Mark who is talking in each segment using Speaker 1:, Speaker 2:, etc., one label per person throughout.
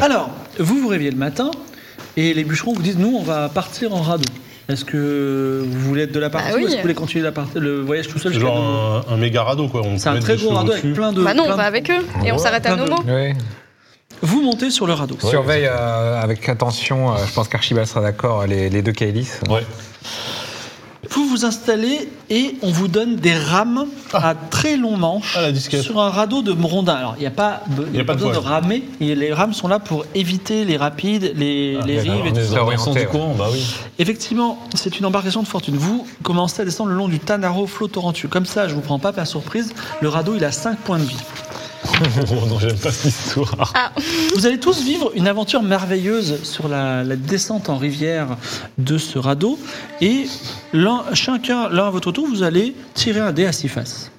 Speaker 1: Alors, vous vous réveillez le matin et les bûcherons vous disent Nous, on va partir en radeau. Est-ce que vous voulez être de la partie
Speaker 2: Bah oui.
Speaker 1: ou est-ce que vous voulez continuer la part- le voyage tout seul
Speaker 3: C'est
Speaker 1: jusqu'à
Speaker 3: genre
Speaker 1: nous
Speaker 3: un, un méga radeau quoi. On
Speaker 1: C'est un
Speaker 3: met
Speaker 1: très
Speaker 3: des
Speaker 1: gros
Speaker 3: chevaux
Speaker 1: radeau
Speaker 3: dessus.
Speaker 1: avec plein de.
Speaker 2: Bah non,
Speaker 1: plein
Speaker 2: on
Speaker 1: de-
Speaker 2: va avec eux et on
Speaker 3: Ouais,
Speaker 2: s'arrête à
Speaker 1: plein de-
Speaker 2: Nomo.
Speaker 4: Ouais.
Speaker 1: Vous montez sur le radeau.
Speaker 4: Surveille euh, avec attention, euh, je pense qu'Archibald sera d'accord, les, les deux Kaelis.
Speaker 3: Ouais.
Speaker 1: Vous vous installez et on vous donne des rames à très long manche
Speaker 3: Ah, la disquette.
Speaker 1: sur un radeau de rondin. Alors, il n'y a pas, il y a pas besoin de
Speaker 3: voile.
Speaker 1: ramer. Et les rames sont là pour éviter les rapides, les, les
Speaker 3: Alors,
Speaker 1: rives et
Speaker 3: on
Speaker 1: tout
Speaker 3: est
Speaker 1: ça.
Speaker 3: dans le sens
Speaker 4: orienté,
Speaker 3: du
Speaker 4: ouais.
Speaker 3: courant, bah oui.
Speaker 1: Effectivement, c'est une embarcation de fortune. Vous commencez à descendre le long du Tanaro Flot Torrentueux. Comme ça, je vous prends pas par surprise, le radeau, il a 5 points de vie.
Speaker 3: Oh non, j'aime pas cette histoire.
Speaker 1: Vous allez tous vivre une aventure merveilleuse sur la, la descente en rivière de ce radeau. Et l'un- chacun, l'un à votre tour, vous allez tirer un dé à six faces.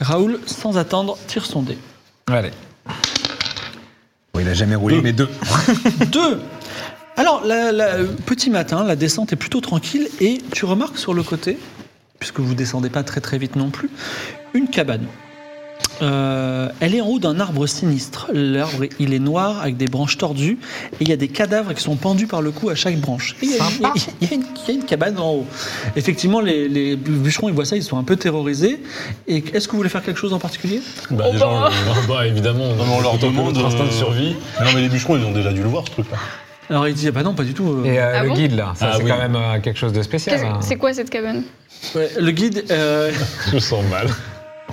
Speaker 1: Raoul, sans attendre, tire son dé.
Speaker 4: Allez. Bon, il a jamais roulé, mais deux.
Speaker 1: Deux Alors, la- la- petit matin, la descente est plutôt tranquille et tu remarques sur le côté, puisque vous descendez pas très très vite non plus, une cabane. Euh, elle est en haut d'un arbre sinistre. L'arbre, il est noir avec des branches tordues et il y a des cadavres qui sont pendus par le cou à chaque branche. Et Il y, a- il y a une- il y a une cabane en haut. Effectivement, les, les bûcherons, ils voient ça, ils sont un peu terrorisés. Et est-ce que vous voulez faire quelque chose en particulier
Speaker 3: Bah,
Speaker 2: Oh,
Speaker 3: les gens,
Speaker 2: bah.
Speaker 3: euh, bah, évidemment,
Speaker 5: Non, mais on leur
Speaker 3: faut que
Speaker 5: demande,
Speaker 3: notre instinct de
Speaker 5: euh,
Speaker 3: survie. Non, mais les bûcherons, ils ont déjà dû le voir ce truc-là.
Speaker 1: Alors il dit, ah bah non, pas du tout. euh.
Speaker 4: Et euh,
Speaker 2: Ah
Speaker 4: le
Speaker 2: bon
Speaker 4: guide, là, ça,
Speaker 3: Ah
Speaker 4: c'est
Speaker 3: oui.
Speaker 4: quand même euh, quelque chose de spécial.
Speaker 2: Qu'est-ce-
Speaker 4: hein.
Speaker 2: C'est quoi cette cabane
Speaker 1: Ouais, le guide, euh,
Speaker 3: Je sens mal.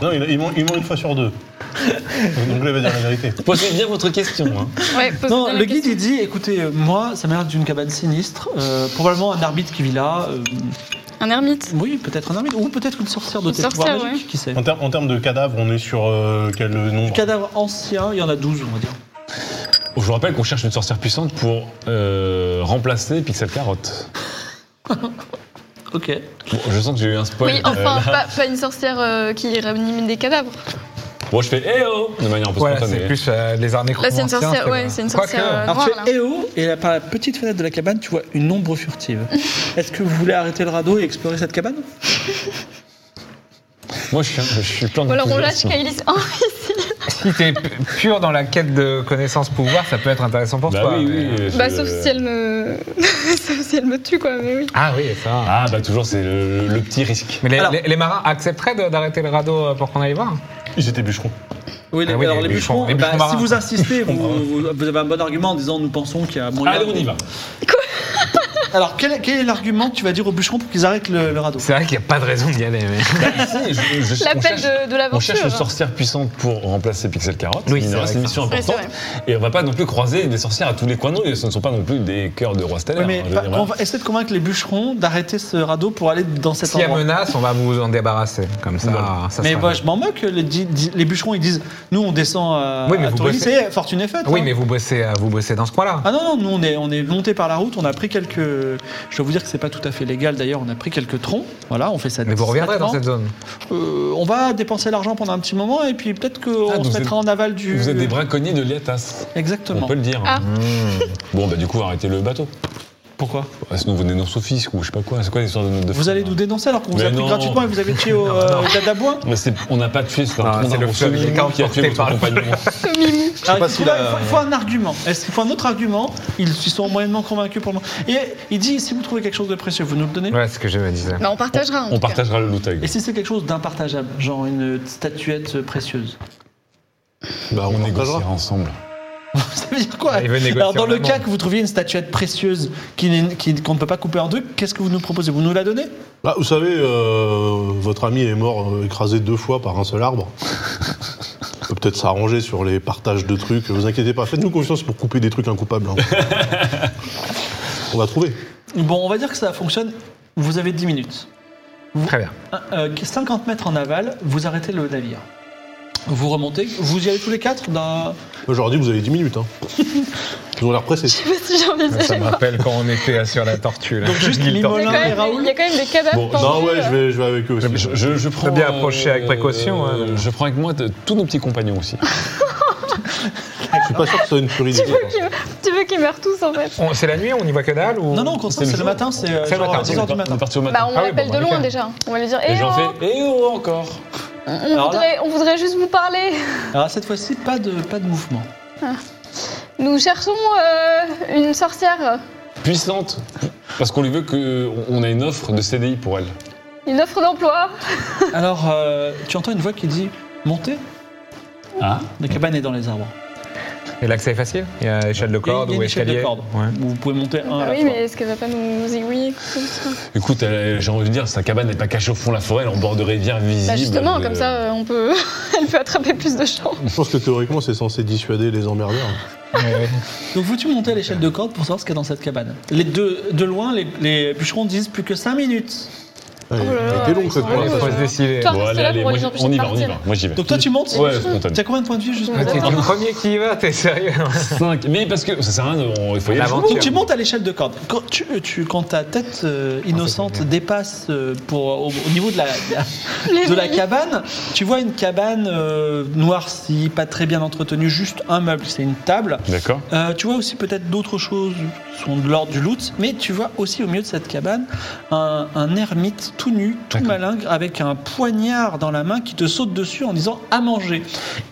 Speaker 3: Non, il, il ment, il ment une fois sur deux. Donc là, il va dire la vérité.
Speaker 5: Posez bien votre question. hein.
Speaker 2: Ouais, pose
Speaker 1: Non,
Speaker 2: bien la
Speaker 1: le guide
Speaker 2: question.
Speaker 1: il dit écoutez, euh, moi ça m'a l'air d'une cabane sinistre, euh, probablement un arbitre qui vit là, euh,
Speaker 2: Un ermite.
Speaker 1: oui, peut-être un arbitre, ou peut-être une sorcière de
Speaker 2: Une
Speaker 1: tête
Speaker 2: sorcière,
Speaker 1: pouvoir magique, qui sait.
Speaker 3: En, termes- en termes de cadavres, on est sur euh, quel nombre
Speaker 1: Cadavre ancien, il y en a 12, on va dire.
Speaker 5: Je vous rappelle qu'on cherche une sorcière puissante pour euh, remplacer Pixel Carotte.
Speaker 1: Ok.
Speaker 5: Bon, je sens que j'ai eu un spoil.
Speaker 2: Oui,
Speaker 5: euh,
Speaker 2: enfin,
Speaker 5: là.
Speaker 2: pas, pas une sorcière euh, qui réanime des cadavres.
Speaker 5: Bon, je fais eh oh de manière un peu
Speaker 4: Voilà,
Speaker 5: spontanée.
Speaker 4: c'est plus euh, les armes
Speaker 2: Là, c'est une
Speaker 4: nécromanciens,
Speaker 2: sorcière,
Speaker 4: c'est
Speaker 2: ouais,
Speaker 4: pas-
Speaker 2: c'est une
Speaker 4: Quoique,
Speaker 2: sorcière euh,
Speaker 1: Alors
Speaker 2: noire,
Speaker 1: tu es
Speaker 2: là.
Speaker 1: EO et là, par la petite fenêtre de la cabane, tu vois une ombre furtive. Est-ce que vous voulez arrêter le radeau et explorer cette cabane
Speaker 5: Moi, je suis, je suis plein
Speaker 2: Ou alors on lâche
Speaker 5: d'enthousiasme.
Speaker 2: Kailis. Oh,
Speaker 4: Si t'es p- pur dans la quête de connaissances pouvoir, ça peut être intéressant pour
Speaker 5: Bah
Speaker 4: toi.
Speaker 5: oui,
Speaker 4: mais-
Speaker 5: oui. euh,
Speaker 2: bah,
Speaker 5: je-
Speaker 2: sauf si elle me. sauf si elle me tue, quoi, mais oui.
Speaker 4: Ah oui, ça.
Speaker 5: Ah, bah toujours, c'est le, le petit risque.
Speaker 4: Mais les,
Speaker 1: Alors-
Speaker 4: les- les marins accepteraient de- d'arrêter le radeau euh, pour qu'on aille voir
Speaker 3: J'étais bûcheron.
Speaker 1: Oui, les,
Speaker 4: Ah oui,
Speaker 1: alors
Speaker 4: les
Speaker 1: les bûcherons,
Speaker 4: bûcherons, les
Speaker 1: bah,
Speaker 4: bûcherons
Speaker 1: si
Speaker 4: marins.
Speaker 1: vous insistez, vous, vous- vous avez un bon argument en disant nous pensons qu'il y a moyen.
Speaker 5: Allez, on y va.
Speaker 1: Alors quel, quel est l'argument que tu vas dire aux bûcherons pour qu'ils arrêtent le, le radeau
Speaker 4: C'est vrai qu'il n'y a pas de raison d'y aller. Mais...
Speaker 5: Si, je- je- on
Speaker 2: L'appel
Speaker 5: cherche-
Speaker 2: de, de
Speaker 5: On
Speaker 2: l'aventure.
Speaker 5: cherche une sorcière puissante pour remplacer Pixel Carotte.
Speaker 4: Oui,
Speaker 5: Mine de
Speaker 4: c'est
Speaker 5: rien,
Speaker 4: vrai
Speaker 5: c'est
Speaker 4: que
Speaker 5: une
Speaker 4: ça.
Speaker 5: mission
Speaker 2: Ouais, c'est
Speaker 5: importante. Et on va pas non plus croiser des sorcières à tous les coins de rue. Ce ne sont pas non plus des cœurs de roi stellaire.
Speaker 1: Oui, mais
Speaker 5: hein, je
Speaker 1: pas-
Speaker 5: veux dire,
Speaker 1: conv- essayez de convaincre les bûcherons d'arrêter ce radeau pour aller dans cet
Speaker 4: S'il y a
Speaker 1: endroit.
Speaker 4: menace, on va vous en débarrasser. Comme ça, ça
Speaker 1: mais
Speaker 4: sera-
Speaker 1: moi, je m'en moque. Les, di- di- les bûcherons, ils disent Nous, on descend à,
Speaker 4: Oui, mais
Speaker 1: à
Speaker 4: vous
Speaker 1: Toulouse
Speaker 4: bossez.
Speaker 1: et fortune est faite.
Speaker 4: Oui,
Speaker 1: hein.
Speaker 4: mais vous bossez, euh, vous bossez dans ce coin-là.
Speaker 1: Ah non, non, nous, on est, on est monté par la route. On a pris quelques. Je dois vous dire que c'est pas tout à fait légal d'ailleurs. On a pris quelques troncs. Voilà, on fait ça.
Speaker 4: mais vous reviendrez dans cette
Speaker 1: discrètement.
Speaker 4: zone.
Speaker 1: Euh, on va dépenser l'argent pendant un petit moment et puis peut-être qu'on
Speaker 5: Ah,
Speaker 1: se
Speaker 5: donc
Speaker 1: mettra
Speaker 5: vous
Speaker 1: en aval du.
Speaker 5: Vous êtes des braconniers de Liatas. On
Speaker 1: Exactement.
Speaker 5: peut le dire.
Speaker 2: Ah.
Speaker 5: Bon, bah du coup, arrêtez le bateau.
Speaker 1: Pourquoi
Speaker 5: Ah, Sinon, vous dénoncez au fisc ou je sais pas quoi. C'est quoi l'histoire de notre
Speaker 1: Vous
Speaker 4: hein.
Speaker 1: allez nous dénoncer alors qu'on vous
Speaker 5: Mais
Speaker 1: a pris
Speaker 5: non.
Speaker 1: gratuitement et vous avez tué au euh, Dadabois
Speaker 5: Mais c'est- on n'a pas tué, c'est
Speaker 4: Non,
Speaker 5: un
Speaker 4: c'est le
Speaker 5: le
Speaker 4: fleuve, il est
Speaker 5: qui, qui a
Speaker 4: emporté
Speaker 5: tué votre
Speaker 4: par le
Speaker 5: compagnon.
Speaker 1: Alors,
Speaker 5: pas
Speaker 1: il, faut
Speaker 5: s'il
Speaker 1: là,
Speaker 5: a-
Speaker 1: il faut- il faut un argument. Est-ce qu'il faut un autre argument Ils ils sont moyennement convaincus pour le moment. Et il dit si vous trouvez quelque chose de précieux, vous nous le donnez.
Speaker 4: Ouais, c'est ce que je me disais.
Speaker 2: Bah, on partagera. en
Speaker 5: On
Speaker 2: tout cas.
Speaker 5: partagera le loot avec
Speaker 1: Et
Speaker 5: vous.
Speaker 1: si c'est quelque chose d'impartageable, genre une statuette précieuse
Speaker 5: Bah, on négociera
Speaker 3: partagera.
Speaker 5: ensemble.
Speaker 1: Ça veut dire quoi
Speaker 4: Ah, il veut négocier
Speaker 1: Alors, dans
Speaker 4: en
Speaker 1: le
Speaker 4: amont.
Speaker 1: cas que vous trouviez une statuette précieuse qui n'est- qui- qu'on ne peut pas couper en deux, qu'est-ce que vous nous proposez Vous nous la donnez
Speaker 3: Bah, vous savez, euh, votre ami est mort euh, écrasé deux fois par un seul arbre. On peut peut-être s'arranger sur les partages de trucs. Vous inquiétez pas, faites-nous confiance pour couper des trucs incoupables. hein. on va trouver.
Speaker 1: Bon, on va dire que ça fonctionne. Vous avez 10 minutes.
Speaker 4: Très bien.
Speaker 1: Un- euh, 50 mètres en aval, vous arrêtez le navire. Vous remontez. Vous y allez tous les quatre d'un-
Speaker 3: Aujourd'hui, vous avez 10 minutes. Hein. Ils ont l'air pressés.
Speaker 2: Je sais pas si j'ai envie d'y
Speaker 4: Ça
Speaker 2: aller.
Speaker 4: me rappelle quand on était là sur la tortue. Là.
Speaker 1: Donc juste
Speaker 4: Guilde
Speaker 2: Il y, a
Speaker 1: Mimolin
Speaker 4: Tortue.
Speaker 1: et
Speaker 2: quand même,
Speaker 1: Raoul.
Speaker 2: il y a quand même des
Speaker 5: Bon,
Speaker 2: cadavres euh, tendus.
Speaker 3: Non, ouais, je vais, je vais avec eux aussi.
Speaker 5: Je, je, je prends. euh,
Speaker 4: bien approcher avec précaution, hein.
Speaker 5: je prends avec moi de- tous nos petits compagnons aussi.
Speaker 2: Ah,
Speaker 3: Je suis pas sûr que ce soit une furie
Speaker 2: Tu
Speaker 3: d'idées.
Speaker 2: veux qu'ils tu veux qu'ils meurent tous en fait
Speaker 4: On- C'est la nuit, on n'y voit que dalle ou...
Speaker 1: Non, non, au contraire, c'est le matin, c'est euh,
Speaker 4: C'est le
Speaker 1: genre
Speaker 4: matin,
Speaker 1: à 10 heures du
Speaker 5: On
Speaker 1: matin.
Speaker 5: est parti au matin.
Speaker 2: Bah on
Speaker 4: Ah oui,
Speaker 2: l'appelle
Speaker 4: bon,
Speaker 2: de
Speaker 4: bah,
Speaker 2: loin
Speaker 4: nickel.
Speaker 2: déjà. On va lui dire
Speaker 5: Et
Speaker 2: Eh
Speaker 5: j'en
Speaker 2: oh,
Speaker 5: fais. Eh oh, encore
Speaker 2: on,
Speaker 1: Alors là-
Speaker 2: voudrait, on voudrait juste vous parler.
Speaker 1: Alors cette fois-ci, pas de, pas de mouvement.
Speaker 2: Nous cherchons euh, une sorcière.
Speaker 5: Puissante Parce qu'on lui veut que. On a une offre de CDI pour elle.
Speaker 2: Une offre d'emploi.
Speaker 1: Alors, euh, tu entends une voix qui dit Montez,
Speaker 5: Ah
Speaker 1: la cabane est dans les arbres.
Speaker 4: Et l'accès est facile Il y a échelle
Speaker 1: Il
Speaker 4: de
Speaker 1: y a
Speaker 4: corde
Speaker 1: une- il y a
Speaker 4: ou
Speaker 1: une échelle
Speaker 4: escalier
Speaker 1: de corde.
Speaker 4: Ouais.
Speaker 1: Vous pouvez monter un à
Speaker 2: Bah
Speaker 1: la
Speaker 2: oui,
Speaker 1: fois.
Speaker 2: mais est-ce qu'elle va pas nous zigouiller comme ça Bah,
Speaker 5: Écoute, elle- j'ai envie de dire, sa cabane n'est pas cachée au fond de la forêt, elle est en bord de rivière visible.
Speaker 2: Bah justement,
Speaker 5: Euh,
Speaker 2: comme ça, euh, on peut, elle peut attraper plus de gens.
Speaker 3: Je pense que théoriquement, c'est censé dissuader les emmerdeurs.
Speaker 4: Ouais, ouais.
Speaker 1: Donc vous tu montez à l'échelle de corde pour savoir ce qu'il y a dans cette cabane. Les deux, de loin, les, les bûcherons disent plus que 5 minutes.
Speaker 3: Elle
Speaker 2: Oh là là,
Speaker 3: était longue
Speaker 2: ils
Speaker 3: cette
Speaker 2: sont
Speaker 4: Ouais,
Speaker 3: conversation.
Speaker 4: faut
Speaker 2: Ouais.
Speaker 4: se décider.
Speaker 2: Toi,
Speaker 5: bon,
Speaker 2: reste
Speaker 5: allez,
Speaker 2: là
Speaker 5: allez,
Speaker 2: pour
Speaker 5: moi,
Speaker 2: les
Speaker 5: j'y-
Speaker 2: empêcher
Speaker 5: on
Speaker 2: de
Speaker 5: y va, on y
Speaker 2: partir.
Speaker 5: va, moi j'y vais.
Speaker 1: Donc toi tu montes
Speaker 5: Ouais, spontané.
Speaker 1: T'as combien de points de vue juste pour
Speaker 4: Ah, T'es
Speaker 1: savoir
Speaker 4: le premier qui y va, t'es sérieux
Speaker 5: 5. Mais parce que ça sert à rien, de- on- il faut y aller.
Speaker 4: L'avant-
Speaker 1: Donc tu montes à l'échelle de corde. Quand, tu, tu- quand ta tête euh, innocente dépasse euh, pour, au, au niveau de la,
Speaker 2: Les
Speaker 1: de la
Speaker 2: amis.
Speaker 1: cabane, tu vois une cabane euh, noircie, pas très bien entretenue, juste un meuble, c'est une table.
Speaker 5: D'accord.
Speaker 1: Euh, tu vois aussi peut-être d'autres choses qui sont de l'ordre du loot, mais tu vois aussi au milieu de cette cabane un, un ermite tout nu, tout
Speaker 5: D'accord.
Speaker 1: malingre, avec un poignard dans la main qui te saute dessus en disant à manger.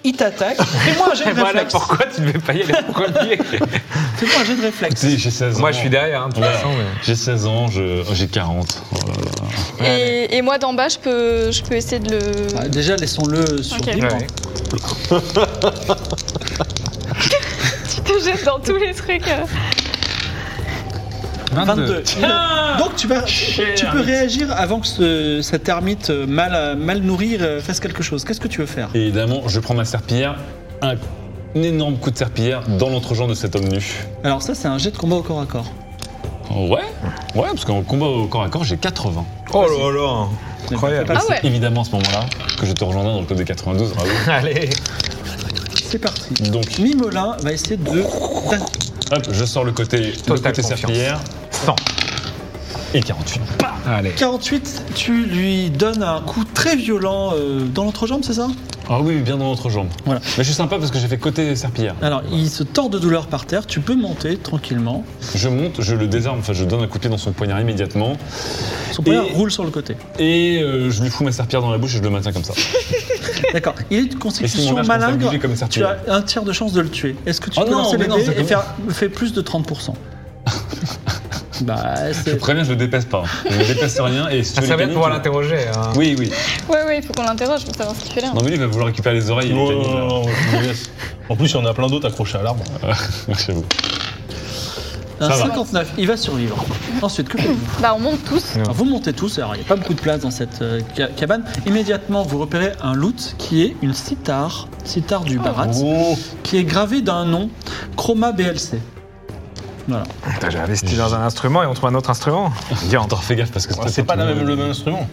Speaker 1: Il t'attaque. Fais-moi un jet de
Speaker 4: Voilà
Speaker 1: réflexe.
Speaker 4: pourquoi tu ne devais pas y aller en premier.
Speaker 1: Fais-moi un jet de réflexe.
Speaker 5: Si, j'ai 16 ans.
Speaker 4: Moi, je suis derrière, hein, de toute
Speaker 5: Voilà.
Speaker 4: façon. mais-
Speaker 5: J'ai 16 ans, je- oh, j'ai 40. Oh là là.
Speaker 2: Et, et moi d'en bas, je peux, je peux essayer de le.
Speaker 1: Ah, Déjà, laissons-le sur
Speaker 2: Ok.
Speaker 1: vivant.
Speaker 4: Ouais.
Speaker 2: Tu te jettes dans tous les trucs. euh.
Speaker 1: 22.
Speaker 2: Ah
Speaker 1: Donc tu, vas, tu peux réagir avant que ce- cette ermite euh, mal, euh, mal nourrie euh, fasse quelque chose. Qu'est-ce que tu veux faire
Speaker 5: Et évidemment, je prends ma serpillière, un, un énorme coup de serpillière dans l'entrejambe de cet homme nu.
Speaker 1: Alors ça c'est un jet de combat au corps à corps.
Speaker 5: Oh, ouais Ouais, parce qu'en combat au corps à corps, j'ai 80.
Speaker 4: Oh là là Incroyable.
Speaker 2: Ah ouais.
Speaker 5: C'est évidemment à ce moment-là que je te rejoindrai dans le club des 92, bravo.
Speaker 4: Allez
Speaker 1: C'est parti.
Speaker 5: Donc,
Speaker 1: Mimolin va essayer de...
Speaker 5: hop, je sors le côté, le
Speaker 4: Totale
Speaker 5: côté
Speaker 4: confiance.
Speaker 5: serpillière
Speaker 4: 100.
Speaker 5: et 48.
Speaker 4: Allez.
Speaker 1: 48, tu lui donnes un coup très violent euh, dans l'entrejambe, c'est ça
Speaker 5: Ah oui, bien dans l'entrejambe.
Speaker 1: Voilà.
Speaker 5: Mais je suis sympa parce que j'ai fait côté serpillière.
Speaker 1: Alors il se tord de douleur par terre, tu peux monter tranquillement.
Speaker 5: Je monte, je le désarme, enfin je donne un coup de pied dans son poignard immédiatement
Speaker 1: Son poignard
Speaker 5: Et-
Speaker 1: roule sur le côté.
Speaker 5: et euh, je lui fous ma serpillière dans la bouche et je le maintiens comme ça.
Speaker 1: D'accord, il est de
Speaker 5: Et si mon
Speaker 1: constitution
Speaker 5: âge commence à
Speaker 1: malingre,
Speaker 5: bouger comme ça,
Speaker 1: tu as un tiers de chance de le tuer. Est-ce que tu
Speaker 5: Oh
Speaker 1: peux
Speaker 5: non,
Speaker 1: lancer
Speaker 5: mais
Speaker 1: les
Speaker 5: non,
Speaker 1: dés
Speaker 5: c'est
Speaker 1: et
Speaker 5: comme-
Speaker 1: faire, fais plus de 30% Bah,
Speaker 5: Je
Speaker 1: c'est...
Speaker 5: te préviens, je le dépèse pas. Je le dépèse rien et si
Speaker 4: Ça
Speaker 5: tu veux
Speaker 4: va
Speaker 5: les
Speaker 4: bien de pouvoir
Speaker 5: canines,
Speaker 4: l'interroger. hein.
Speaker 5: tu- Oui, oui.
Speaker 2: Ouais, ouais, il faut qu'on l'interroge pour savoir ce qu'il fait là.
Speaker 5: Non, mais lui, il va vouloir récupérer les oreilles et les
Speaker 3: Non,
Speaker 5: canines,
Speaker 3: non,
Speaker 5: là.
Speaker 3: non, non, je vous laisse. En plus, il y en a plein d'autres accrochés à l'arbre.
Speaker 5: J'avoue.
Speaker 1: Un
Speaker 5: Ça va.
Speaker 1: 59, il va survivre. Ensuite, que faites-vous
Speaker 2: Bah, on monte tous.
Speaker 1: Alors, Vous montez tous, alors il n'y a pas beaucoup de place dans cette euh, ca- cabane. Immédiatement, vous repérez un loot qui est une sitar, sitar du Barat,
Speaker 3: Oh,
Speaker 1: qui est gravée d'un nom, Chroma BLC. Voilà.
Speaker 4: Putain, J'ai investi dans un instrument et on trouve un autre instrument. Viande.
Speaker 5: Encore fais gaffe parce que
Speaker 3: ah, c'est pas la même, le même instrument.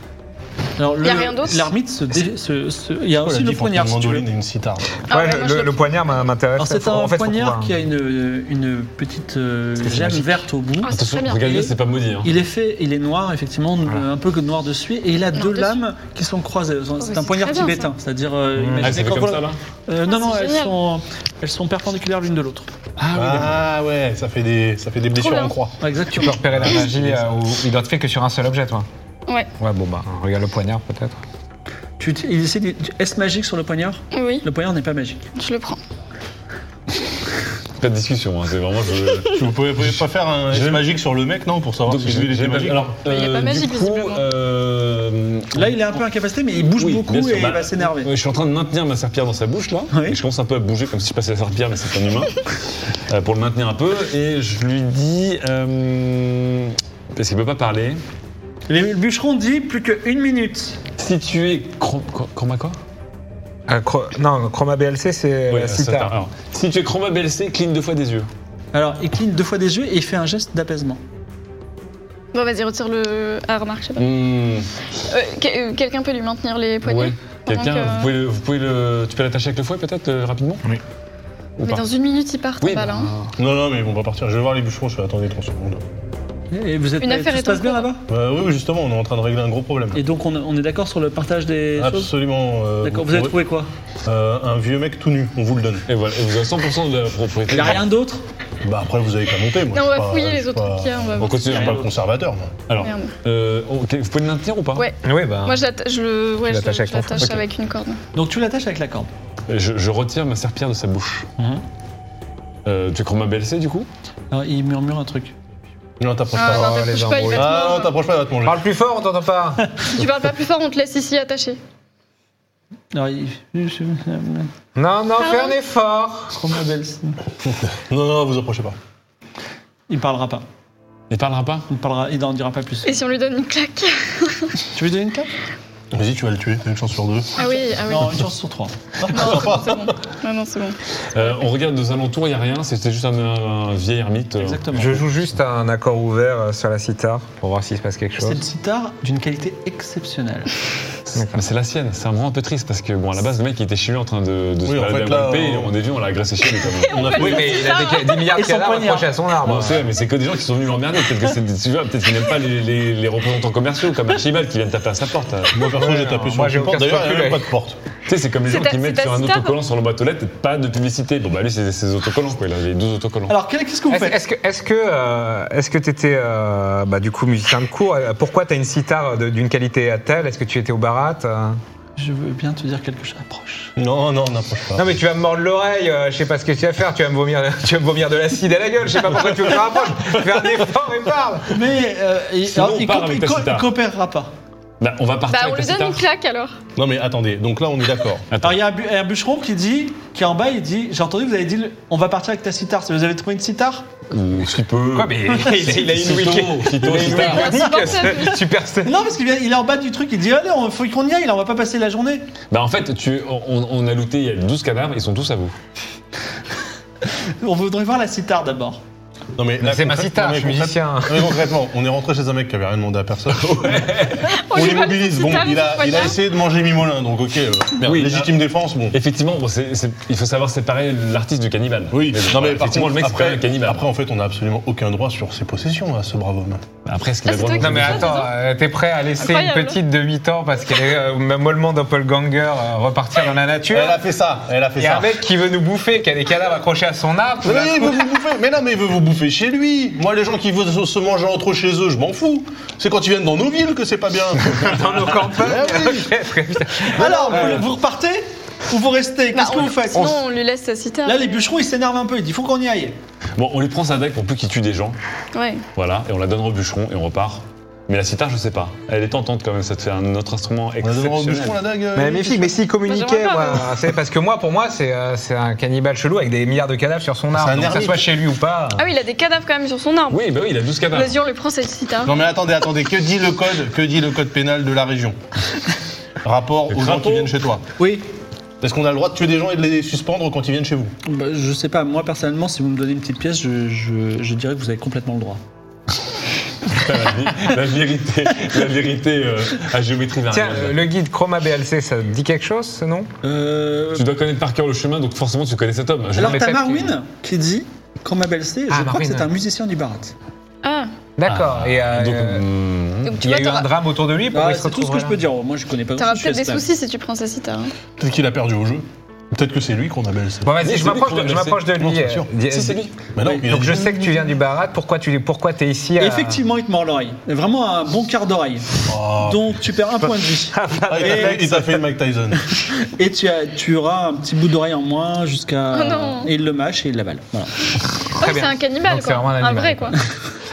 Speaker 1: Alors, le-
Speaker 2: Y a rien d'autre
Speaker 1: L'ermite se. dé- se- se- Il y
Speaker 5: Oh,
Speaker 1: a aussi le poignard,
Speaker 3: une
Speaker 1: si tu veux.
Speaker 3: mandoline et une sitar.
Speaker 2: Ah ouais,
Speaker 4: Ouais,
Speaker 2: moi,
Speaker 4: le,
Speaker 2: je
Speaker 4: le
Speaker 2: le-
Speaker 4: poignard m'a- m'intéresse.
Speaker 1: Alors, c'est
Speaker 4: Faut-
Speaker 1: un
Speaker 4: en fait, faut
Speaker 1: poignard
Speaker 4: pouvoir-
Speaker 1: qui a une, euh, une petite euh,
Speaker 4: que c'est
Speaker 1: gemme
Speaker 4: magique
Speaker 1: verte au bout.
Speaker 2: Ah, c'est
Speaker 5: Attention,
Speaker 2: très bien.
Speaker 5: regarde bien, c'est pas maudit. Hein.
Speaker 1: Il est fait, il est noir, effectivement,
Speaker 4: Voilà.
Speaker 1: un peu que noir dessus, et il a deux
Speaker 2: dessus.
Speaker 1: lames qui sont croisées. C'est
Speaker 2: Oh, mais
Speaker 1: un
Speaker 2: c'est
Speaker 1: poignard
Speaker 2: très bien,
Speaker 1: tibétain, c'est-à-dire. euh,
Speaker 4: Mmh.
Speaker 1: imaginez
Speaker 5: Ah, c'est fait
Speaker 1: quand
Speaker 5: comme
Speaker 1: vous-
Speaker 5: ça là
Speaker 1: Euh, non,
Speaker 2: Ah,
Speaker 1: non,
Speaker 2: c'est
Speaker 1: elles
Speaker 2: génial.
Speaker 1: sont, elles sont perpendiculaires l'une de l'autre.
Speaker 3: Ah ouais, ça fait des, ça fait des blessures
Speaker 2: bien.
Speaker 3: en croix.
Speaker 1: Ouais,
Speaker 4: Tu peux
Speaker 1: Exactement.
Speaker 4: repérer la magie euh, ou identifier que sur un seul objet, toi
Speaker 2: Ouais.
Speaker 4: Ouais, bon, bah, regarde le poignard peut-être.
Speaker 1: Tu, tu- il essaie de- tu- Est-ce magique sur le poignard
Speaker 2: Oui,
Speaker 1: Le poignard n'est pas magique.
Speaker 2: je le prends.
Speaker 5: Pas de discussion, hein, c'est vraiment. Je...
Speaker 3: Vous pouvez, pouvez pas faire un jet magique sur le mec, non, pour savoir
Speaker 5: Donc,
Speaker 3: si lui il
Speaker 5: j'ai
Speaker 3: était
Speaker 5: pas-
Speaker 3: magique
Speaker 5: Alors,
Speaker 2: il est pas
Speaker 5: euh,
Speaker 2: magique,
Speaker 5: du coup,
Speaker 2: visiblement.
Speaker 5: euh,
Speaker 1: Là, il est un peu incapacité, mais il bouge
Speaker 5: Oui,
Speaker 1: beaucoup
Speaker 5: bien sûr,
Speaker 1: et
Speaker 5: bah,
Speaker 1: il va s'énerver.
Speaker 5: ouais, je suis en train de maintenir ma serpillère dans sa bouche là.
Speaker 1: Oui.
Speaker 5: Et je commence un peu à bouger comme si je passais la serpillère, mais c'est un humain. euh, pour le maintenir un peu. Et je lui dis. euh, parce qu'il peut pas parler.
Speaker 1: Le bûcheron dit plus qu'une minute.
Speaker 5: Si tu es. Chroma quoi, Chroma quoi
Speaker 4: Euh, Chro- Non, Chroma BLC, c'est
Speaker 5: Ouais,
Speaker 4: euh,
Speaker 5: ça, t'as-
Speaker 4: Sitar.
Speaker 5: alors, Si tu es Chroma BLC, cligne deux fois des yeux.
Speaker 1: Alors, il cligne deux fois des yeux et il fait un geste d'apaisement.
Speaker 2: Bon, vas-y, retire le. Ah, remarque, je sais pas.
Speaker 5: Hmm,
Speaker 2: Euh, que- euh, Quelqu'un peut lui maintenir les poignets
Speaker 5: ouais.
Speaker 2: pendant
Speaker 5: Quelqu'un,
Speaker 2: que-
Speaker 5: vous, pouvez, le- vous pouvez le. Tu peux l'attacher avec le fouet peut-être euh, rapidement
Speaker 3: Oui.
Speaker 5: Ou
Speaker 2: Mais
Speaker 5: pas
Speaker 2: dans une minute, ils partent,
Speaker 5: Oui,
Speaker 2: pas là. hein.
Speaker 3: Non, non, mais ils vont pas partir. Je vais voir les bûcherons, je fais attendez 3 secondes.
Speaker 1: Et vous êtes
Speaker 2: Une affaire
Speaker 1: tout se
Speaker 2: est
Speaker 1: passe
Speaker 2: en
Speaker 1: bien
Speaker 2: cours.
Speaker 1: là-bas
Speaker 3: Euh, oui, oui, justement, on est en train de régler un gros problème.
Speaker 1: Et donc on, on est d'accord sur le partage des choses
Speaker 3: Absolument. euh,
Speaker 1: D'accord, vous
Speaker 3: pourrez-
Speaker 1: avez trouvé quoi
Speaker 3: Euh, un vieux mec tout nu, on vous le donne.
Speaker 5: Et voilà, et vous avez 100% de la propriété.
Speaker 1: Il n'y a rien d'autre
Speaker 3: Bah après, vous avez qu'à monter. Moi,
Speaker 2: Non, on
Speaker 3: je suis
Speaker 2: va
Speaker 3: pas-
Speaker 2: fouiller
Speaker 3: je
Speaker 2: les
Speaker 3: suis
Speaker 2: autres
Speaker 3: pas-
Speaker 2: trucs qu'il y a. on va-
Speaker 5: On continue.
Speaker 3: Je suis pas le conservateur, moi.
Speaker 5: Alors,
Speaker 2: Merde.
Speaker 5: euh, ok, vous pouvez me maintenir ou pas
Speaker 2: Ouais.
Speaker 4: Oui, bah.
Speaker 2: Moi, je l'atta- je le- ouais,
Speaker 4: Tu
Speaker 2: je
Speaker 4: l'attaches avec
Speaker 2: je
Speaker 4: ton fou-
Speaker 2: l'attache
Speaker 4: ok.
Speaker 2: avec une corde.
Speaker 1: Donc tu l'attaches avec la corde.
Speaker 5: je, je retire ma serpillère de sa bouche.
Speaker 1: Mhm.
Speaker 5: Euh, tu crois ma BLC du coup
Speaker 1: Alors il murmure un truc.
Speaker 3: Non, t'approches
Speaker 2: Ah,
Speaker 3: pas. hein.
Speaker 2: non,
Speaker 4: les
Speaker 2: t'approches pas, il va te
Speaker 3: Ah non,
Speaker 2: manger.
Speaker 3: t'approches pas, il va te manger.
Speaker 4: Parle plus fort, on t'entend pas.
Speaker 2: Tu parles pas plus fort, on te laisse ici attaché.
Speaker 1: Alors il...
Speaker 4: Non, non, fais un effort.
Speaker 3: Non, non, vous approchez pas.
Speaker 1: Il parlera pas.
Speaker 5: Il parlera pas
Speaker 1: Il parlera, il n'en dira pas plus.
Speaker 2: Et si on lui donne une claque
Speaker 1: Tu veux donner une cape
Speaker 3: Vas-y, tu vas le tuer, t'as une chance sur deux.
Speaker 2: Ah oui, ah oui.
Speaker 1: Non, une chance sur trois.
Speaker 2: Non, c'est bon, c'est bon. Non, non, c'est bon.
Speaker 5: Euh, On regarde nos alentours, il n'y a rien, c'était juste un, un vieil ermite. euh.
Speaker 1: Exactement.
Speaker 4: Je joue juste un accord ouvert euh, sur la sitar pour voir s'il se passe quelque
Speaker 1: C'est
Speaker 4: chose.
Speaker 1: une sitar d'une qualité exceptionnelle.
Speaker 5: Mais c'est la sienne, c'est un moment un peu triste parce que bon, à la base, le mec il était chez lui en train de, de
Speaker 3: Oui,
Speaker 5: se
Speaker 3: en
Speaker 5: balader
Speaker 3: fait,
Speaker 5: à
Speaker 3: là,
Speaker 5: Guadeloupe, et
Speaker 3: on-
Speaker 5: on est vu, on l'a agressé chez lui quand même.
Speaker 3: On a fait-
Speaker 4: Oui, mais il a des, des milliards
Speaker 1: Et
Speaker 4: de
Speaker 1: son
Speaker 4: cadavres
Speaker 1: poignard.
Speaker 4: accrochés à son
Speaker 3: Ah,
Speaker 4: arbre.
Speaker 3: bah.
Speaker 5: Non, c'est vrai, mais c'est que des gens qui sont venus l'emmerder. Peut-être que c'est des- tu vois, peut-être qu'ils n'aiment pas les, les- les représentants commerciaux comme Archibald qui viennent taper à sa porte. euh.
Speaker 3: Moi, perso,
Speaker 4: Ouais,
Speaker 3: j'ai
Speaker 4: non,
Speaker 3: tapé sur
Speaker 4: moi, j'ai
Speaker 3: une porte.
Speaker 4: aucun
Speaker 3: D'ailleurs, il n'y a même
Speaker 4: scrupule,
Speaker 3: pas
Speaker 4: ouais.
Speaker 3: de porte.
Speaker 5: Tu sais, c'est comme les
Speaker 2: C'est
Speaker 5: gens
Speaker 2: ta-
Speaker 5: qui
Speaker 2: c'est
Speaker 5: mettent
Speaker 2: ta
Speaker 5: sur un
Speaker 2: sitar
Speaker 5: autocollant sur le boîte aux lettres, pas de publicité. Bon, bah lui, c'est ses autocollants quoi. Il a les deux autocollants.
Speaker 1: Alors quel- qu'est-ce que vous
Speaker 4: Est-ce
Speaker 1: faites
Speaker 4: est-ce que est-ce que euh, est-ce que t'étais euh, bah, du coup musicien de cours euh, Pourquoi t'as une sitar de- d'une qualité à telle Est-ce que tu étais au barat euh
Speaker 1: Je veux bien te dire quelque chose. Approche.
Speaker 3: Non, non, n'approche pas.
Speaker 4: Non mais tu vas me mordre l'oreille. euh, je sais pas ce que tu vas faire. Tu vas me vomir. Tu vas me vomir de l'acide à la gueule. Je sais pas pourquoi tu veux que je me rapproche. Fais un effort et parle.
Speaker 1: Mais euh, il,
Speaker 5: Sinon,
Speaker 1: alors,
Speaker 5: on
Speaker 1: il
Speaker 5: part
Speaker 1: co-
Speaker 5: avec
Speaker 1: il
Speaker 5: ta
Speaker 1: co-
Speaker 5: sitar.
Speaker 1: il coopérera pas.
Speaker 5: Bah, on va partir
Speaker 2: Bah, on
Speaker 5: avec
Speaker 2: lui
Speaker 5: la
Speaker 2: donne
Speaker 5: sitar.
Speaker 2: une claque alors.
Speaker 3: Non, mais attendez, donc là, on est d'accord.
Speaker 5: Attends.
Speaker 1: Alors il y a un, bu- un bûcheron qui dit, qui est en bas, il dit, j'ai entendu que vous avez dit, le- on va partir avec ta sitar. Vous avez trouvé une sitar
Speaker 5: Ou si peu.
Speaker 4: Quoi mais il, a- il a une
Speaker 5: Sitôt,
Speaker 4: week
Speaker 5: sitôt, sitar.
Speaker 4: Super
Speaker 1: Mais Non, parce qu'il vient- il est en bas du truc, il dit, allez, on- faut qu'on y aille, là, on va pas passer la journée.
Speaker 5: Bah, en fait, tu, on, on a looté il y a 12 cadavres, ils sont tous à vous.
Speaker 1: On voudrait voir la sitar d'abord.
Speaker 3: Non, mais là,
Speaker 4: C'est ma
Speaker 3: concrète-
Speaker 4: sitar.
Speaker 3: non,
Speaker 4: Je
Speaker 3: mais
Speaker 4: suis
Speaker 3: concrète- Non,
Speaker 4: musicien.
Speaker 3: mais concrètement, on est rentré chez un mec qui avait rien demandé à personne.
Speaker 2: On
Speaker 3: On
Speaker 2: lui va
Speaker 3: l'immobilise. Bon, il a, il a essayé de manger Mimolin, donc ok, euh, merde,
Speaker 5: Oui.
Speaker 3: légitime défense, bon.
Speaker 5: Effectivement, bon, c'est- c'est- il faut savoir séparer l'artiste du cannibale.
Speaker 3: Oui,
Speaker 5: bon,
Speaker 3: non mais
Speaker 5: voilà,
Speaker 3: par
Speaker 5: effectivement,
Speaker 3: contre,
Speaker 5: le mec, c'est quand même
Speaker 3: après,
Speaker 5: le cannibale.
Speaker 3: après, en fait, on a absolument aucun droit sur ses possessions à ce brave homme.
Speaker 5: Après, est-ce qu'il
Speaker 2: Ah,
Speaker 5: a
Speaker 2: c'est
Speaker 5: le droit
Speaker 2: toi
Speaker 4: Non
Speaker 5: de-
Speaker 4: mais attends,
Speaker 3: hein.
Speaker 4: euh, t'es prêt à laisser
Speaker 2: Incroyable.
Speaker 4: une petite de 8 ans parce qu'elle est euh, mollement doppelganger euh, repartir dans la nature
Speaker 3: Elle a fait ça, elle a fait
Speaker 4: Il y a
Speaker 3: ça.
Speaker 4: un mec qui veut nous bouffer, qui a des cadavres accrochés à son arbre. tout
Speaker 3: Oui,
Speaker 4: d'un
Speaker 3: il
Speaker 4: coup-
Speaker 3: veut vous bouffer. Mais non, mais il veut vous bouffer chez lui. Moi, les gens qui veulent se- se manger entre eux chez eux, je m'en fous. C'est quand ils viennent dans nos villes que c'est pas bien.
Speaker 4: dans nos campagnes.
Speaker 3: Ah oui.
Speaker 4: Ok, très bien.
Speaker 1: Alors, vous, vous repartez ou vous restez Qu'est-ce que vous faites
Speaker 2: Non, Bah, on lui laisse sa sitar.
Speaker 1: Là, les bûcherons, ils s'énervent un peu, ils disent, faut qu'on y aille.
Speaker 5: Bon, on lui prend sa dague pour plus qu'il tue des gens.
Speaker 2: Ouais.
Speaker 5: Voilà, et on la donne au bûcheron et on repart. Mais la sitar, je sais pas. Elle est tentante quand même, ça te fait un autre instrument
Speaker 3: On a donné au bûcheron la
Speaker 5: exceptionnel.
Speaker 3: dague. euh,
Speaker 4: Mais magnifique, mais s'il communiquait,
Speaker 2: Moi, j'aimerais
Speaker 4: moi, c'est parce que moi, pour moi, c'est euh, c'est un cannibale chelou avec des milliards de cadavres sur son arbre.
Speaker 3: un
Speaker 4: Donc, que ça
Speaker 3: ermite.
Speaker 4: soit chez lui ou pas.
Speaker 2: Ah oui, il a des cadavres quand même sur son arbre.
Speaker 5: Oui, bah oui, il a 12 cadavres.
Speaker 2: Vas-y, on lui prend sa sitar.
Speaker 3: Non, mais attendez, attendez. Que dit le code Que dit le code pénal de la région Rapport
Speaker 5: Le
Speaker 3: aux gens
Speaker 5: crapaud.
Speaker 3: qui viennent chez toi.
Speaker 1: Oui.
Speaker 3: Est-ce qu'on a le droit de tuer des gens et de les suspendre quand ils viennent chez vous
Speaker 1: Bah, je sais pas, moi personnellement, si vous me donnez une petite pièce, je, je- je dirais que vous avez complètement le droit.
Speaker 5: la, vi- la vérité, la vérité euh, à géométrie
Speaker 4: Tiens,
Speaker 5: variable.
Speaker 4: euh, le guide Chroma BLC, ça te dit quelque chose, ce nom
Speaker 1: Euh,
Speaker 5: Tu dois connaître par cœur le chemin, donc forcément tu connais cet homme. Je-
Speaker 1: Alors,
Speaker 4: mais
Speaker 1: t'as
Speaker 4: peut-être
Speaker 1: Marwin qui dit, quand ma belle sait, je
Speaker 4: Ah,
Speaker 1: crois
Speaker 4: Marwin,
Speaker 1: que c'est
Speaker 4: ouais.
Speaker 1: un musicien du Barat.
Speaker 2: Ah,
Speaker 4: D'accord. et euh,
Speaker 5: donc,
Speaker 4: euh,
Speaker 5: hmm,
Speaker 2: donc tu
Speaker 4: il y
Speaker 2: vois,
Speaker 4: a eu un
Speaker 2: t'auras
Speaker 4: drame autour de lui. Pour
Speaker 1: Ah, Bah, c'est tout ce que je
Speaker 4: hein.
Speaker 1: peux dire. Moi, je connais pas
Speaker 2: t'auras
Speaker 1: je suis
Speaker 2: peut-être des
Speaker 1: esclave.
Speaker 2: soucis si tu prends sa sitar. hein.
Speaker 3: Peut-être qu'il a perdu au jeu. Peut-être que c'est lui qu'on appelle. ça.
Speaker 4: Bon, vas-y,
Speaker 5: Oui,
Speaker 4: je
Speaker 5: c'est
Speaker 4: m'approche
Speaker 5: lui,
Speaker 4: de- je
Speaker 5: Chroma
Speaker 4: m'approche de
Speaker 3: Non,
Speaker 4: lui.
Speaker 3: c'est
Speaker 4: euh,
Speaker 3: sûr.
Speaker 4: dis- euh,
Speaker 5: Si, c'est lui.
Speaker 3: Mais non, il a
Speaker 4: Donc
Speaker 3: dit-
Speaker 4: je sais que tu viens du Barat, pourquoi tu pourquoi es ici euh, à-
Speaker 1: Effectivement, il te mord l'oreille. Vraiment un bon quart d'oreille.
Speaker 3: Oh.
Speaker 1: Donc, tu perds un point de vie.
Speaker 3: Ah, il t'a fait- il t'a fait le Mike Tyson.
Speaker 1: Et tu, as, tu auras un petit bout d'oreille en moins jusqu'à.
Speaker 2: Oh non.
Speaker 1: et il le mâche et il l'avale. Voilà.
Speaker 2: Oh, c'est
Speaker 4: bien.
Speaker 2: un cannibale,
Speaker 4: Donc,
Speaker 2: quoi.
Speaker 4: c'est vraiment un
Speaker 2: un
Speaker 4: animal.
Speaker 2: vrai, quoi.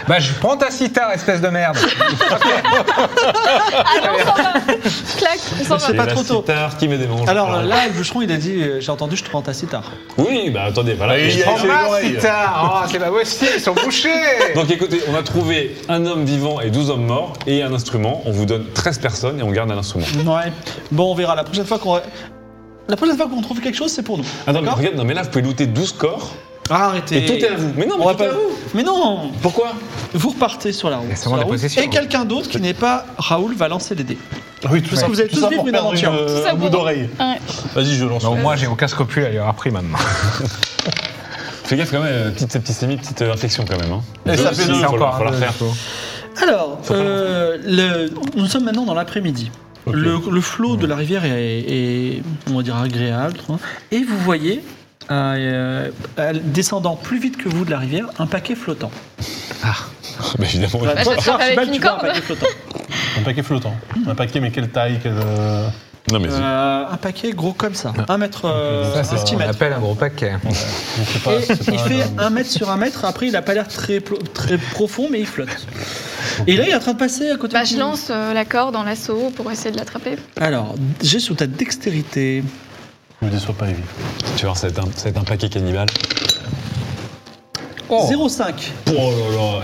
Speaker 4: Bah je prends ta sitar, espèce de merde. Ah,
Speaker 2: Clac, on s'en
Speaker 1: C'est pas
Speaker 2: va.
Speaker 5: et la
Speaker 1: trop tôt.
Speaker 5: sitar qui met des manches.
Speaker 1: Alors euh, là, le bûcheron, il a dit euh, J'ai entendu, je te prends ta sitar.
Speaker 5: Oui, bah attendez, voilà.
Speaker 3: Et il y a-
Speaker 4: Prends
Speaker 3: c'est
Speaker 4: ma
Speaker 3: l'oreille.
Speaker 4: sitar. Oh, c'est pas possible, ils sont bouchés.
Speaker 5: Donc écoutez, on a trouvé un homme vivant et 12 hommes morts et un instrument. On vous donne 13 personnes et on garde un instrument.
Speaker 1: Ouais. Bon, on verra. La prochaine fois qu'on. La prochaine fois qu'on trouve quelque chose, c'est pour nous.
Speaker 3: Ah,
Speaker 5: Attends, mais
Speaker 1: D'accord
Speaker 5: regarde, non mais là vous pouvez looter 12 corps
Speaker 1: Ah, arrêtez.
Speaker 5: Et tout est à vous. Mais non, mais
Speaker 1: On va
Speaker 5: tout est à vous.
Speaker 1: Mais non
Speaker 5: Pourquoi
Speaker 1: Vous repartez sur la route.
Speaker 4: y a sûrement
Speaker 1: sur la
Speaker 4: des
Speaker 1: route.
Speaker 4: possessions.
Speaker 1: Et quelqu'un d'autre qui n'est pas Raoul va lancer les dés.
Speaker 3: Ah oui, tout
Speaker 1: Parce
Speaker 3: ça.
Speaker 1: que vous avez
Speaker 3: tout
Speaker 1: tous
Speaker 3: ça
Speaker 1: vécu
Speaker 3: pour
Speaker 1: une
Speaker 3: perdre
Speaker 1: aventure.
Speaker 3: une,
Speaker 2: Tout ça
Speaker 3: un bout
Speaker 2: pour-
Speaker 3: d'oreille.
Speaker 2: Ouais.
Speaker 3: Vas-y, je lance.
Speaker 4: Non, moi j'ai aucun scrupule à lui avoir pris maintenant.
Speaker 5: Fais gaffe quand même, euh, petite septicémie, petite euh, infection quand même. Hein.
Speaker 3: Et ça fait
Speaker 5: Si,
Speaker 3: deux,
Speaker 5: faut la- faut la
Speaker 4: deux,
Speaker 5: faire.
Speaker 4: du coup.
Speaker 1: Alors, euh, le- nous sommes maintenant dans l'après-midi. Le, le flot de la rivière est, est, on va dire, agréable. hein. Et vous voyez, euh, euh, descendant plus vite que vous de la rivière, un paquet flottant.
Speaker 5: Bah, évidemment. oui.
Speaker 2: Bah, je
Speaker 1: Toi,
Speaker 2: serais avec
Speaker 1: Archibald,
Speaker 2: une
Speaker 1: tu vois un
Speaker 2: corde.
Speaker 1: paquet flottant.
Speaker 3: Un paquet flottant. Un paquet, mais quelle taille quelle, euh,
Speaker 5: Non, mais c'est-
Speaker 1: Euh, un paquet gros comme ça. Un mètre, euh,
Speaker 4: Ça, c'est
Speaker 1: un
Speaker 4: ce qu'on
Speaker 1: centimètre.
Speaker 4: appelle un gros paquet.
Speaker 3: donc c'est pas-
Speaker 1: Et
Speaker 3: c'est
Speaker 1: il
Speaker 3: pas
Speaker 1: fait
Speaker 3: un-
Speaker 1: un mètre sur un mètre, après il a pas l'air très, plo- très profond, mais il flotte. Et là, il est en train de passer à côté
Speaker 2: Bah,
Speaker 1: de
Speaker 2: je lance euh, la corde dans l'assaut pour essayer de l'attraper.
Speaker 1: Alors, j'ai sous ta dextérité.
Speaker 3: Ne me déçois pas, Evie.
Speaker 5: tu vois, ça va être un, ça va être un paquet cannibale.
Speaker 1: 0,5.
Speaker 5: Oh là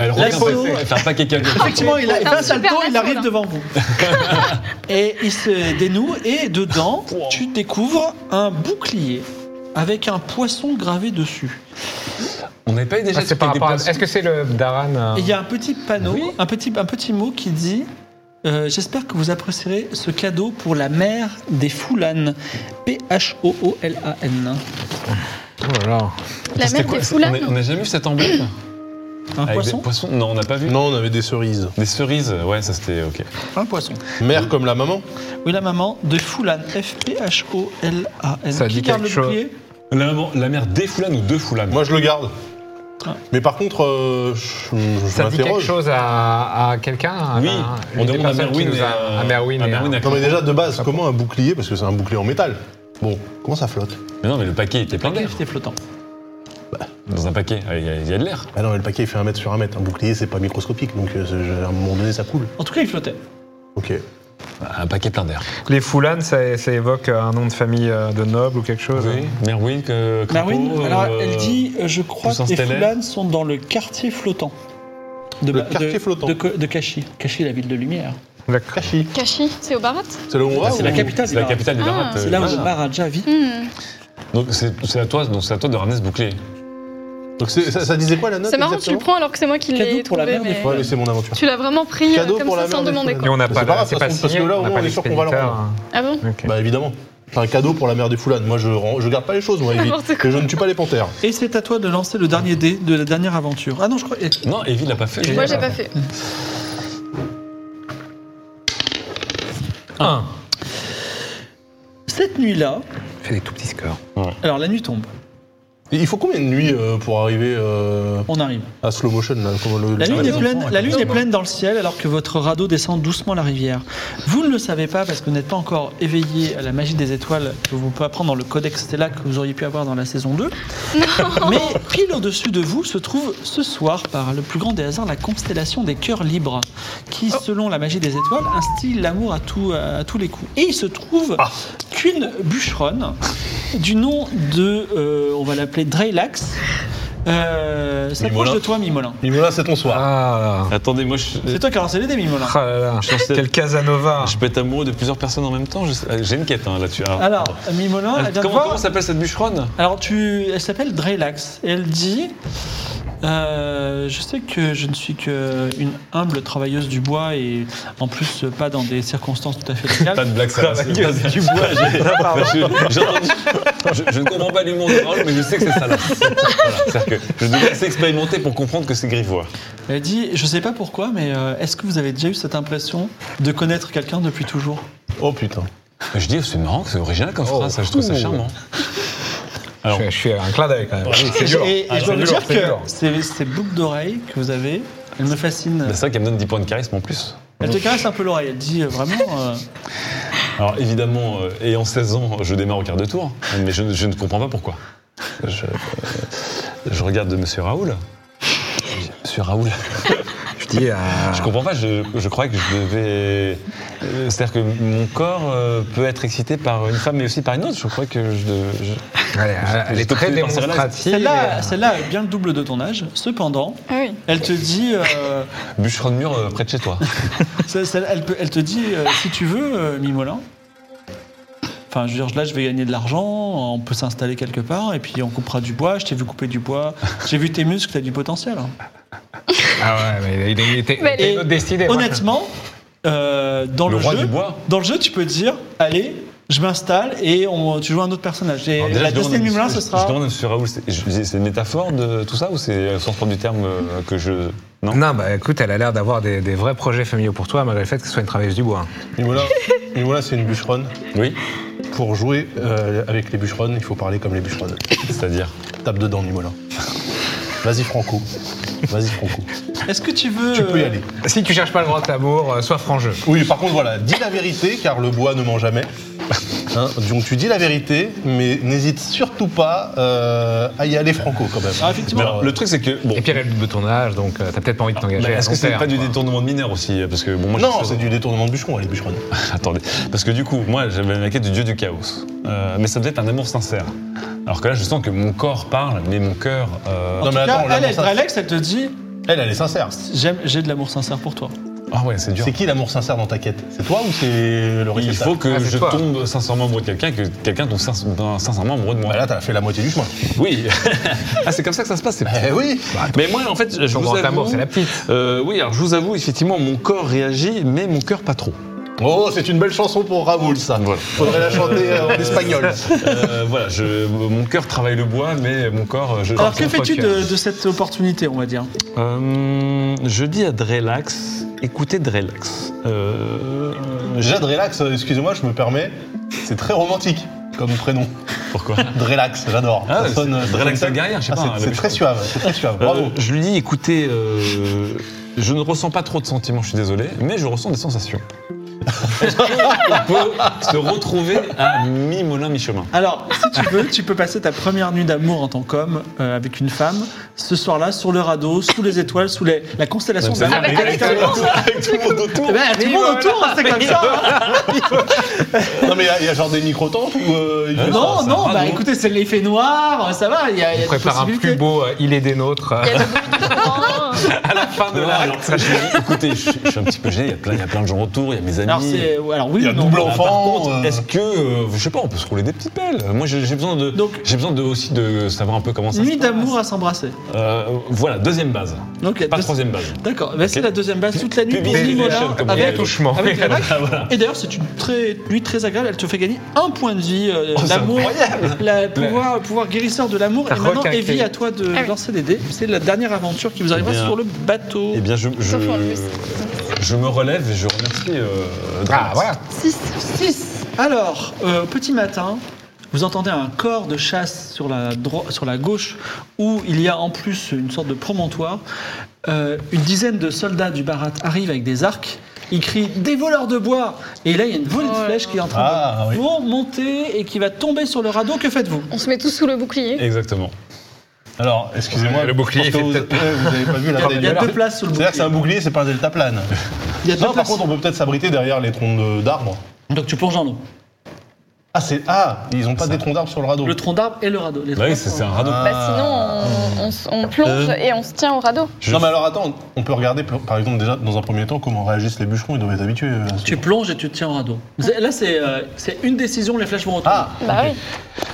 Speaker 5: là, elle
Speaker 1: Là, il faut-
Speaker 5: regarde passer. C'est un paquet cannibale.
Speaker 1: Effectivement, il a- il
Speaker 2: Ah, Putain,
Speaker 1: passe à le
Speaker 2: super
Speaker 1: dos, il
Speaker 2: lasso,
Speaker 1: arrive
Speaker 2: là.
Speaker 1: devant vous. et il se dénoue, et dedans, tu découvres un bouclier avec un poisson gravé dessus.
Speaker 5: On n'est pas eu déjà
Speaker 4: Ça, Ah, c'est par
Speaker 5: des
Speaker 4: rapport à-
Speaker 5: poissons.
Speaker 4: Est-ce que c'est le Daran euh,
Speaker 1: Et il y a un petit panneau, un, petit, un petit mot qui dit euh, J'espère que vous apprécierez ce cadeau pour la mère des Foulanes. P-H-O-O-L-A-N.
Speaker 4: oh là là.
Speaker 2: La
Speaker 5: C'était
Speaker 2: mère
Speaker 5: quoi
Speaker 2: des
Speaker 5: c'est-
Speaker 2: foulards.
Speaker 5: On est- on n'a jamais vu cette emblème
Speaker 1: Un
Speaker 4: Ah,
Speaker 5: Avec
Speaker 1: poisson
Speaker 5: des poissons Non, on n'a pas vu.
Speaker 3: Non, on avait des cerises.
Speaker 5: Des cerises, ouais, ça c'était ok.
Speaker 1: Un poisson.
Speaker 3: Mère comme la maman
Speaker 1: Oui, la maman de Foulane. F-P-H-O-L-A-N.
Speaker 4: Ça
Speaker 1: Qui
Speaker 4: dit
Speaker 1: garde
Speaker 4: quelque
Speaker 1: le
Speaker 4: chose.
Speaker 1: bouclier
Speaker 5: La, maman- la mère des foulanes ou deux foulanes
Speaker 3: Moi, je le garde.
Speaker 1: Ah.
Speaker 3: Mais par contre, euh, je, je
Speaker 4: Ça dit quelque
Speaker 3: m'interroge.
Speaker 4: chose à, à quelqu'un à-
Speaker 5: Oui,
Speaker 4: à-
Speaker 5: on
Speaker 4: une des
Speaker 5: demande à
Speaker 4: Ah, personnes qui
Speaker 5: Merwin.
Speaker 4: nous
Speaker 5: et
Speaker 4: a-
Speaker 5: à-
Speaker 4: à Merwin et
Speaker 5: à
Speaker 4: à-
Speaker 5: Merwin, à-
Speaker 3: Non, mais déjà, de base, comment un bouclier Parce que c'est un bouclier en métal. Bon, comment ça flotte
Speaker 5: Mais non, mais le paquet était plein
Speaker 1: Le
Speaker 5: d'air.
Speaker 1: bouclier, C'était Ah, flottant.
Speaker 5: Dans un paquet, il y a- il y a de l'air.
Speaker 3: Ah non, mais le paquet, il fait un mètre sur un mètre. Un bouclier, c'est pas microscopique, donc euh, c'est- à un moment donné, ça coule.
Speaker 1: En tout cas, il flottait.
Speaker 4: Oh,
Speaker 3: Ok.
Speaker 5: Un paquet plein d'air.
Speaker 4: Les Foulanes, ça, ça évoque un nom de famille euh, de noble ou quelque chose hein.
Speaker 5: Oui. Euh, Merwin, que.
Speaker 1: Marwin,
Speaker 5: Crapaud,
Speaker 1: Bah alors
Speaker 5: euh,
Speaker 1: elle dit euh, Je crois
Speaker 5: Poussin
Speaker 1: que les
Speaker 5: stellaire.
Speaker 1: Foulanes sont dans le quartier flottant. De,
Speaker 3: Le
Speaker 1: ba-
Speaker 3: quartier
Speaker 1: de-
Speaker 3: flottant.
Speaker 1: De, Co- de Kashi. Kashi, la ville de lumière.
Speaker 4: D'accord.
Speaker 3: Cachi.
Speaker 2: Kashi, c'est au barat
Speaker 3: C'est là où on va
Speaker 5: Ah,
Speaker 3: ou-
Speaker 5: c'est
Speaker 1: la
Speaker 5: où-
Speaker 1: capitale
Speaker 5: C'est
Speaker 1: des
Speaker 5: la
Speaker 1: Barats.
Speaker 5: capitale des
Speaker 2: Ah.
Speaker 5: Barats, euh,
Speaker 1: C'est là où le
Speaker 5: voilà.
Speaker 1: Maharaja vit.
Speaker 2: Hmm.
Speaker 5: Donc c'est c'est à toi, donc c'est à toi de ramener ce bouclier.
Speaker 3: Donc c'est- ça, ça disait quoi la note
Speaker 2: C'est marrant, tu le
Speaker 3: exactement
Speaker 2: prends alors que c'est moi qui
Speaker 1: Cadeau
Speaker 2: l'ai
Speaker 1: pour la
Speaker 2: trouvé.
Speaker 1: mère des
Speaker 2: mais-
Speaker 1: fois.
Speaker 3: Ouais, mais c'est mon aventure.
Speaker 2: Tu l'as vraiment pris euh,
Speaker 3: Cadeau
Speaker 2: comme
Speaker 3: pour la
Speaker 2: ça sans
Speaker 3: mère des
Speaker 2: demander
Speaker 3: foulards.
Speaker 4: Mais
Speaker 2: quoi.
Speaker 4: on n'a
Speaker 3: C'est
Speaker 4: pas,
Speaker 3: pas
Speaker 4: la-
Speaker 3: grave,
Speaker 4: c'est
Speaker 3: de
Speaker 4: pas
Speaker 3: toute façon,
Speaker 4: signé,
Speaker 3: parce que là, au
Speaker 4: on n'a
Speaker 3: moins,
Speaker 4: pas
Speaker 3: on est sûr qu'on va la
Speaker 4: l'expéditeur.
Speaker 2: Ah bon
Speaker 4: Ok.
Speaker 3: Bah évidemment. C'est un cadeau pour la mère des Foulanes. Moi, je, rends- je garde pas les choses, moi, Evie.
Speaker 2: N'importe quoi.
Speaker 3: Et je ne tue pas les panthères.
Speaker 1: Et c'est à toi de lancer le dernier dé de la dernière aventure. Ah non, je crois. eh,
Speaker 5: Non, Evie l'a pas fait.
Speaker 2: Moi j'ai pas fait.
Speaker 4: Un.
Speaker 1: Cette nuit-là,
Speaker 4: Fais des tout petits scores.
Speaker 1: alors la nuit tombe.
Speaker 3: Et Il faut combien de nuits euh, pour arriver euh,
Speaker 1: On arrive.
Speaker 3: à slow motion là, comment le-
Speaker 1: La
Speaker 3: euh, le-
Speaker 1: lune, est
Speaker 3: le-
Speaker 1: pleine, la lune est
Speaker 3: Exactement.
Speaker 1: pleine dans le ciel alors que votre radeau descend doucement la rivière. Vous ne le savez pas parce que vous n'êtes pas encore éveillé à la magie des étoiles que vous pouvez apprendre dans le Codex Stella que vous auriez pu avoir dans la saison 2. Mais pile au-dessus de vous se trouve ce soir, par le plus grand des hasards, la constellation des cœurs libres qui, selon la magie des étoiles, instille l'amour à, tout- à tous les coups. Et il se trouve qu'une bûcheronne du nom de, euh, on va l'appeler Dreylax, euh, s'approche
Speaker 5: Mimolin.
Speaker 1: de toi, Mimolin.
Speaker 3: Mimolin, c'est ton soir.
Speaker 4: Ah.
Speaker 5: Attendez, moi je.
Speaker 1: C'est toi qui as lancé les dés, Mimolin.
Speaker 4: Ah là là.
Speaker 5: pensais-
Speaker 4: Quel Casanova.
Speaker 5: Je peux être amoureux de plusieurs personnes en même temps. je sais- euh, J'ai une quête hein, là-dessus. Alors,
Speaker 1: Alors, Mimolin, elle
Speaker 5: elle-
Speaker 1: vient de
Speaker 5: comment comment
Speaker 1: voir.
Speaker 5: s'appelle cette bûcheronne
Speaker 1: Alors, tu, elle s'appelle Dreylax et elle dit euh, Je sais que je ne suis qu'une humble travailleuse du bois et en plus, euh, pas dans des circonstances tout à fait
Speaker 5: Pas
Speaker 1: légales.
Speaker 5: de blague, ça. va, c'est-
Speaker 4: Travailleuse
Speaker 5: pas-
Speaker 4: du bois.
Speaker 5: j'ai- je- j'ai entendu- Je, je ne comprends pas l'humour de Raoul, mais je sais que c'est ça là. Voilà, C'est-à-dire que je devrais assez expérimenter pour comprendre que c'est grivois.
Speaker 1: Elle dit Je sais pas pourquoi, mais euh, est-ce que vous avez déjà eu cette impression de connaître quelqu'un depuis toujours
Speaker 3: Oh putain.
Speaker 5: Je dis, oh, c'est marrant, c'est original comme phrase, ça, je trouve ça charmant.
Speaker 4: Je suis- Je suis un clin d'œil quand même. C'est
Speaker 1: Et,
Speaker 4: dur.
Speaker 1: et
Speaker 4: Ah,
Speaker 1: je dois
Speaker 4: c'est
Speaker 1: vous
Speaker 4: dur,
Speaker 1: dire
Speaker 4: c'est
Speaker 1: que
Speaker 4: dur.
Speaker 1: ces, ces boucles d'oreilles que vous avez, elles me fascinent.
Speaker 5: Bah, C'est vrai qu'elle me donne 10 points de charisme en plus.
Speaker 1: Elle te caresse un peu l'oreille, elle dit euh, Vraiment. euh,
Speaker 5: Alors évidemment, euh, ayant 16 ans, je démarre au quart de tour, mais je, ne- je ne comprends pas pourquoi. Je, euh, je regarde Monsieur Raoul. Je dis, Monsieur Raoul,
Speaker 4: Je dis. euh,
Speaker 5: je comprends pas, je, je croyais que je devais... euh, C'est-à-dire que mon corps euh, peut être excité par une femme mais aussi par une autre. Je crois que je... de- je-
Speaker 4: Elle est- elle
Speaker 5: J'ai
Speaker 4: est très
Speaker 5: obtenu par celle-là.
Speaker 4: démonstrative.
Speaker 1: Celle-là
Speaker 4: et, euh,
Speaker 1: celle-là a bien le double de ton âge. Cependant,
Speaker 2: Ah oui.
Speaker 1: elle te dit. euh,
Speaker 5: Bûcheron de mur euh, près de chez toi.
Speaker 1: Ça, ça, elle, peut- elle te dit, euh, si tu veux, euh, Mimolin, Enfin, je veux dire, là, je vais gagner de l'argent, on peut s'installer quelque part, et puis on coupera du bois. Je t'ai vu couper du bois, j'ai vu tes muscles, t'as du potentiel.
Speaker 4: Ah ouais, mais il était, il
Speaker 2: Mais
Speaker 4: était
Speaker 1: Et
Speaker 4: autre décidé. moi.
Speaker 1: Honnêtement, euh, dans le,
Speaker 5: Le roi
Speaker 1: jeu,
Speaker 5: du bois.
Speaker 1: dans le jeu, tu peux dire, allez, je m'installe et on, tu joues un autre personnage. Et
Speaker 5: Alors déjà,
Speaker 1: la
Speaker 5: je demande à
Speaker 1: destinée de
Speaker 5: monsieur-
Speaker 1: Moulin, ce
Speaker 5: je- Je
Speaker 1: sera.
Speaker 5: demande à monsieur Raoul, c'est je- c'est une métaphore de tout ça ou c'est au sens propre du terme euh, que je. Non
Speaker 4: Non, bah écoute, elle a l'air d'avoir des, des vrais projets familiaux pour toi, malgré le fait que ce soit une travailleuse du bois. hein.
Speaker 3: Mimola, Mimola, c'est une bûcheronne.
Speaker 5: Oui
Speaker 3: Pour jouer euh, avec les bûcheronnes, il faut parler comme les bûcheronnes.
Speaker 5: C'est-à-dire
Speaker 3: Tape dedans, Mimola. Vas-y, Franco. Vas-y, Franco.
Speaker 1: Est-ce que tu veux.
Speaker 3: Tu peux y
Speaker 1: euh,
Speaker 3: aller.
Speaker 4: Si tu cherches pas le grand amour, euh, sois franc jeu.
Speaker 3: Oui, par contre, voilà, dis la vérité, car le bois ne ment jamais. Hein, donc tu dis la vérité, mais n'hésite surtout pas euh, à y aller franco quand même. euh,
Speaker 1: Ah, effectivement.
Speaker 5: Mais alors, le truc, c'est que. Bon,
Speaker 4: Et puis elle a le double tournage, donc euh, t'as peut-être pas envie de t'engager.
Speaker 5: mais
Speaker 4: à
Speaker 5: est-ce
Speaker 4: long
Speaker 5: que c'est
Speaker 4: terme,
Speaker 5: pas du
Speaker 4: quoi.
Speaker 5: détournement de mineur aussi Parce que bon, moi, je
Speaker 3: non,
Speaker 5: sais-
Speaker 3: c'est du détournement de bûcheron, les bûcherons.
Speaker 5: Attendez, parce que du coup, moi, j'avais la quête du dieu du chaos. Euh, mais ça devait être un amour sincère. Alors que là, je sens que mon corps parle, mais mon cœur. euh,
Speaker 1: en
Speaker 3: Non,
Speaker 1: tout
Speaker 3: mais
Speaker 1: cas,
Speaker 3: attends, l'amour
Speaker 1: elle, elle-
Speaker 3: sincère.
Speaker 1: Alex, elle te dit
Speaker 3: Elle, elle est sincère.
Speaker 1: j'aime- j'ai de l'amour sincère pour toi.
Speaker 5: Ah ouais, c'est dur.
Speaker 3: C'est qui l'amour sincère dans ta quête C'est toi ou c'est le
Speaker 5: Il
Speaker 3: réceptacle
Speaker 5: faut que
Speaker 4: Ah, c'est
Speaker 5: je
Speaker 4: toi.
Speaker 5: tombe sincèrement amoureux de quelqu'un, que quelqu'un tombe sin- ben, sincèrement amoureux de moi.
Speaker 3: Bah Là, t'as fait la moitié du chemin.
Speaker 5: Oui. ah, c'est comme ça que Bah. ça se passe. c'est-
Speaker 3: Eh oui
Speaker 5: Mais moi, en fait, je
Speaker 4: Ton
Speaker 5: vous
Speaker 4: grand
Speaker 5: avoue.
Speaker 4: amour, c'est la petite.
Speaker 5: Euh, oui, alors je vous avoue, effectivement, mon corps réagit, mais mon cœur pas trop.
Speaker 3: Oh, c'est une belle chanson pour Raoul, ça.
Speaker 5: Voilà.
Speaker 3: Faudrait la chanter euh, en espagnol.
Speaker 5: Euh, voilà, je, mon cœur travaille le bois, mais mon corps. Je,
Speaker 1: Alors, que fais-tu
Speaker 4: que-
Speaker 1: de, de cette opportunité, on va dire
Speaker 5: Euh, je dis à Drelax, écoutez Drelax. Euh,
Speaker 3: Déjà, Drelax, euh, excusez-moi, je me permets, c'est très romantique comme prénom.
Speaker 5: pourquoi
Speaker 3: Drelax, j'adore.
Speaker 5: Ah,
Speaker 3: Ça sonne-
Speaker 5: c'est-
Speaker 3: ça sonne
Speaker 5: Drelax
Speaker 3: ça-
Speaker 5: le guerrier, je sais
Speaker 3: Ah,
Speaker 5: pas,
Speaker 3: c'est-
Speaker 5: hein, le
Speaker 3: C'est très
Speaker 5: bûcheron.
Speaker 3: suave, c'est très suave. Bravo.
Speaker 5: Euh, Je lui dis, écoutez, euh, je ne ressens pas trop de sentiments, je suis désolé, mais je ressens des sensations. Est-ce qu'on peut se retrouver à mi-molin, mi-chemin
Speaker 1: Alors, si tu veux, tu peux passer ta première nuit d'amour en tant qu'homme euh, avec une femme ce soir-là sur le radeau, sous les étoiles, sous les- la constellation de la
Speaker 2: Avec-
Speaker 1: Lune.
Speaker 2: avec tout le monde.
Speaker 5: Avec tout le monde autour
Speaker 1: Eh ben, tout le monde autour, hein, c'est comme ça.
Speaker 3: Non mais il y, a genre des micro-tentes ou... euh, il fait
Speaker 1: ben, Non,
Speaker 3: ça, ça.
Speaker 1: non,
Speaker 5: Ah,
Speaker 1: bah
Speaker 5: non.
Speaker 1: écoutez, c'est l'effet noir, ça va, il y a, il y a
Speaker 4: On
Speaker 1: des
Speaker 4: prépare un
Speaker 1: possibilités.
Speaker 4: plus beau euh, Il est des nôtres. euh,
Speaker 2: Il y a des mouvements.
Speaker 5: à la fin de
Speaker 4: Non,
Speaker 5: la.
Speaker 4: Ah, alors,
Speaker 5: Écoutez, Ah, je, je suis un petit peu gêné, il y a plein, il y a plein de gens autour, il y a mes amis.
Speaker 1: Alors, c'est. Alors, oui,
Speaker 3: Il y a
Speaker 1: non.
Speaker 3: double
Speaker 5: Ah,
Speaker 3: enfant.
Speaker 5: Par contre,
Speaker 3: euh,
Speaker 5: est-ce que, euh, je sais pas, on peut se rouler des petites pelles Moi, j'ai j'ai besoin de,
Speaker 1: Donc-
Speaker 5: j'ai besoin de aussi de savoir un peu comment ça. se
Speaker 1: Nuit
Speaker 5: passe.
Speaker 1: d'amour à s'embrasser.
Speaker 5: Euh, voilà, deuxième base.
Speaker 1: Donc, il y a
Speaker 5: Pas
Speaker 1: deux-
Speaker 5: troisième base.
Speaker 1: D'accord, bah, c'est
Speaker 5: Ok.
Speaker 1: la deuxième base toute la nuit pour
Speaker 5: Public
Speaker 1: Limola
Speaker 5: relation, comme on dit.
Speaker 1: avec,
Speaker 4: touchement. Ah,
Speaker 1: avec la vague.
Speaker 5: voilà.
Speaker 1: Et d'ailleurs, c'est une très, nuit très agréable. Elle te fait gagner un point de vie, euh,
Speaker 5: Oh, c'est
Speaker 1: l'amour, la pouvoir, pouvoir guérisseur de l'amour.
Speaker 4: T'as
Speaker 1: Et maintenant,
Speaker 4: requinqué.
Speaker 1: Evie, à toi de
Speaker 2: Ah oui.
Speaker 1: lancer des dés. C'est la dernière aventure qui vous arrivera
Speaker 5: Eh bien.
Speaker 1: sur le bateau.
Speaker 5: Eh bien, je, je,
Speaker 2: Sauf en plus.
Speaker 5: je me relève et je remercie. euh,
Speaker 4: Ah
Speaker 5: Dramatis.
Speaker 4: voilà.
Speaker 2: 6.
Speaker 1: 6. Alors, euh, petit matin, vous entendez un corps de chasse sur la, droi- sur la gauche où il y a en plus une sorte de promontoire. Euh, une dizaine de soldats du Barat arrivent avec des arcs. Ils crient des voleurs de bois Et là, il y a une volée de
Speaker 2: Oh là
Speaker 1: flèches
Speaker 2: là.
Speaker 1: qui est en train
Speaker 3: Ah,
Speaker 1: de
Speaker 3: oui.
Speaker 1: vous monter et qui va tomber sur le radeau. Que faites-vous
Speaker 2: On se met tous sous le bouclier.
Speaker 5: Exactement.
Speaker 3: Alors, excusez-moi.
Speaker 4: Le bouclier,
Speaker 3: je pense que
Speaker 4: il fait
Speaker 3: vous, ouais, vous avez pas vu la
Speaker 1: Il y a deux places sur le
Speaker 3: C'est-à-dire
Speaker 1: bouclier.
Speaker 3: que c'est un bouclier, c'est pas un delta plane.
Speaker 1: Il y a deux
Speaker 3: Non, par
Speaker 1: places.
Speaker 3: contre, on peut peut-être s'abriter derrière les troncs de- d'arbres.
Speaker 1: Donc tu plonges en eau.
Speaker 3: Ah, c'est... Ah, ils ont pas des troncs d'arbres sur le radeau. Ah.
Speaker 1: Le tronc d'arbre et le radeau. Les
Speaker 5: Bah
Speaker 1: trois
Speaker 5: oui, c'est
Speaker 1: sont-
Speaker 5: c'est un
Speaker 3: Euh,
Speaker 5: radeau.
Speaker 2: Bah sinon, on, on s- on plonge
Speaker 5: Euh.
Speaker 2: et on se tient au radeau.
Speaker 5: Je-
Speaker 3: Non mais alors attends, on peut regarder par exemple déjà dans un premier temps comment réagissent les bûcherons, ils doivent être habitués. euh, à ce
Speaker 1: Tu
Speaker 3: genre.
Speaker 1: plonges et tu te tiens au radeau. C'est- Là, c'est euh, c'est une décision, les flèches vont retomber.
Speaker 3: Ah,
Speaker 2: Bah oui.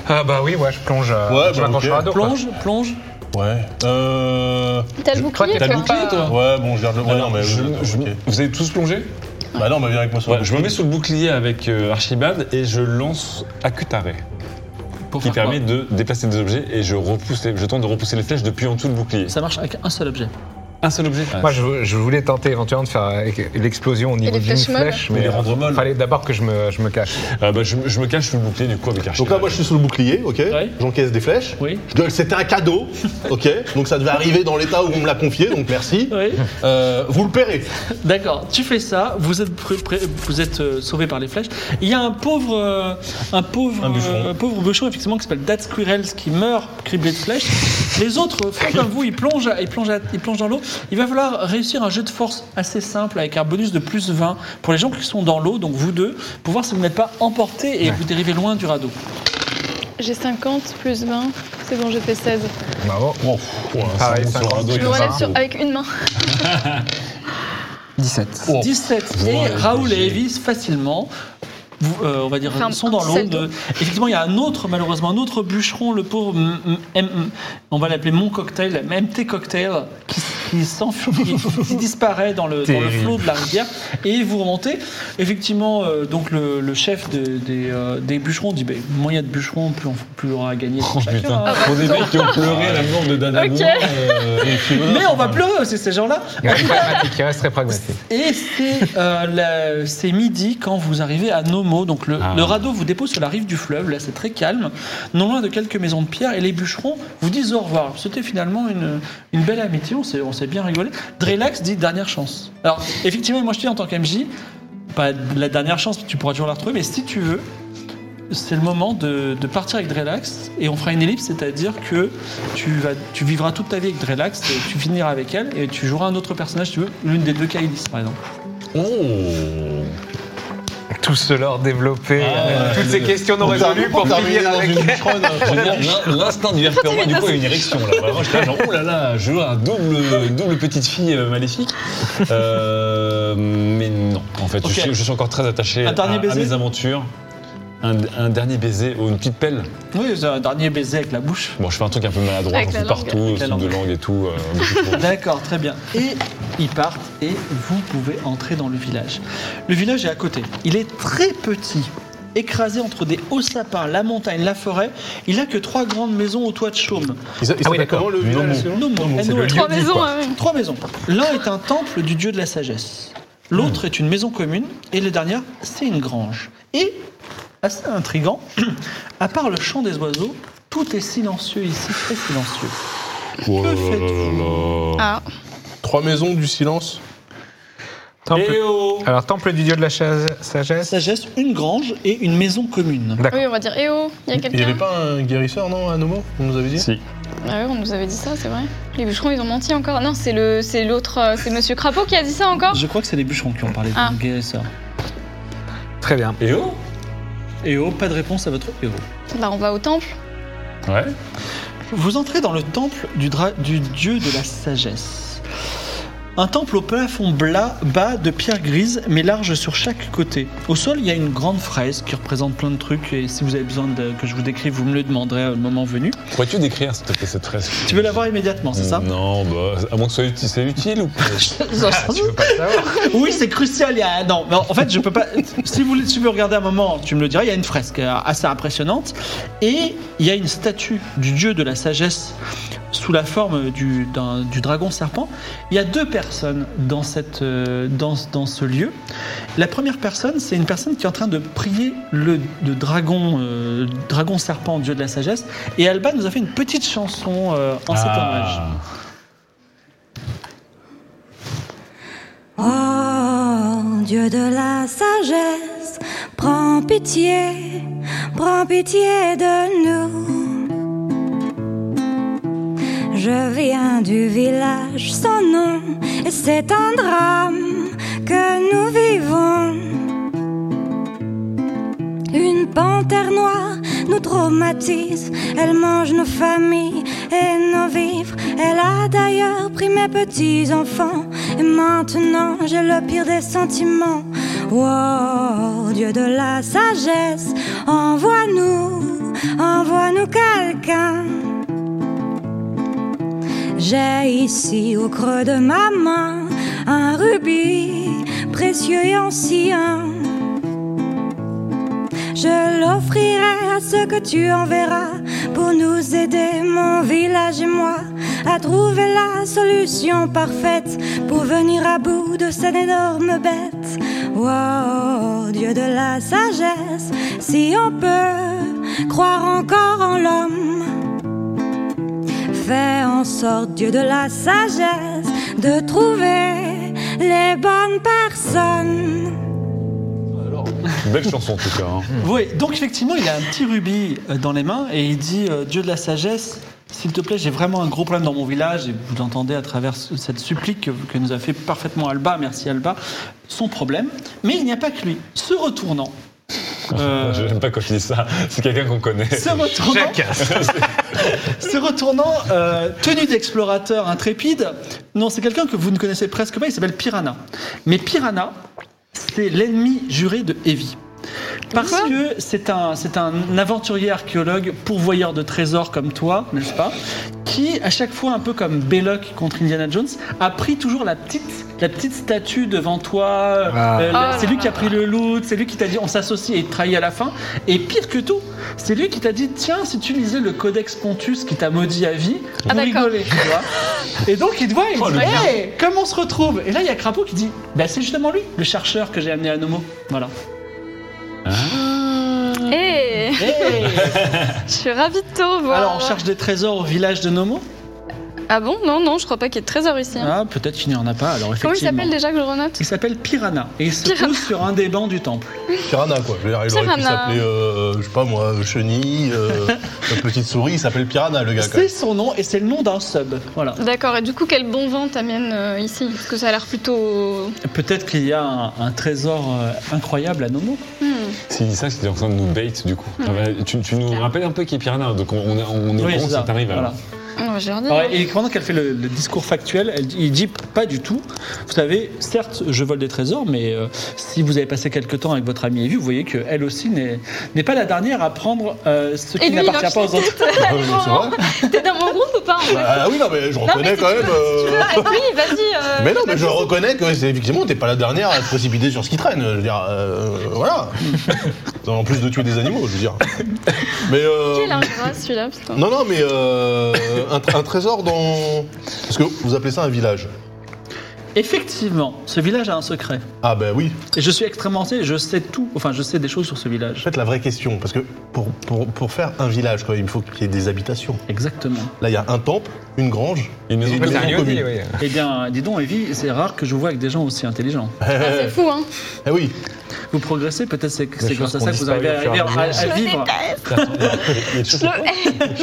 Speaker 4: Ah bah oui, ouais, je plonge. euh,
Speaker 3: Ouais,
Speaker 4: je
Speaker 3: bah,
Speaker 4: m'accroche
Speaker 3: ok.
Speaker 4: au radeau, quoi.
Speaker 1: plonge, plonge.
Speaker 3: ouais. Euh...
Speaker 2: T'as le
Speaker 4: Toi,
Speaker 2: bouclier,
Speaker 4: t'as le
Speaker 2: toi
Speaker 4: bouclier, toi
Speaker 3: Ouais, bon, je garde le... Ouais, Ah, non, mais...
Speaker 5: je-
Speaker 3: ok.
Speaker 5: je- Vous avez tous plongé
Speaker 3: Bah non, mais viens avec moi sur
Speaker 5: Ouais,
Speaker 3: le
Speaker 5: Je me mets sous le bouclier avec euh, Archibald et je lance Akutare,
Speaker 1: Pour
Speaker 3: Ah,
Speaker 5: qui
Speaker 1: faire quoi
Speaker 5: permet de déplacer des objets et je repousse, les- je tente de repousser les flèches depuis en dessous le bouclier.
Speaker 1: Ça marche avec un seul objet.
Speaker 5: Un seul objet.
Speaker 4: Moi, je, je voulais tenter éventuellement de faire euh, l'explosion au niveau
Speaker 2: les
Speaker 4: d'une
Speaker 2: flèches molles
Speaker 4: flèche, mais
Speaker 5: les rendre
Speaker 4: euh,
Speaker 5: molles.
Speaker 4: fallait d'abord que je me, je me cache.
Speaker 5: Ah bah, je, je me cache sous le bouclier du coup avec Archibald.
Speaker 3: Donc là, moi, je suis sous le bouclier, ok
Speaker 1: Ouais.
Speaker 3: J'encaisse des flèches.
Speaker 1: Oui.
Speaker 3: Je dois- C'était un cadeau, ok Donc ça devait arriver dans l'état où on me l'a confié, donc merci.
Speaker 1: Oui.
Speaker 3: Euh, vous le paierez.
Speaker 1: D'accord, tu fais ça, vous êtes, pré- pré- vous êtes euh, sauvé par les flèches. Il y a un pauvre, euh, un pauvre,
Speaker 3: Un bûcheron.
Speaker 1: euh, pauvre bûcheron effectivement qui s'appelle Dat Squirrels qui meurt criblé de flèches. Les autres font comme vous, ils plongent, ils plongent, ils plongent dans l'eau. Il va falloir réussir un jeu de force assez simple avec un bonus de plus 20 pour les gens qui sont dans l'eau, donc vous deux, pour voir si vous n'êtes pas emportés et vous dérivez loin du radeau.
Speaker 2: J'ai 50 plus 20. C'est bon, j'ai fait 16.
Speaker 4: Bravo.
Speaker 3: Wow. Ouais,
Speaker 4: Pareil,
Speaker 3: c'est bon, sur un
Speaker 4: 50.
Speaker 3: dos,
Speaker 2: Je
Speaker 3: il y
Speaker 2: me
Speaker 3: a
Speaker 2: relève
Speaker 3: ça.
Speaker 2: sur- avec une main.
Speaker 4: 17.
Speaker 3: Wow.
Speaker 1: 17 et
Speaker 5: Ouais,
Speaker 1: Raoul et
Speaker 5: j'ai-
Speaker 1: Evis facilement. vous, euh, on va dire,
Speaker 2: Enfin,
Speaker 1: sont dans
Speaker 2: un seul
Speaker 1: l'onde. Effectivement, il y a un autre, malheureusement, un autre bûcheron, le pauvre, M- M- M- on va l'appeler mon cocktail, MT cocktail, qui, s- qui s'enfuit, qui disparaît dans le, dans le
Speaker 4: Terrible.
Speaker 1: flot de la rivière. Et vous remontez. Effectivement, euh, donc le, le chef de- des, euh, des bûcherons dit, ben, moins il y a de bûcherons, plus on, plus il y aura à gagner. pour
Speaker 5: Oh
Speaker 1: chacun,
Speaker 5: putain,
Speaker 1: hein.
Speaker 5: pour des mecs qui ont pleuré à la mort de euh, Dana
Speaker 2: Ok.
Speaker 1: Mais on va pleurer aussi ces gens-là.
Speaker 4: pragmatique, il reste très pragmatique.
Speaker 1: Et c'est euh, la- c'est midi quand vous arrivez à Nomo. Donc le,
Speaker 5: Ah.
Speaker 1: le radeau vous dépose sur la rive du fleuve. Là, c'est très calme, non loin de quelques maisons de pierre. Et les bûcherons vous disent au revoir. C'était finalement une, une belle amitié. On s'est on s'est bien rigolé. Drelax dit dernière chance. Alors effectivement, moi je te dis en tant qu'MJ, pas la dernière chance, tu pourras toujours la retrouver. Mais si tu veux. C'est le moment de, de partir avec Drelax et on fera une ellipse, c'est-à-dire que tu, vas, tu vivras toute ta vie avec Drelax, et tu finiras avec elle et tu joueras un autre personnage, si tu veux, l'une des deux Kailis par exemple.
Speaker 5: Oh
Speaker 4: Tout cela développé,
Speaker 5: Ah,
Speaker 4: euh, toutes ces questions non résolues pour finir avec.
Speaker 5: Génial, l'in- L'instinct du RP, du coup, a une érection là. Vraiment, j'étais là, genre, oh là là, je vois un double, double petite fille euh, maléfique. Euh, mais non, en fait, je
Speaker 1: Ok.
Speaker 5: suis- je, suis encore très attaché
Speaker 1: Un
Speaker 5: à,
Speaker 1: dernier
Speaker 5: à
Speaker 1: baiser
Speaker 5: mes aventures. Un, un dernier baiser ou une petite pelle.
Speaker 1: Oui, c'est un dernier baiser avec la bouche.
Speaker 5: Bon, je fais un truc un peu maladroit,
Speaker 2: Avec la
Speaker 5: j'en fous
Speaker 2: langue.
Speaker 5: partout,
Speaker 1: Avec la
Speaker 5: truc de
Speaker 1: langue.
Speaker 5: langue et tout. euh, beaucoup trop.
Speaker 1: D'accord, très bien. Et ils partent et vous pouvez entrer dans le village. Le village est à côté. Il est très petit, écrasé entre des hauts sapins, la montagne, la forêt. Il n'a que trois grandes maisons au toit de chaume.
Speaker 3: Ah oui, d'accord. Le village, sinon
Speaker 1: Nomo, N-O-M-O.
Speaker 2: Trois maisons,
Speaker 4: quoi.
Speaker 2: ah ouais.
Speaker 1: Trois maisons. L'un est un temple du dieu de la sagesse. L'autre est une maison commune. Et la dernière, c'est une grange. Et, assez intrigant, à part le chant des oiseaux, tout est silencieux ici, très silencieux.
Speaker 3: Oh là là
Speaker 1: faites-vous
Speaker 3: là là.
Speaker 2: Ah,
Speaker 3: Trois maisons du silence.
Speaker 4: Temple- Alors, temple du dieu de la chaise- sagesse.
Speaker 1: Sagesse, une grange et une maison commune.
Speaker 4: D'accord.
Speaker 2: oui, on va dire, eh oh, il y a
Speaker 3: Il n'y avait
Speaker 2: quelqu'un.
Speaker 3: pas un guérisseur, non, à Nomo On nous avait dit
Speaker 5: Si.
Speaker 2: Ah oui, on nous avait dit ça, c'est vrai. Les bûcherons, ils ont menti encore. Non, c'est le, c'est l'autre, euh, c'est Monsieur Crapaud qui a dit ça encore.
Speaker 1: Je crois que c'est les bûcherons qui ont parlé
Speaker 2: Ah.
Speaker 1: de guérisseur.
Speaker 4: Très bien.
Speaker 5: Et oh
Speaker 1: Et oh, pas de réponse à votre héros.
Speaker 2: Bah, on va au temple.
Speaker 5: Ouais.
Speaker 1: Vous entrez dans le temple du, dra- du dieu de la sagesse. Un temple au plafond bla- bas de pierre grise, mais large sur chaque côté. Au sol, il y a une grande fraise qui représente plein de trucs. Et si vous avez besoin de- que je vous décrive, vous me le demanderez au moment venu.
Speaker 5: Pourrais-tu décrire s'il te plaît, cette fresque
Speaker 1: Tu veux la voir immédiatement, Mmh, c'est ça
Speaker 5: Non, bah, à moins que ce soit utile, c'est utile ou pas
Speaker 4: Tu veux pas le savoir
Speaker 1: Oui, c'est crucial. Il y a... Non, mais en fait, je peux pas. Si vous voulez, si vous regardez un moment, tu me le diras. Il y a une fresque euh, assez impressionnante et il y a une statue du dieu de la sagesse sous la forme du, d'un- du dragon serpent. Il y a deux personnes dans cette euh, dans, dans ce lieu. La première personne, c'est une personne qui est en train de prier le, le dragon euh, dragon serpent, dieu de la sagesse. Et Alba nous a fait une petite chanson euh, en cet hommage.
Speaker 5: Ah.
Speaker 6: Oh, Dieu de la sagesse, prends pitié, prends pitié de nous. Je viens du village sans nom et c'est un drame que nous vivons. Une panthère noire nous traumatise, elle mange nos familles et nos vivres. Elle a d'ailleurs pris mes petits enfants et maintenant j'ai le pire des sentiments. Oh, Dieu de la sagesse, envoie-nous, envoie-nous quelqu'un. J'ai ici au creux de ma main un rubis précieux et ancien. Je l'offrirai à ceux que tu enverras pour nous aider, mon village et moi, à trouver la solution parfaite pour venir à bout de cette énorme bête. Wow, Dieu de la sagesse, si on peut croire encore en l'homme. Fais en sorte, Dieu de la sagesse, de trouver les bonnes personnes.
Speaker 5: Belle chanson en tout cas. hein.
Speaker 1: Oui, donc effectivement, il a un petit rubis euh, dans les mains et il dit euh, Dieu de la sagesse, s'il te plaît, j'ai vraiment un gros problème dans mon village. Et vous l'entendez à travers ce- cette supplique que, que nous a fait parfaitement Alba, merci Alba, son problème. Mais il n'y a pas que lui. Se retournant, euh,
Speaker 5: Je n'aime pas quand je dis ça. C'est quelqu'un qu'on connaît.
Speaker 1: se retournant, se retournant euh, tenu d'explorateur intrépide, non, c'est quelqu'un que vous ne connaissez presque pas, il s'appelle Piranha. Mais Piranha, c'est l'ennemi juré de Heavy. Parce que c'est un, c'est un aventurier archéologue, pourvoyeur de trésors comme toi, n'est-ce pas Qui, à chaque fois, un peu comme Belloc contre Indiana Jones, a pris toujours la petite, la petite statue devant toi. euh,
Speaker 4: Ah.
Speaker 1: euh, la-
Speaker 2: Oh
Speaker 1: c'est
Speaker 2: là
Speaker 1: lui qui a pris le loot, c'est lui qui t'a dit on s'associe et il te trahit à la fin. Et pire que tout, c'est lui qui t'a dit tiens, si tu lisais le Codex Pontus qui t'a maudit à vie,
Speaker 2: Ah,
Speaker 1: vous
Speaker 2: d'accord.
Speaker 1: rigolez, tu vois. Et donc il te voit et il
Speaker 5: Oh,
Speaker 1: dit
Speaker 5: le
Speaker 1: Hey, comment on se retrouve Et là, il y a Crapaud qui dit bah, c'est justement lui, le chercheur que j'ai amené à Nomo. Voilà.
Speaker 2: Eh,
Speaker 1: Hey
Speaker 2: je suis ravie de te revoir.
Speaker 1: Alors, on cherche des trésors au village de Nomo
Speaker 2: Ah bon Non, non, je crois pas qu'il y ait de trésor ici. hein.
Speaker 1: Ah, peut-être qu'il n'y en a pas, alors
Speaker 2: Comment il
Speaker 1: effectivement.
Speaker 2: s'appelle déjà que je renote
Speaker 1: il s'appelle Piranha et il se pose sur un des bancs du temple.
Speaker 3: Piranha, quoi. Je veux dire, il aurait pu
Speaker 2: Piranha.
Speaker 3: s'appeler, euh, je sais pas moi, Chenille, euh, la petite souris, il s'appelle Piranha, le gars, quoi.
Speaker 1: C'est son nom et c'est le nom d'un sub. Voilà.
Speaker 2: D'accord, et du coup, quel bon vent t'amène euh, ici Parce que ça a l'air plutôt. euh,
Speaker 1: Peut-être qu'il y a un, un trésor euh, incroyable à Nomo.
Speaker 2: Hmm.
Speaker 5: S'il dit ça, c'est en train de nous bait du coup. Ah bah, tu, tu nous rappelles un peu qui est Piranha, donc on, on, on
Speaker 1: Mmh.
Speaker 5: est
Speaker 1: Oui,
Speaker 5: bon
Speaker 1: c'est
Speaker 5: si
Speaker 1: ça.
Speaker 5: t'arrives.
Speaker 1: Voilà.
Speaker 5: alors.
Speaker 2: Non, mais je leur dis.
Speaker 1: Ouais, et pendant qu'elle fait le, le discours factuel, elle, dit- il dit pas du tout. Vous savez, certes, je vole des trésors, mais euh, si vous avez passé quelques temps avec votre amie Evie, vous voyez qu'elle aussi n'est n'est pas la dernière à prendre euh, ce
Speaker 2: Et
Speaker 1: qui
Speaker 2: lui, il
Speaker 1: n'appartient pas
Speaker 2: hoche
Speaker 1: aux
Speaker 2: la
Speaker 1: autres.
Speaker 3: Ah oui, c'est vrai.
Speaker 2: T'es dans mon groupe ou pas en fait
Speaker 3: Ah oui, non, mais je reconnais
Speaker 2: mais si
Speaker 3: quand
Speaker 2: tu
Speaker 3: même.
Speaker 2: veux,
Speaker 3: euh,
Speaker 2: Ah, Oui, vas-y. euh,
Speaker 3: Mais non, mais je reconnais que c'est effectivement, t'es pas la dernière à te précipiter sur ce qui traîne. Je veux dire, euh, voilà. En plus de tuer des animaux, je veux dire. Mais euh,
Speaker 2: Quel ingrat hein, celui-là, putain.
Speaker 3: non, non, mais euh, un, tr- un trésor dans. Parce que vous appelez ça un village.
Speaker 1: Effectivement, ce village a un secret.
Speaker 3: Ah ben oui.
Speaker 1: Et je suis extrêmement sais, je sais tout, enfin je sais des choses sur ce
Speaker 3: En
Speaker 1: village.
Speaker 3: fait, la vraie question, parce que pour, pour, pour faire un village, quand même, il faut qu'il y ait des habitations.
Speaker 1: Exactement.
Speaker 3: Là, il y a un temple, une grange,
Speaker 5: Une maison
Speaker 3: et
Speaker 5: commune.
Speaker 4: C'est un lieu dit,
Speaker 3: commune.
Speaker 4: oui.
Speaker 1: Eh bien, dis donc Evie, c'est rare que je vous vois avec des gens aussi intelligents.
Speaker 2: Ah, c'est fou, hein.
Speaker 3: Eh oui.
Speaker 1: Vous progressez, peut-être c'est c'est
Speaker 5: choses
Speaker 1: grâce à
Speaker 5: qu'on
Speaker 1: ça que vous arrivez à,
Speaker 5: disparaît au fur et à
Speaker 1: arriver à- à
Speaker 2: Je le
Speaker 1: vivre.
Speaker 2: déteste.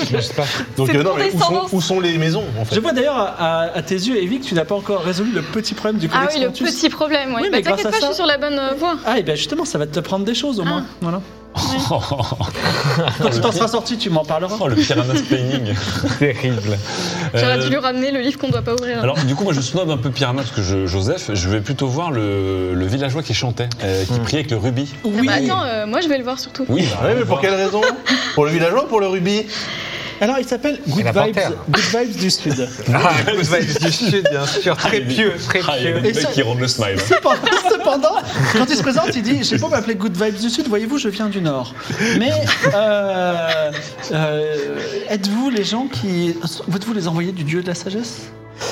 Speaker 4: Je sais pas.
Speaker 3: Donc,
Speaker 2: C'est
Speaker 3: euh, non,
Speaker 2: pour
Speaker 3: mais où sont,
Speaker 2: descendance.
Speaker 3: où sont les maisons, en fait
Speaker 1: Je vois d'ailleurs à, à- à tes yeux, Evie, que tu n'as pas encore résolu le petit problème du
Speaker 2: Ah
Speaker 1: codex
Speaker 2: oui, le
Speaker 1: Pontus.
Speaker 2: petit problème,
Speaker 1: Oui,
Speaker 2: ouais. bah,
Speaker 1: mais grâce
Speaker 2: t'inquiète
Speaker 1: à
Speaker 2: pas, je
Speaker 1: ça-
Speaker 2: suis sur la bonne euh, voie.
Speaker 1: Ah, et bien justement, ça va te prendre des choses au moins.
Speaker 2: Ah.
Speaker 1: Voilà. Quand tu t'en seras sorti, tu m'en parleras.
Speaker 5: Oh, le Piranha Spanning.
Speaker 4: Terrible.
Speaker 2: J'aurais
Speaker 5: Euh,
Speaker 2: dû lui ramener le livre qu'on doit pas ouvrir.
Speaker 5: Alors, du coup, moi, je snob un peu Piranha parce que je, Joseph, je vais plutôt voir le, le villageois qui chantait, euh,
Speaker 1: Mmh.
Speaker 5: qui priait avec le rubis.
Speaker 2: Ah bah, attends, euh, moi je vais le voir surtout.
Speaker 5: Oui, bah.
Speaker 3: Ah oui, mais pour quelle raison Pour le villageois ou pour le rubis
Speaker 1: Alors, il s'appelle Good
Speaker 4: la
Speaker 1: Vibes,
Speaker 4: panthère.
Speaker 1: Good Vibes du Sud.
Speaker 4: Ah, écoute, ouais, je suis sûr, bien sûr. Très pieux, très
Speaker 5: Ah, il y a
Speaker 4: pieux.
Speaker 5: des
Speaker 1: Et ça-
Speaker 5: mecs qui rendent le smile. hein.
Speaker 1: Cependant, cependant, quand il se présente, il dit J'ai beau m'appeler Good Vibes du Sud, voyez-vous, je viens du Nord. Mais euh, euh, êtes-vous les gens qui. Êtes-vous les envoyés du dieu de la sagesse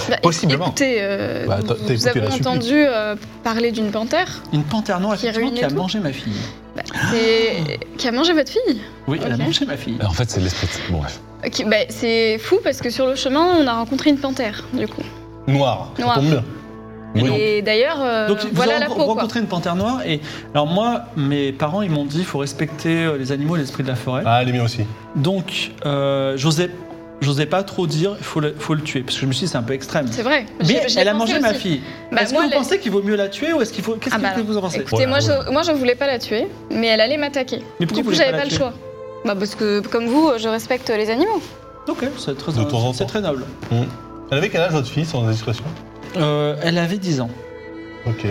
Speaker 2: Bah,
Speaker 4: Possiblement.
Speaker 2: Écoutez, euh,
Speaker 3: Bah, t'as- t'as
Speaker 2: nous
Speaker 3: écouté la
Speaker 2: avons
Speaker 3: supplique.
Speaker 2: entendu euh, parler d'une panthère
Speaker 1: Une panthère noire,
Speaker 2: Qui
Speaker 1: effectivement,
Speaker 2: ruine
Speaker 1: qui a
Speaker 2: tout.
Speaker 1: mangé ma fille.
Speaker 2: bah, c'est- qui a mangé votre fille.
Speaker 1: Oui, elle a
Speaker 2: Ok.
Speaker 1: mangé ma fille.
Speaker 5: En fait, c'est l'esprit. de- Bon, bref.
Speaker 2: Ok, bah, c'est fou parce que sur le chemin, on a rencontré une panthère, du coup.
Speaker 3: Noir. Ça
Speaker 2: Noir.
Speaker 3: tombe bien.
Speaker 2: Et d'ailleurs, euh,
Speaker 1: Donc vous
Speaker 2: voilà
Speaker 1: avez
Speaker 2: la peau. quoi.
Speaker 1: rencontré une panthère noire et alors moi mes parents ils m'ont dit faut respecter euh, les animaux et l'esprit de la forêt
Speaker 3: Ah, les miens aussi.
Speaker 1: donc euh, j'osais j'osais pas trop dire il faut le, faut le tuer parce que je me suis dit c'est un peu extrême
Speaker 2: C'est vrai.
Speaker 1: mais
Speaker 2: J'ai- j'ai
Speaker 1: elle a
Speaker 2: pensé
Speaker 1: mangé ma
Speaker 2: aussi.
Speaker 1: fille
Speaker 2: Bah,
Speaker 1: est-ce
Speaker 2: moi,
Speaker 1: que vous
Speaker 2: elle-
Speaker 1: pensez qu'il vaut mieux la tuer ou est-ce qu'il faut qu'est-ce
Speaker 2: Ah
Speaker 1: que
Speaker 2: bah
Speaker 1: vous en pensez
Speaker 2: Écoutez,
Speaker 5: Voilà,
Speaker 2: moi,
Speaker 5: voilà.
Speaker 2: Je, moi je voulais pas la tuer, mais elle allait m'attaquer.
Speaker 1: mais
Speaker 2: Du coup,
Speaker 1: voulez
Speaker 2: j'avais
Speaker 1: la
Speaker 2: pas le
Speaker 1: tuer
Speaker 2: choix. Bah parce que comme vous, je respecte les animaux.
Speaker 1: ok c'est très
Speaker 3: De temps en
Speaker 1: c'est
Speaker 3: temps.
Speaker 1: très noble
Speaker 3: Elle avait quel âge votre fille, sans discrétion
Speaker 1: Euh, elle avait 10 ans
Speaker 3: Ok.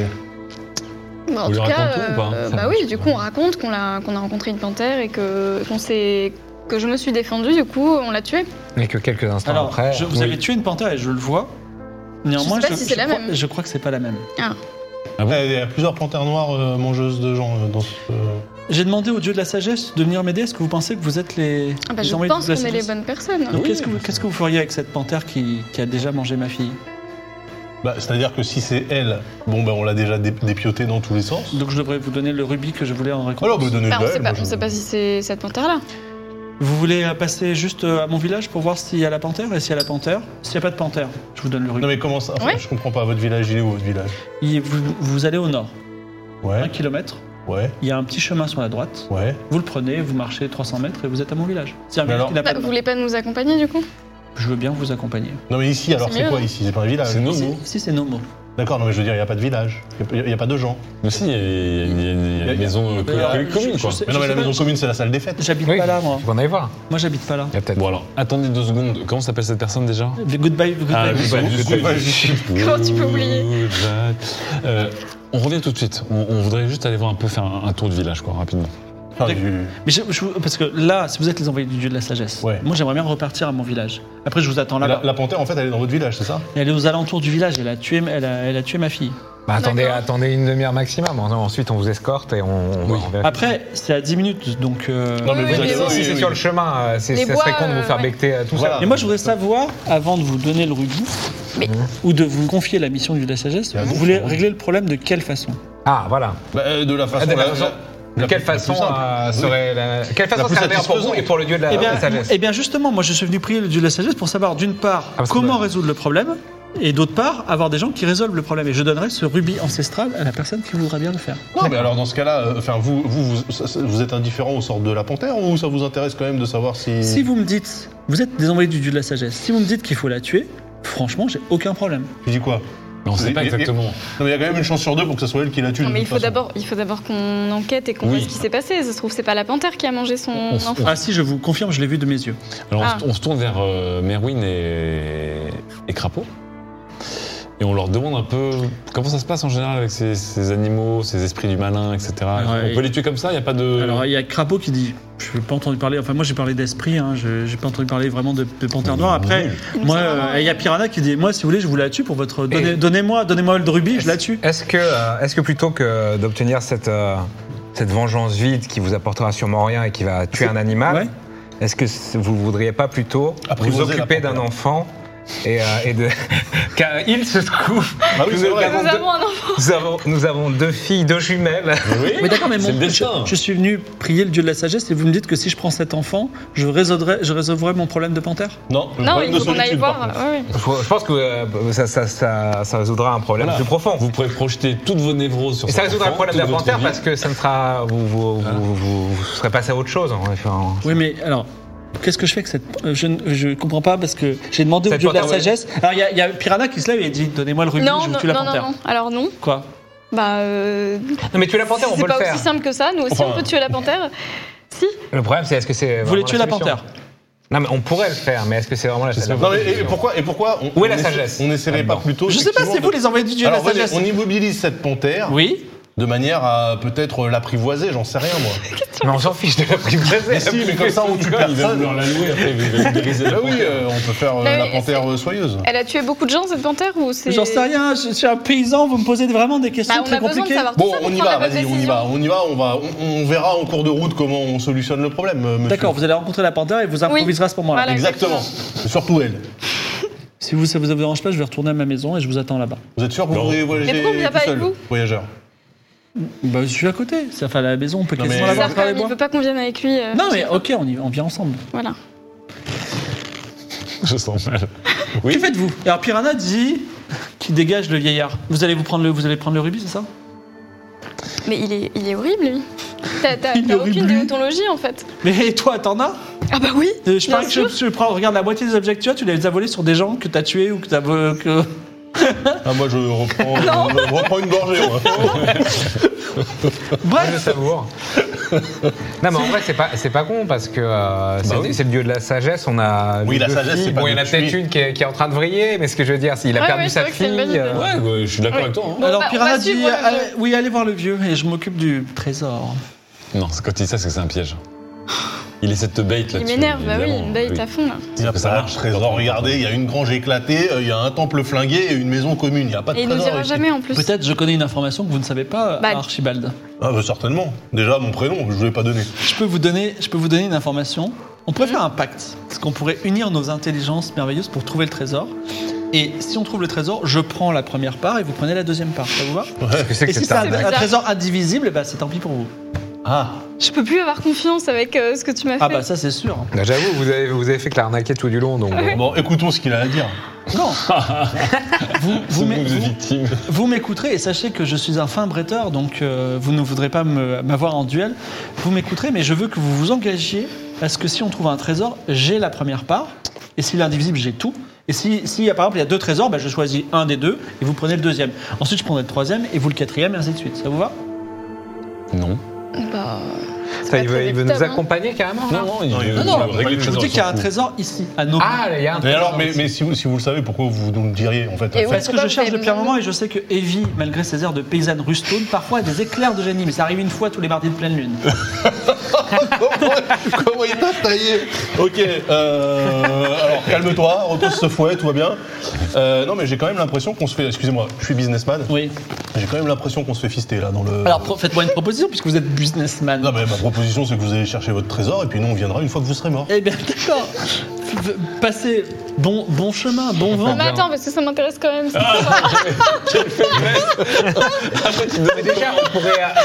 Speaker 2: Bon, Bah, en
Speaker 5: Vous
Speaker 2: tout
Speaker 5: lui
Speaker 2: cas,
Speaker 5: racontez ou pas hein,
Speaker 2: euh,
Speaker 5: Ça
Speaker 2: bah
Speaker 5: marche,
Speaker 2: oui, du coup on raconte qu'on l'a- qu'on a rencontré une panthère et que qu'on s'est que je me suis défendue, du coup on l'a tuée.
Speaker 4: Mais que quelques instants
Speaker 1: alors
Speaker 4: après.
Speaker 1: je- vous
Speaker 4: oui.
Speaker 1: avez tué une panthère et je le vois néanmoins
Speaker 2: Je sais pas si c'est la
Speaker 1: crois,
Speaker 2: même.
Speaker 1: je crois que c'est pas la même Ah
Speaker 3: Ouais, Eh, Il y a plusieurs panthères noires euh, mangeuses de gens euh, dans ce.
Speaker 1: j'ai demandé au dieu de la sagesse de venir m'aider est-ce que vous pensez que vous êtes les
Speaker 2: Ah bah,
Speaker 1: les
Speaker 2: je
Speaker 1: envoyés du
Speaker 2: pense
Speaker 1: dieu de la
Speaker 2: qu'on est les
Speaker 1: sagesse
Speaker 2: bonnes personnes. hein.
Speaker 1: Donc qu'est-ce que, vous- qu'est-ce que vous feriez avec cette panthère qui, qui a déjà mangé ma fille
Speaker 3: Bah, C'est-à-dire que si c'est elle, bon, bah, on l'a déjà dé- dépiautée dans tous les sens.
Speaker 1: Donc je devrais vous donner le rubis que je voulais en récompense.
Speaker 3: Alors, bah, donnez-le
Speaker 2: Bah, on
Speaker 3: à
Speaker 2: sait
Speaker 3: elle.
Speaker 2: pas,
Speaker 3: moi, je-
Speaker 2: on sait pas si c'est cette panthère là.
Speaker 1: Vous voulez euh, passer juste euh, à mon village pour voir s'il y a la panthère Et s'il y a la panthère S'il n'y a pas de panthère, je vous donne le
Speaker 3: Non,
Speaker 1: rubis.
Speaker 3: mais comment ça Enfin,
Speaker 2: Ouais.
Speaker 3: Je comprends pas. Votre village, il est où, votre village
Speaker 1: Il- vous, vous allez au nord, un
Speaker 3: Ouais,
Speaker 1: kilomètre.
Speaker 3: ouais,
Speaker 1: Il y a un petit chemin sur la droite.
Speaker 3: ouais.
Speaker 1: Vous le prenez, vous marchez 300 mètres et vous êtes à mon village. C'est un
Speaker 3: Mais
Speaker 1: village
Speaker 3: alors-
Speaker 1: qui n'a
Speaker 2: Bah,
Speaker 1: pas de
Speaker 2: vous
Speaker 1: nom.
Speaker 2: voulez pas nous accompagner du coup
Speaker 1: Je veux bien vous accompagner.
Speaker 3: Non, mais ici, alors,
Speaker 2: C'est
Speaker 3: c'est
Speaker 2: mieux,
Speaker 3: quoi
Speaker 2: hein.
Speaker 3: ici C'est pas un village
Speaker 5: C'est Nomo.
Speaker 1: Si, si, c'est nos mots.
Speaker 3: D'accord, non, mais je veux dire, il n'y a pas de village. Il n'y a, pas de gens.
Speaker 5: Mais si, il y a- il y a- il y a une maison euh,
Speaker 1: Euh,
Speaker 5: commune, commune,
Speaker 1: je-
Speaker 5: quoi.
Speaker 1: je sais-
Speaker 3: Mais non, mais la
Speaker 1: sais pas,
Speaker 3: maison commune, c'est la salle des fêtes.
Speaker 1: J'habite
Speaker 4: Oui,
Speaker 1: pas là, moi.
Speaker 4: faut qu'on aille voir.
Speaker 1: Moi, j'habite pas là.
Speaker 4: Il y a peut-être.
Speaker 5: Bon, alors, attendez deux secondes. Comment s'appelle cette personne déjà
Speaker 1: Goodbye, goodbye.
Speaker 5: Ah,
Speaker 1: bisous.
Speaker 5: bah, du coup,
Speaker 3: Goodbye,
Speaker 5: je-
Speaker 2: Comment tu peux oublier
Speaker 5: Euh, On revient tout de suite. On, on voudrait juste aller voir un peu faire un, un tour du village, quoi, rapidement.
Speaker 3: Enfin, du-
Speaker 1: Mais je- je- parce que là, si vous êtes les envoyés du dieu de la sagesse,
Speaker 3: Ouais.
Speaker 1: moi j'aimerais bien repartir à mon village. Après, je vous attends là-bas.
Speaker 3: la, la panthère, en fait, elle est dans votre village, c'est ça
Speaker 1: Elle est aux alentours du village, elle a tué, elle a, elle a tué ma fille.
Speaker 4: Bah, attendez,
Speaker 2: D'accord.
Speaker 4: attendez une demi-heure maximum. Non, Ensuite, on vous escorte et on. on va- on verra.
Speaker 1: Après, c'est à 10 minutes, donc. euh,
Speaker 3: Non, mais
Speaker 2: Oui,
Speaker 3: vous
Speaker 2: oui,
Speaker 3: allez-
Speaker 2: oui,
Speaker 3: oui,
Speaker 4: si
Speaker 3: oui,
Speaker 4: c'est
Speaker 3: oui.
Speaker 4: sur le chemin, euh, c'est-
Speaker 2: Les
Speaker 4: ça
Speaker 2: bois,
Speaker 4: serait con de vous
Speaker 2: euh,
Speaker 4: faire
Speaker 2: ouais.
Speaker 4: becter euh, tout
Speaker 3: Voilà.
Speaker 4: seul.
Speaker 1: Et moi, je voudrais savoir, avant de vous donner le rubis,
Speaker 2: Mais-
Speaker 1: ou de vous confier la mission du Dieu de la sagesse, vous voulez régler le problème de quelle façon
Speaker 4: Ah, voilà.
Speaker 3: Bah, euh, De la
Speaker 4: Ah,
Speaker 3: façon.
Speaker 4: de la
Speaker 3: la-
Speaker 4: façon-
Speaker 3: la-
Speaker 4: De
Speaker 3: la-
Speaker 4: quelle
Speaker 3: la
Speaker 4: façon
Speaker 3: plus simple.
Speaker 4: euh, serait la... Quelle façon
Speaker 3: plus
Speaker 4: serait meilleure pour vous
Speaker 3: satisfaisante.
Speaker 4: et pour le dieu de la
Speaker 1: Eh bien,
Speaker 4: la sagesse
Speaker 1: eh bien, justement, moi, je suis venu prier le Dieu de la sagesse pour savoir, d'une part,
Speaker 4: parce que
Speaker 1: comment
Speaker 4: moi-
Speaker 1: résoudre le problème, et d'autre part, avoir des gens qui résolvent le problème. Et je donnerai ce rubis ancestral à la personne qui voudra bien le faire.
Speaker 3: Non, mais alors dans ce cas-là, euh, enfin, vous, vous, vous- ça- ça- vous êtes indifférent aux sortes de la panthère ou ça vous intéresse quand même de savoir si.
Speaker 1: Si vous me dites, vous êtes des envoyés du Dieu de la sagesse, si vous me dites qu'il faut la tuer, franchement, j'ai aucun problème.
Speaker 3: Tu dis quoi
Speaker 5: Mais on sait
Speaker 3: Mais-
Speaker 5: pas
Speaker 3: mais-
Speaker 5: exactement.
Speaker 3: Non, mais il y a quand même une chance sur deux pour que ça soit elle qui la tue.
Speaker 2: Non,
Speaker 3: de
Speaker 2: mais il
Speaker 3: toute
Speaker 2: faut
Speaker 3: façon.
Speaker 2: d'abord, il faut d'abord qu'on enquête et qu'on voit
Speaker 5: Oui.
Speaker 2: ce qui s'est passé. Ça se trouve, c'est pas la panthère qui a mangé son enfant.
Speaker 1: Ah si, je vous confirme, je l'ai vu de mes yeux.
Speaker 5: Alors on se-
Speaker 2: Ah.
Speaker 5: on, se tourne vers euh, Merwin et, et Crapaud. Et on leur demande un peu comment ça se passe en général avec ces, ces animaux, ces esprits du malin, etc.
Speaker 1: Ouais.
Speaker 5: on peut les tuer comme ça, il n'y a pas de.
Speaker 1: Alors il y a Crapaud qui dit, je n'ai pas entendu parler, enfin moi j'ai parlé d'esprit, hein, je n'ai pas entendu parler vraiment de, de panthère noire. Après, moi,
Speaker 2: c'est vraiment-
Speaker 1: euh, et il y a Piranha qui dit, moi si vous voulez, je vous la tue pour votre...
Speaker 4: Et-
Speaker 1: donnez- Donnez-moi donnez-moi le rubis, je la tue.
Speaker 4: Est-ce que, euh, est-ce que plutôt que d'obtenir cette, euh, cette vengeance vide qui vous apportera sûrement rien et qui va tuer un animal,
Speaker 1: Ouais.
Speaker 4: est-ce que c- vous voudriez pas plutôt vous
Speaker 3: Apprivoiser la
Speaker 4: occuper d'un
Speaker 3: panthère.
Speaker 4: enfant et, euh, et de... Car il se trouve
Speaker 3: Ah oui,
Speaker 4: que
Speaker 3: c'est
Speaker 4: nous,
Speaker 3: vrai.
Speaker 4: avons
Speaker 2: Nous
Speaker 4: deux,
Speaker 2: avons un enfant.
Speaker 4: nous avons- nous avons deux filles, deux jumelles.
Speaker 5: Oui,
Speaker 1: Mais d'accord, mais
Speaker 5: c'est
Speaker 1: mon,
Speaker 5: le
Speaker 1: je,
Speaker 5: destin.
Speaker 1: je suis venu prier le dieu de la sagesse et vous me dites que si je prends cet enfant, je résoudrai, je résolverai mon problème de panthère
Speaker 3: Non, le
Speaker 2: Non,
Speaker 3: problème
Speaker 2: il
Speaker 3: de
Speaker 2: faut qu'on aille
Speaker 3: solitude,
Speaker 2: voir.
Speaker 3: par contre.
Speaker 2: Ouais, ouais.
Speaker 4: Je, je pense que euh, ça, ça- ça- ça résoudra un problème
Speaker 5: Voilà.
Speaker 4: plus profond.
Speaker 5: Vous pourrez projeter toutes vos névroses sur
Speaker 4: Et ça
Speaker 5: cet
Speaker 4: résoudra le
Speaker 5: enfant,
Speaker 4: problème de la
Speaker 5: toute votre
Speaker 4: panthère
Speaker 5: vie.
Speaker 4: parce que ça ne sera. Vous, vous, vous- vous- vous serez passé à autre chose. en fait. Enfin,
Speaker 1: Oui, mais alors. Qu'est-ce que je fais avec cette. euh, Je ne je comprends pas parce que j'ai demandé au
Speaker 4: Cette
Speaker 1: dieu de la
Speaker 4: panthère, oui.
Speaker 1: sagesse. Alors, il y, a- il y a Piranha qui se lève et il dit Donnez-moi le rubis,
Speaker 2: Non,
Speaker 1: je vous
Speaker 2: non,
Speaker 1: tue la
Speaker 2: non,
Speaker 1: panthère.
Speaker 2: non, non. Alors non.
Speaker 1: Quoi
Speaker 2: Bah, euh,
Speaker 4: Non, mais tuer la panthère, on
Speaker 2: c'est
Speaker 4: peut le
Speaker 2: pas
Speaker 4: faire.
Speaker 2: aussi simple que ça. Nous aussi, on
Speaker 5: Enfin,
Speaker 2: peut tuer la panthère. Si.
Speaker 4: Le problème, c'est est-ce que c'est.
Speaker 1: Vous voulez
Speaker 4: vraiment
Speaker 1: tuer la
Speaker 4: solution
Speaker 1: panthère
Speaker 4: Non, mais on pourrait le faire, mais est-ce que c'est vraiment la solution
Speaker 3: Non, mais et- et pourquoi, et pourquoi on,
Speaker 4: Où est la
Speaker 3: on essa-
Speaker 4: sagesse
Speaker 3: On n'essaierait pas
Speaker 4: Là-dedans.
Speaker 3: plutôt.
Speaker 1: Je sais pas, c'est
Speaker 3: effectivement,
Speaker 1: vous
Speaker 3: de-
Speaker 1: les envoyés du dieu de la
Speaker 3: Alors, venez,
Speaker 1: sagesse.
Speaker 3: on immobilise cette panthère
Speaker 1: Oui
Speaker 3: de manière à peut-être l'apprivoiser, j'en sais rien moi.
Speaker 4: Mais on s'en fiche de la privatisation.
Speaker 3: Mais si, mais comme ça on tue
Speaker 5: Il va
Speaker 3: personne.
Speaker 5: vouloir la louer après, il va briser la
Speaker 3: Bah oui,
Speaker 5: panthère.
Speaker 3: euh, on peut faire euh,
Speaker 2: Là,
Speaker 3: la
Speaker 2: oui,
Speaker 3: panthère euh, soyeuse.
Speaker 2: Elle a tué beaucoup de gens cette panthère ou c'est
Speaker 1: J'en sais rien, je suis un paysan, vous me posez vraiment des
Speaker 2: Bah,
Speaker 1: questions
Speaker 2: on a
Speaker 1: très
Speaker 2: besoin de
Speaker 1: compliquées.
Speaker 2: savoir tout
Speaker 3: Bon,
Speaker 2: ça pour
Speaker 3: on y
Speaker 2: prendre
Speaker 3: va,
Speaker 2: la bonne
Speaker 3: vas-y, on y
Speaker 2: décision.
Speaker 3: va, on y va, on va, on, on verra en cours de route comment on solutionne le problème, euh, monsieur.
Speaker 1: D'accord, vous allez rencontrer la panthère et vous improviserez à ce moment-là.
Speaker 2: Voilà.
Speaker 3: Exactement. Surtout elle.
Speaker 1: Si vous, ça vous dérange pas, je vais retourner à ma maison et je vous attends là-bas.
Speaker 3: Vous êtes sûr que vous
Speaker 5: Non.
Speaker 3: voulez voyager
Speaker 2: Mais pourquoi vous n'avez pas
Speaker 3: tout seul,
Speaker 2: avec vous
Speaker 3: voyageur
Speaker 1: Bah, je suis à côté. Ça fait à la maison, on peut
Speaker 3: Non, mais-
Speaker 1: quasiment la
Speaker 2: C'est
Speaker 3: On va
Speaker 1: voir
Speaker 2: bizarre
Speaker 1: par les
Speaker 2: quand même, il
Speaker 1: bois.
Speaker 2: veut pas qu'on vienne avec lui. euh,
Speaker 1: Non, mais ok, on, y, on vient ensemble.
Speaker 2: Voilà.
Speaker 5: Je sens mal.
Speaker 1: Que faites-vous Alors, Piranha dit qui dégage le vieillard. Vous allez vous prendre le, vous allez prendre le rubis, c'est ça
Speaker 2: Mais il est, il est horrible, lui. T'as t'as-
Speaker 1: Il est
Speaker 2: t'as
Speaker 1: horrible,
Speaker 2: aucune
Speaker 1: lui.
Speaker 2: déontologie, en fait.
Speaker 1: Mais toi, t'en as
Speaker 2: Ah bah oui
Speaker 1: Euh, Je
Speaker 2: bien
Speaker 1: parie que je,
Speaker 2: sûr.
Speaker 1: je prends, regarde la moitié des objets que tu as, tu les as volés sur des gens que t'as tués ou que t'as. euh, Que...
Speaker 3: Ah, moi je reprends, je reprends une gorgée. moi.
Speaker 4: Je
Speaker 1: Bref
Speaker 4: savoure. non, mais en vrai, c'est pas, c'est pas con parce que euh, c'est, c'est le dieu de la sagesse. On a.
Speaker 3: Bah Oui,
Speaker 4: les
Speaker 3: la
Speaker 4: deux
Speaker 3: sagesse,
Speaker 4: filles.
Speaker 3: c'est pas
Speaker 4: Bon, il y en a
Speaker 3: depuis.
Speaker 4: peut-être une qui est, qui est en train de vriller, mais ce que je veux dire, s'il a
Speaker 2: Ouais,
Speaker 4: perdu
Speaker 2: ouais,
Speaker 4: sa
Speaker 2: c'est vrai que c'est une bonne
Speaker 4: fille.
Speaker 2: idée.
Speaker 4: euh,
Speaker 5: Ouais, ouais, je suis d'accord avec toi. hein.
Speaker 2: Bon,
Speaker 1: Alors
Speaker 2: bah, on
Speaker 1: Piranha
Speaker 2: va suivre
Speaker 1: dit
Speaker 2: le
Speaker 1: allez-
Speaker 2: jeu.
Speaker 1: Oui, allez voir le vieux et je m'occupe du trésor.
Speaker 5: Non, c'est- quand il dit ça, c'est que c'est un piège. Il essaie de te bait là-dessus.
Speaker 2: Il m'énerve, bah oui,
Speaker 5: évidemment.
Speaker 2: il me bait à fond, là.
Speaker 3: Il n'y a
Speaker 5: Ça
Speaker 3: pas de
Speaker 5: marche.
Speaker 3: trésor, regardez, il y a une grange éclatée, euh, il y a un temple flingué et une maison commune, il n'y a pas de
Speaker 2: Et il nous
Speaker 3: trésor.
Speaker 2: dira
Speaker 3: ici.
Speaker 2: jamais, en plus.
Speaker 1: Peut-être je connais une information que vous ne savez pas,
Speaker 2: Bah-
Speaker 1: Archibald.
Speaker 3: Ah bah certainement, déjà mon prénom, je ne l'ai pas donné.
Speaker 1: Je peux vous donner, je peux vous donner une information. On
Speaker 2: Mm.
Speaker 1: pourrait faire un pacte, parce qu'on pourrait unir nos intelligences merveilleuses pour trouver le trésor. Et si on trouve le trésor, je prends la première part et vous prenez la deuxième part. Ça vous va
Speaker 4: Qu'est-ce que c'est que
Speaker 1: Et si
Speaker 4: cette
Speaker 1: c'est un,
Speaker 4: arnaque
Speaker 1: un trésor indivisible, eh ben, c'est tant pis pour vous.
Speaker 3: Ah,
Speaker 2: Je peux plus avoir confiance avec euh, ce que tu m'as fait.
Speaker 1: Ah bah ça c'est sûr.
Speaker 4: Bah, J'avoue, vous avez, vous avez fait que l'arnaquer tout du long, donc. bon.
Speaker 3: bon, écoutons ce qu'il a à dire.
Speaker 1: Non. vous,
Speaker 5: Ce
Speaker 1: vous, m'é-
Speaker 5: groupe de
Speaker 1: vous-
Speaker 5: victimes.
Speaker 1: vous m'écouterez et sachez que je suis un fin bretteur, donc euh, vous ne voudrez pas me- m'avoir en duel. Vous m'écouterez, mais je veux que vous vous engagiez parce que si on trouve un trésor, j'ai la première part. Et si l'indivisible, j'ai tout. Et si, si, par exemple il y a deux trésors, ben, je choisis un des deux et vous prenez le deuxième. Ensuite je prendrai le troisième et vous le quatrième et ainsi de suite. Ça vous va
Speaker 5: Non.
Speaker 2: Bah,
Speaker 4: Ça, il, veut, il veut nous
Speaker 2: accompagner.
Speaker 4: accompagner carrément. là
Speaker 5: Non, non, il veut il veut
Speaker 3: non,
Speaker 5: régler le
Speaker 1: Je vous
Speaker 5: trésor.
Speaker 1: dis qu'il y a
Speaker 5: il
Speaker 1: un
Speaker 5: s'en fout.
Speaker 1: trésor ici, à nos
Speaker 4: Ah, là, il y a un
Speaker 3: Mais alors,
Speaker 4: trésor
Speaker 3: mais,
Speaker 4: ici.
Speaker 3: mais si, vous, si vous le savez, pourquoi vous nous le diriez en fait
Speaker 2: Et
Speaker 3: en
Speaker 2: ouais.
Speaker 3: fait
Speaker 1: Parce que je
Speaker 2: Pourquoi vous
Speaker 1: cherche
Speaker 2: avez
Speaker 1: depuis un
Speaker 2: besoin
Speaker 1: moment
Speaker 2: de-
Speaker 1: et je sais que Evie, malgré ses airs de paysanne rustone, parfois a des éclairs de génie, mais ça arrive une fois tous les mardis de pleine lune.
Speaker 3: comment, comment il t'a taillé Ok, euh, alors calme-toi, repose ce fouet, tout va bien. Euh, non, mais j'ai quand même l'impression qu'on se fait. Excusez-moi, je suis businessman.
Speaker 1: Oui.
Speaker 3: J'ai quand même l'impression qu'on se fait fister là dans le.
Speaker 1: Alors, pro- faites-moi une proposition, puisque vous êtes businessman.
Speaker 3: Non, mais ma proposition, c'est que vous allez chercher votre trésor et puis nous, on viendra une fois que vous serez mort.
Speaker 1: Eh bien, d'accord. F- Passez bon, bon chemin, bon vent.
Speaker 4: hein.
Speaker 2: Mais attends, parce que ça m'intéresse quand même. ça.
Speaker 4: Mais déjà, on pourrait. euh,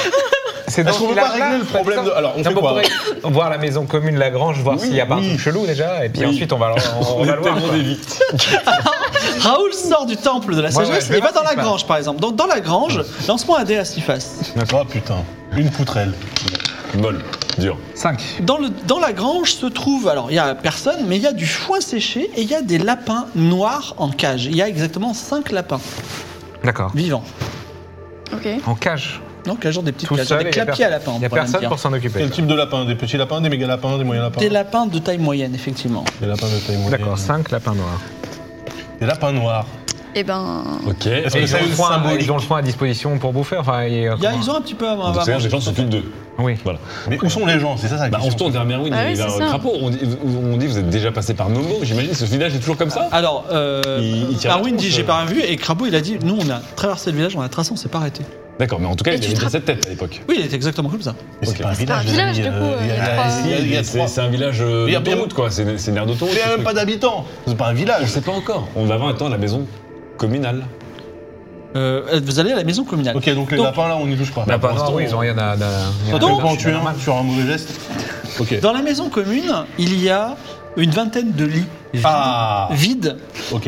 Speaker 4: C'est dans
Speaker 3: Est-ce qu'on
Speaker 4: ce
Speaker 3: peut pas
Speaker 4: filard-là,
Speaker 3: régler le problème
Speaker 4: peut-être.
Speaker 3: de- alors, on
Speaker 4: Non,
Speaker 3: fait
Speaker 4: mais
Speaker 3: quoi
Speaker 4: pourrait voir la maison commune, la grange, voir s'il n'y a pas un
Speaker 3: oui.
Speaker 4: truc chelou déjà, et puis
Speaker 3: Oui.
Speaker 4: ensuite on va, on, va le voir. quoi.
Speaker 1: Raoul Oh, sort du temple de la
Speaker 4: Ouais, ouais,
Speaker 1: sagesse
Speaker 4: je vais
Speaker 1: et va dans
Speaker 4: voir ce qui
Speaker 1: la
Speaker 4: se passe.
Speaker 1: grange, par exemple. Donc, dans la grange, lance-moi un dé à six faces.
Speaker 3: Ah putain, une poutrelle.
Speaker 5: Molle, dur.
Speaker 4: 5.
Speaker 1: Dans, le- dans la grange se trouve, alors il y a personne, mais il y a du foin séché et il y a des lapins noirs en cage. Il y a exactement 5 lapins
Speaker 4: D'accord.
Speaker 1: vivants.
Speaker 2: Ok.
Speaker 4: En cage.
Speaker 1: Donc, là, genre des petites
Speaker 4: Tout
Speaker 1: cages, genre
Speaker 4: seul.
Speaker 1: des
Speaker 4: et y a
Speaker 1: clapiers à lapins.
Speaker 4: personne-
Speaker 1: on
Speaker 4: Il n'y a
Speaker 1: pourrait même
Speaker 4: personne
Speaker 1: dire.
Speaker 4: pour s'en occuper.
Speaker 3: Quel type de lapin Des petits lapins, des méga lapins, des moyens lapins
Speaker 1: Des lapins de taille moyenne, effectivement.
Speaker 3: Des lapins de taille moyenne.
Speaker 4: D'accord, 5 lapins noirs.
Speaker 3: Des lapins noirs.
Speaker 2: Et ben.
Speaker 5: Ok.
Speaker 3: Est-ce que
Speaker 4: Et ils
Speaker 3: ça
Speaker 4: ont,
Speaker 3: a
Speaker 4: le
Speaker 3: une
Speaker 4: foin,
Speaker 3: symbolique
Speaker 4: ils ont le foin à disposition pour bouffer. Enfin, et, euh,
Speaker 1: Il y a-
Speaker 4: comment-
Speaker 1: ils ont un petit peu à
Speaker 5: Donc,
Speaker 1: à
Speaker 5: C'est-à-dire,
Speaker 1: manger.
Speaker 5: les gens s'occupent d'eux.
Speaker 4: Oui.
Speaker 5: Voilà.
Speaker 3: Mais où sont les gens C'est ça, ça la
Speaker 5: Bah, on se
Speaker 3: question.
Speaker 5: tourne vers Merwin
Speaker 2: Ah
Speaker 5: et
Speaker 2: oui,
Speaker 5: vers euh,
Speaker 2: c'est ça.
Speaker 5: Crapaud. On dit, on dit, vous êtes déjà passé par Momo. J'imagine que ce village est toujours comme
Speaker 2: Ah.
Speaker 5: ça.
Speaker 1: Alors, euh,
Speaker 5: Il- il tient la
Speaker 1: Darwin
Speaker 5: tronche,
Speaker 1: dit j'ai
Speaker 5: euh.
Speaker 1: pas rien vu et Crapaud il a dit nous on a traversé le village, on a tracé, on s'est pas arrêté.
Speaker 5: D'accord, mais en tout cas,
Speaker 2: Et
Speaker 5: il
Speaker 2: tu
Speaker 5: avait
Speaker 2: te
Speaker 5: déjà
Speaker 2: rapp-
Speaker 5: cette tête à l'époque.
Speaker 1: Oui, il était exactement comme ça.
Speaker 3: Mais
Speaker 5: Ok.
Speaker 3: c'est pas un village,
Speaker 2: C'est
Speaker 3: les
Speaker 2: pas un
Speaker 3: amis,
Speaker 2: village, du coup,
Speaker 3: euh, il y
Speaker 2: il y a
Speaker 3: a- il y a-
Speaker 2: trois-
Speaker 3: il y a- il y a
Speaker 5: C'est
Speaker 3: trois-
Speaker 5: c'est un village euh,
Speaker 3: Il y a bien-
Speaker 5: d'autoroute, quoi. C'est c'est une aire d'autoroute.
Speaker 3: Il n'y a
Speaker 5: ce
Speaker 3: même pas
Speaker 5: truc.
Speaker 3: d'habitants. C'est pas un village.
Speaker 5: On sait pas encore. On va avoir un temps la maison communale.
Speaker 1: Euh, vous allez à la maison communale.
Speaker 3: Ok, donc les
Speaker 1: Donc-
Speaker 3: lapins là, on n'y touche pas.
Speaker 4: Bah,
Speaker 3: Pour
Speaker 4: pas
Speaker 3: l'instant,
Speaker 4: noir, oui,
Speaker 3: on-
Speaker 4: ils ont rien à.
Speaker 3: Soit
Speaker 1: Donc- hein.
Speaker 3: on peut en tuer un sur un mauvais geste. Ok.
Speaker 1: Dans la maison commune, il y a une vingtaine de lits
Speaker 3: Ah
Speaker 1: vides
Speaker 3: Ok.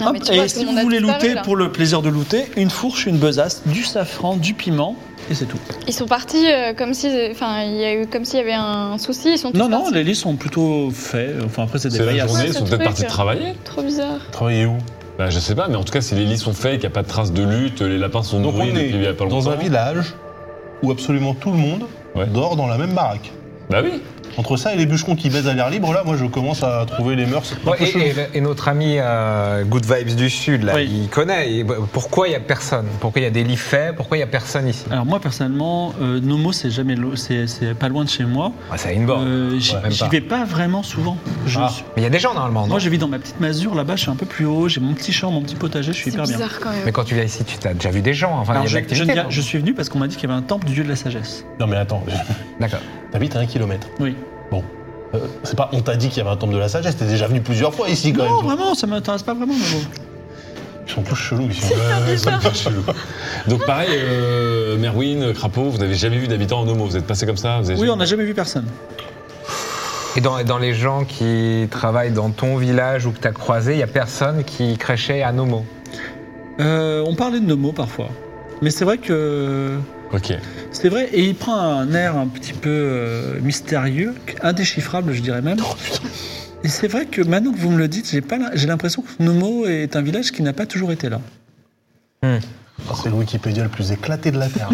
Speaker 2: Non, mais
Speaker 1: Hop,
Speaker 2: tu vois,
Speaker 1: et
Speaker 2: tout
Speaker 1: si
Speaker 2: le
Speaker 1: vous
Speaker 2: monde a
Speaker 1: voulez
Speaker 2: disparu,
Speaker 1: looter
Speaker 2: là.
Speaker 1: pour le plaisir de looter, une fourche, une besace, du safran, du piment, et c'est tout.
Speaker 2: Ils sont partis euh, comme si. Enfin, il y a eu comme s'il y avait un souci. Ils sont tous
Speaker 1: Non, non,
Speaker 2: partis.
Speaker 1: les lits sont plutôt faits. Enfin, après, c'est des
Speaker 5: C'est la
Speaker 1: paillasses.
Speaker 5: journée, ils
Speaker 2: ce
Speaker 5: sont peut-être
Speaker 2: truc.
Speaker 5: partis travailler.
Speaker 2: Trop bizarre.
Speaker 3: Travailler où
Speaker 5: Bah, je sais pas, mais en tout cas, si les lits sont faits, qu'il n'y a pas de traces de lutte, les lapins sont
Speaker 3: Donc on
Speaker 5: nourris depuis il y
Speaker 3: est
Speaker 5: a pas longtemps.
Speaker 3: dans un village où absolument tout le monde
Speaker 5: Ouais.
Speaker 3: dort dans la même baraque.
Speaker 5: Bah oui.
Speaker 3: Entre ça et les bûcherons qui baisent à l'air libre, là, moi, je commence à trouver les mœurs. un peu
Speaker 4: et,
Speaker 3: cheloues.
Speaker 4: et- et notre ami euh, Good Vibes du Sud, là,
Speaker 1: Oui.
Speaker 4: il connaît. Et pourquoi il n'y a personne Pourquoi il y a des lits faits Pourquoi il n'y a personne ici
Speaker 1: Alors moi personnellement, euh, Nomo c'est jamais lo- c'est c'est pas loin de chez moi.
Speaker 4: Ah, C'est une borne.
Speaker 1: Euh, j'y
Speaker 4: même
Speaker 1: j'y
Speaker 4: pas.
Speaker 1: vais pas vraiment souvent. Je
Speaker 3: Ah.
Speaker 1: suis-
Speaker 4: Mais il y a des gens normalement. non
Speaker 1: Moi je vis dans ma petite masure là-bas, je suis un peu plus haut, j'ai mon petit champ, mon petit potager, je suis
Speaker 2: C'est
Speaker 1: hyper bien.
Speaker 2: bizarre quand même.
Speaker 4: Mais quand tu viens ici, tu as déjà vu des gens. Enfin,
Speaker 1: Alors,
Speaker 4: il y
Speaker 1: je,
Speaker 4: a de
Speaker 1: je
Speaker 4: l'activité,
Speaker 1: ne-
Speaker 4: non
Speaker 1: je suis venu parce qu'on m'a dit qu'il y avait un temple du dieu de la sagesse.
Speaker 3: Non, mais attends,
Speaker 4: D'accord.
Speaker 3: t'habites à un kilomètre.
Speaker 1: Oui.
Speaker 3: Bon. Euh, c'est pas on t'a dit qu'il y avait un temple de la sagesse, t'es déjà venu plusieurs fois ici quand
Speaker 1: Non,
Speaker 3: même.
Speaker 1: vraiment, ça m'intéresse pas vraiment. Nomo.
Speaker 3: Ils sont tous chelous ici.
Speaker 5: Ouais, c'est un peu chelou. Donc pareil, euh, Merwin, Crapaud, vous n'avez jamais vu d'habitants en homo. Vous êtes passé comme ça. Vous avez
Speaker 1: Oui, on n'a jamais vu personne.
Speaker 4: Et dans, et dans les gens qui travaillent dans ton village ou que tu as croisé, il n'y a personne qui créchait à nos mots.
Speaker 1: Euh, on parlait de Nomo parfois. Mais c'est vrai que
Speaker 5: Ok.
Speaker 1: C'est vrai, et il prend un air un petit peu euh, mystérieux, indéchiffrable, je dirais même. et c'est vrai que maintenant que vous me le dites, j'ai pas, la- j'ai l'impression que Nomo est un village qui n'a pas toujours été là.
Speaker 3: Ah, c'est le Wikipédia le plus éclaté de la Terre.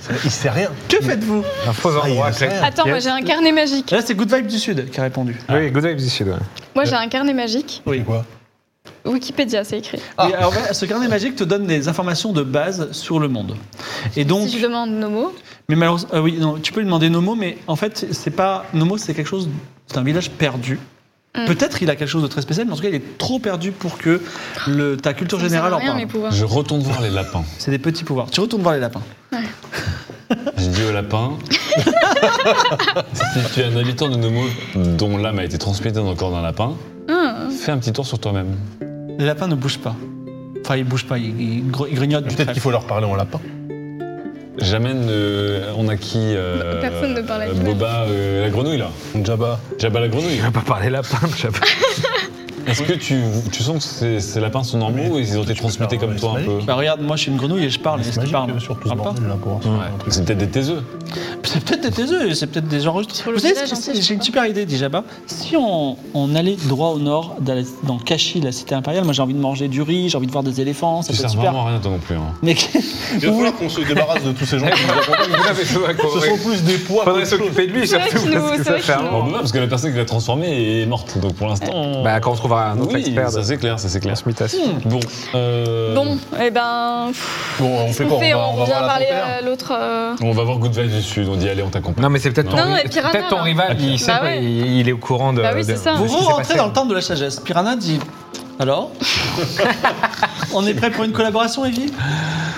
Speaker 3: C'est- Il sait rien.
Speaker 1: Que faites-vous
Speaker 4: Un faux
Speaker 3: Ah, il
Speaker 4: endroit.
Speaker 3: le sait.
Speaker 4: créé-
Speaker 2: Attends, moi j'ai un carnet magique.
Speaker 1: Là, c'est Good Vibe du Sud qui a répondu.
Speaker 4: Oui, Good Vibes du Sud. ouais.
Speaker 2: Moi j'ai un carnet magique.
Speaker 3: C'est quoi
Speaker 2: Wikipédia, c'est écrit.
Speaker 1: Oui, alors, voilà, ce carnet magique te donne des informations de base sur le monde. Et donc,
Speaker 2: Si je demande nos mots,
Speaker 1: mais malheureusement, euh, oui, non, tu peux lui demander Nomo, mais en fait, c'est pas Nomo, c'est quelque chose, c'est un village perdu.
Speaker 2: Mm.
Speaker 1: Peut-être il a quelque chose de très spécial, mais en tout cas, il est trop perdu pour que le, ta culture
Speaker 2: ça me sert
Speaker 1: générale
Speaker 2: à
Speaker 1: en
Speaker 2: rien
Speaker 1: parle.
Speaker 2: mes pouvoirs.
Speaker 5: Je retourne voir les lapins.
Speaker 1: C'est des petits pouvoirs. Tu retournes voir les lapins.
Speaker 5: J'ai dit aux lapins si tu es un habitant de Nomo dont l'âme a été transmise dans le corps d'un lapin,
Speaker 2: Hum,
Speaker 5: fais un petit tour sur toi-même.
Speaker 1: Les lapins ne bougent pas. Enfin, ils bougent pas, ils, ils gro- ils grignotent du
Speaker 3: Peut-être
Speaker 1: trèfle.
Speaker 3: qu'il faut leur parler en lapin.
Speaker 5: J'amène. euh, on a qui euh,
Speaker 2: Personne ne parle avec moi.
Speaker 5: Boba, euh, la grenouille là.
Speaker 3: Jabba.
Speaker 5: Jabba la grenouille.
Speaker 4: Je ne vais pas parler lapin, je sais pas.
Speaker 5: Est-ce que tu, tu sens que ces, ces lapins sont normaux ou ils ont été transmutés comme toi un peu
Speaker 1: Bah regarde, moi je suis une grenouille et je parle.
Speaker 3: C'est
Speaker 1: Est-ce qu'ils
Speaker 3: magique
Speaker 1: parlent
Speaker 3: euh, sur tout ce
Speaker 1: Parle pas
Speaker 3: bordel là pour avoir
Speaker 5: Ouais.
Speaker 3: un truc.
Speaker 5: C'est peut-être des taiseux.
Speaker 1: C'est peut-être des taiseux, c'est peut-être des gens russes.
Speaker 2: le
Speaker 1: Vous savez,
Speaker 2: village,
Speaker 1: ce qui-
Speaker 2: on sait, je sais
Speaker 1: j'ai une
Speaker 2: pas.
Speaker 1: super idée déjà bas. Si on, on allait droit au nord, dans la- dans Kashi, la cité impériale, moi j'ai envie de manger du riz, j'ai envie de voir des éléphants, ça
Speaker 5: Tu
Speaker 1: peut être
Speaker 5: sers
Speaker 1: super.
Speaker 5: vraiment à rien toi non plus. hein.
Speaker 1: Mais
Speaker 3: Il va falloir qu'on se débarrasse de tous ces gens qui nous accompagnent.
Speaker 4: Vous avez tout
Speaker 3: Ce sont
Speaker 4: compris.
Speaker 3: plus des poids
Speaker 4: Faudrait
Speaker 3: qu'autre chose.
Speaker 4: s'occuper de lui
Speaker 2: C'est vrai
Speaker 4: surtout
Speaker 2: qu'il nous-
Speaker 4: parce que
Speaker 2: c'est
Speaker 4: ça
Speaker 2: vrai
Speaker 4: fait un
Speaker 2: qu'il
Speaker 5: Bon,
Speaker 4: moment.
Speaker 2: nous-
Speaker 5: Boba, parce que la personne qui l'a transformé est morte, donc pour l'instant. on-
Speaker 4: Bah, quand on trouvera un autre
Speaker 5: oui,
Speaker 4: expert de
Speaker 5: ça c'est clair, ça c'est clair.
Speaker 4: transmutation.
Speaker 5: Bon, euh,
Speaker 2: Bon, eh ben. pff,
Speaker 3: Bon, on fait
Speaker 2: On
Speaker 3: quoi On
Speaker 2: fait,
Speaker 3: va- on
Speaker 2: on
Speaker 3: va
Speaker 2: revient
Speaker 3: voir la
Speaker 2: parler
Speaker 3: panthère
Speaker 2: à l'autre. euh,
Speaker 5: on va voir Good Vibes du Sud. On dit allez, on t'accompagne.
Speaker 4: Non, mais c'est peut-être ton,
Speaker 5: Non.
Speaker 2: Non, non,
Speaker 4: ri-
Speaker 2: mais Piranha,
Speaker 4: peut-être ton
Speaker 2: non.
Speaker 4: rival,
Speaker 5: Ah,
Speaker 4: il, sait
Speaker 2: Bah
Speaker 4: pas,
Speaker 2: ouais.
Speaker 4: il, il est au courant de.
Speaker 2: Bah oui,
Speaker 4: de-
Speaker 2: c'est ça.
Speaker 4: de
Speaker 2: Vous
Speaker 4: ce
Speaker 6: Vous
Speaker 4: qui s'est
Speaker 6: rentrez
Speaker 4: passé.
Speaker 6: dans le temple de la sagesse. Piranha dit Alors On est prêt pour une collaboration, Evie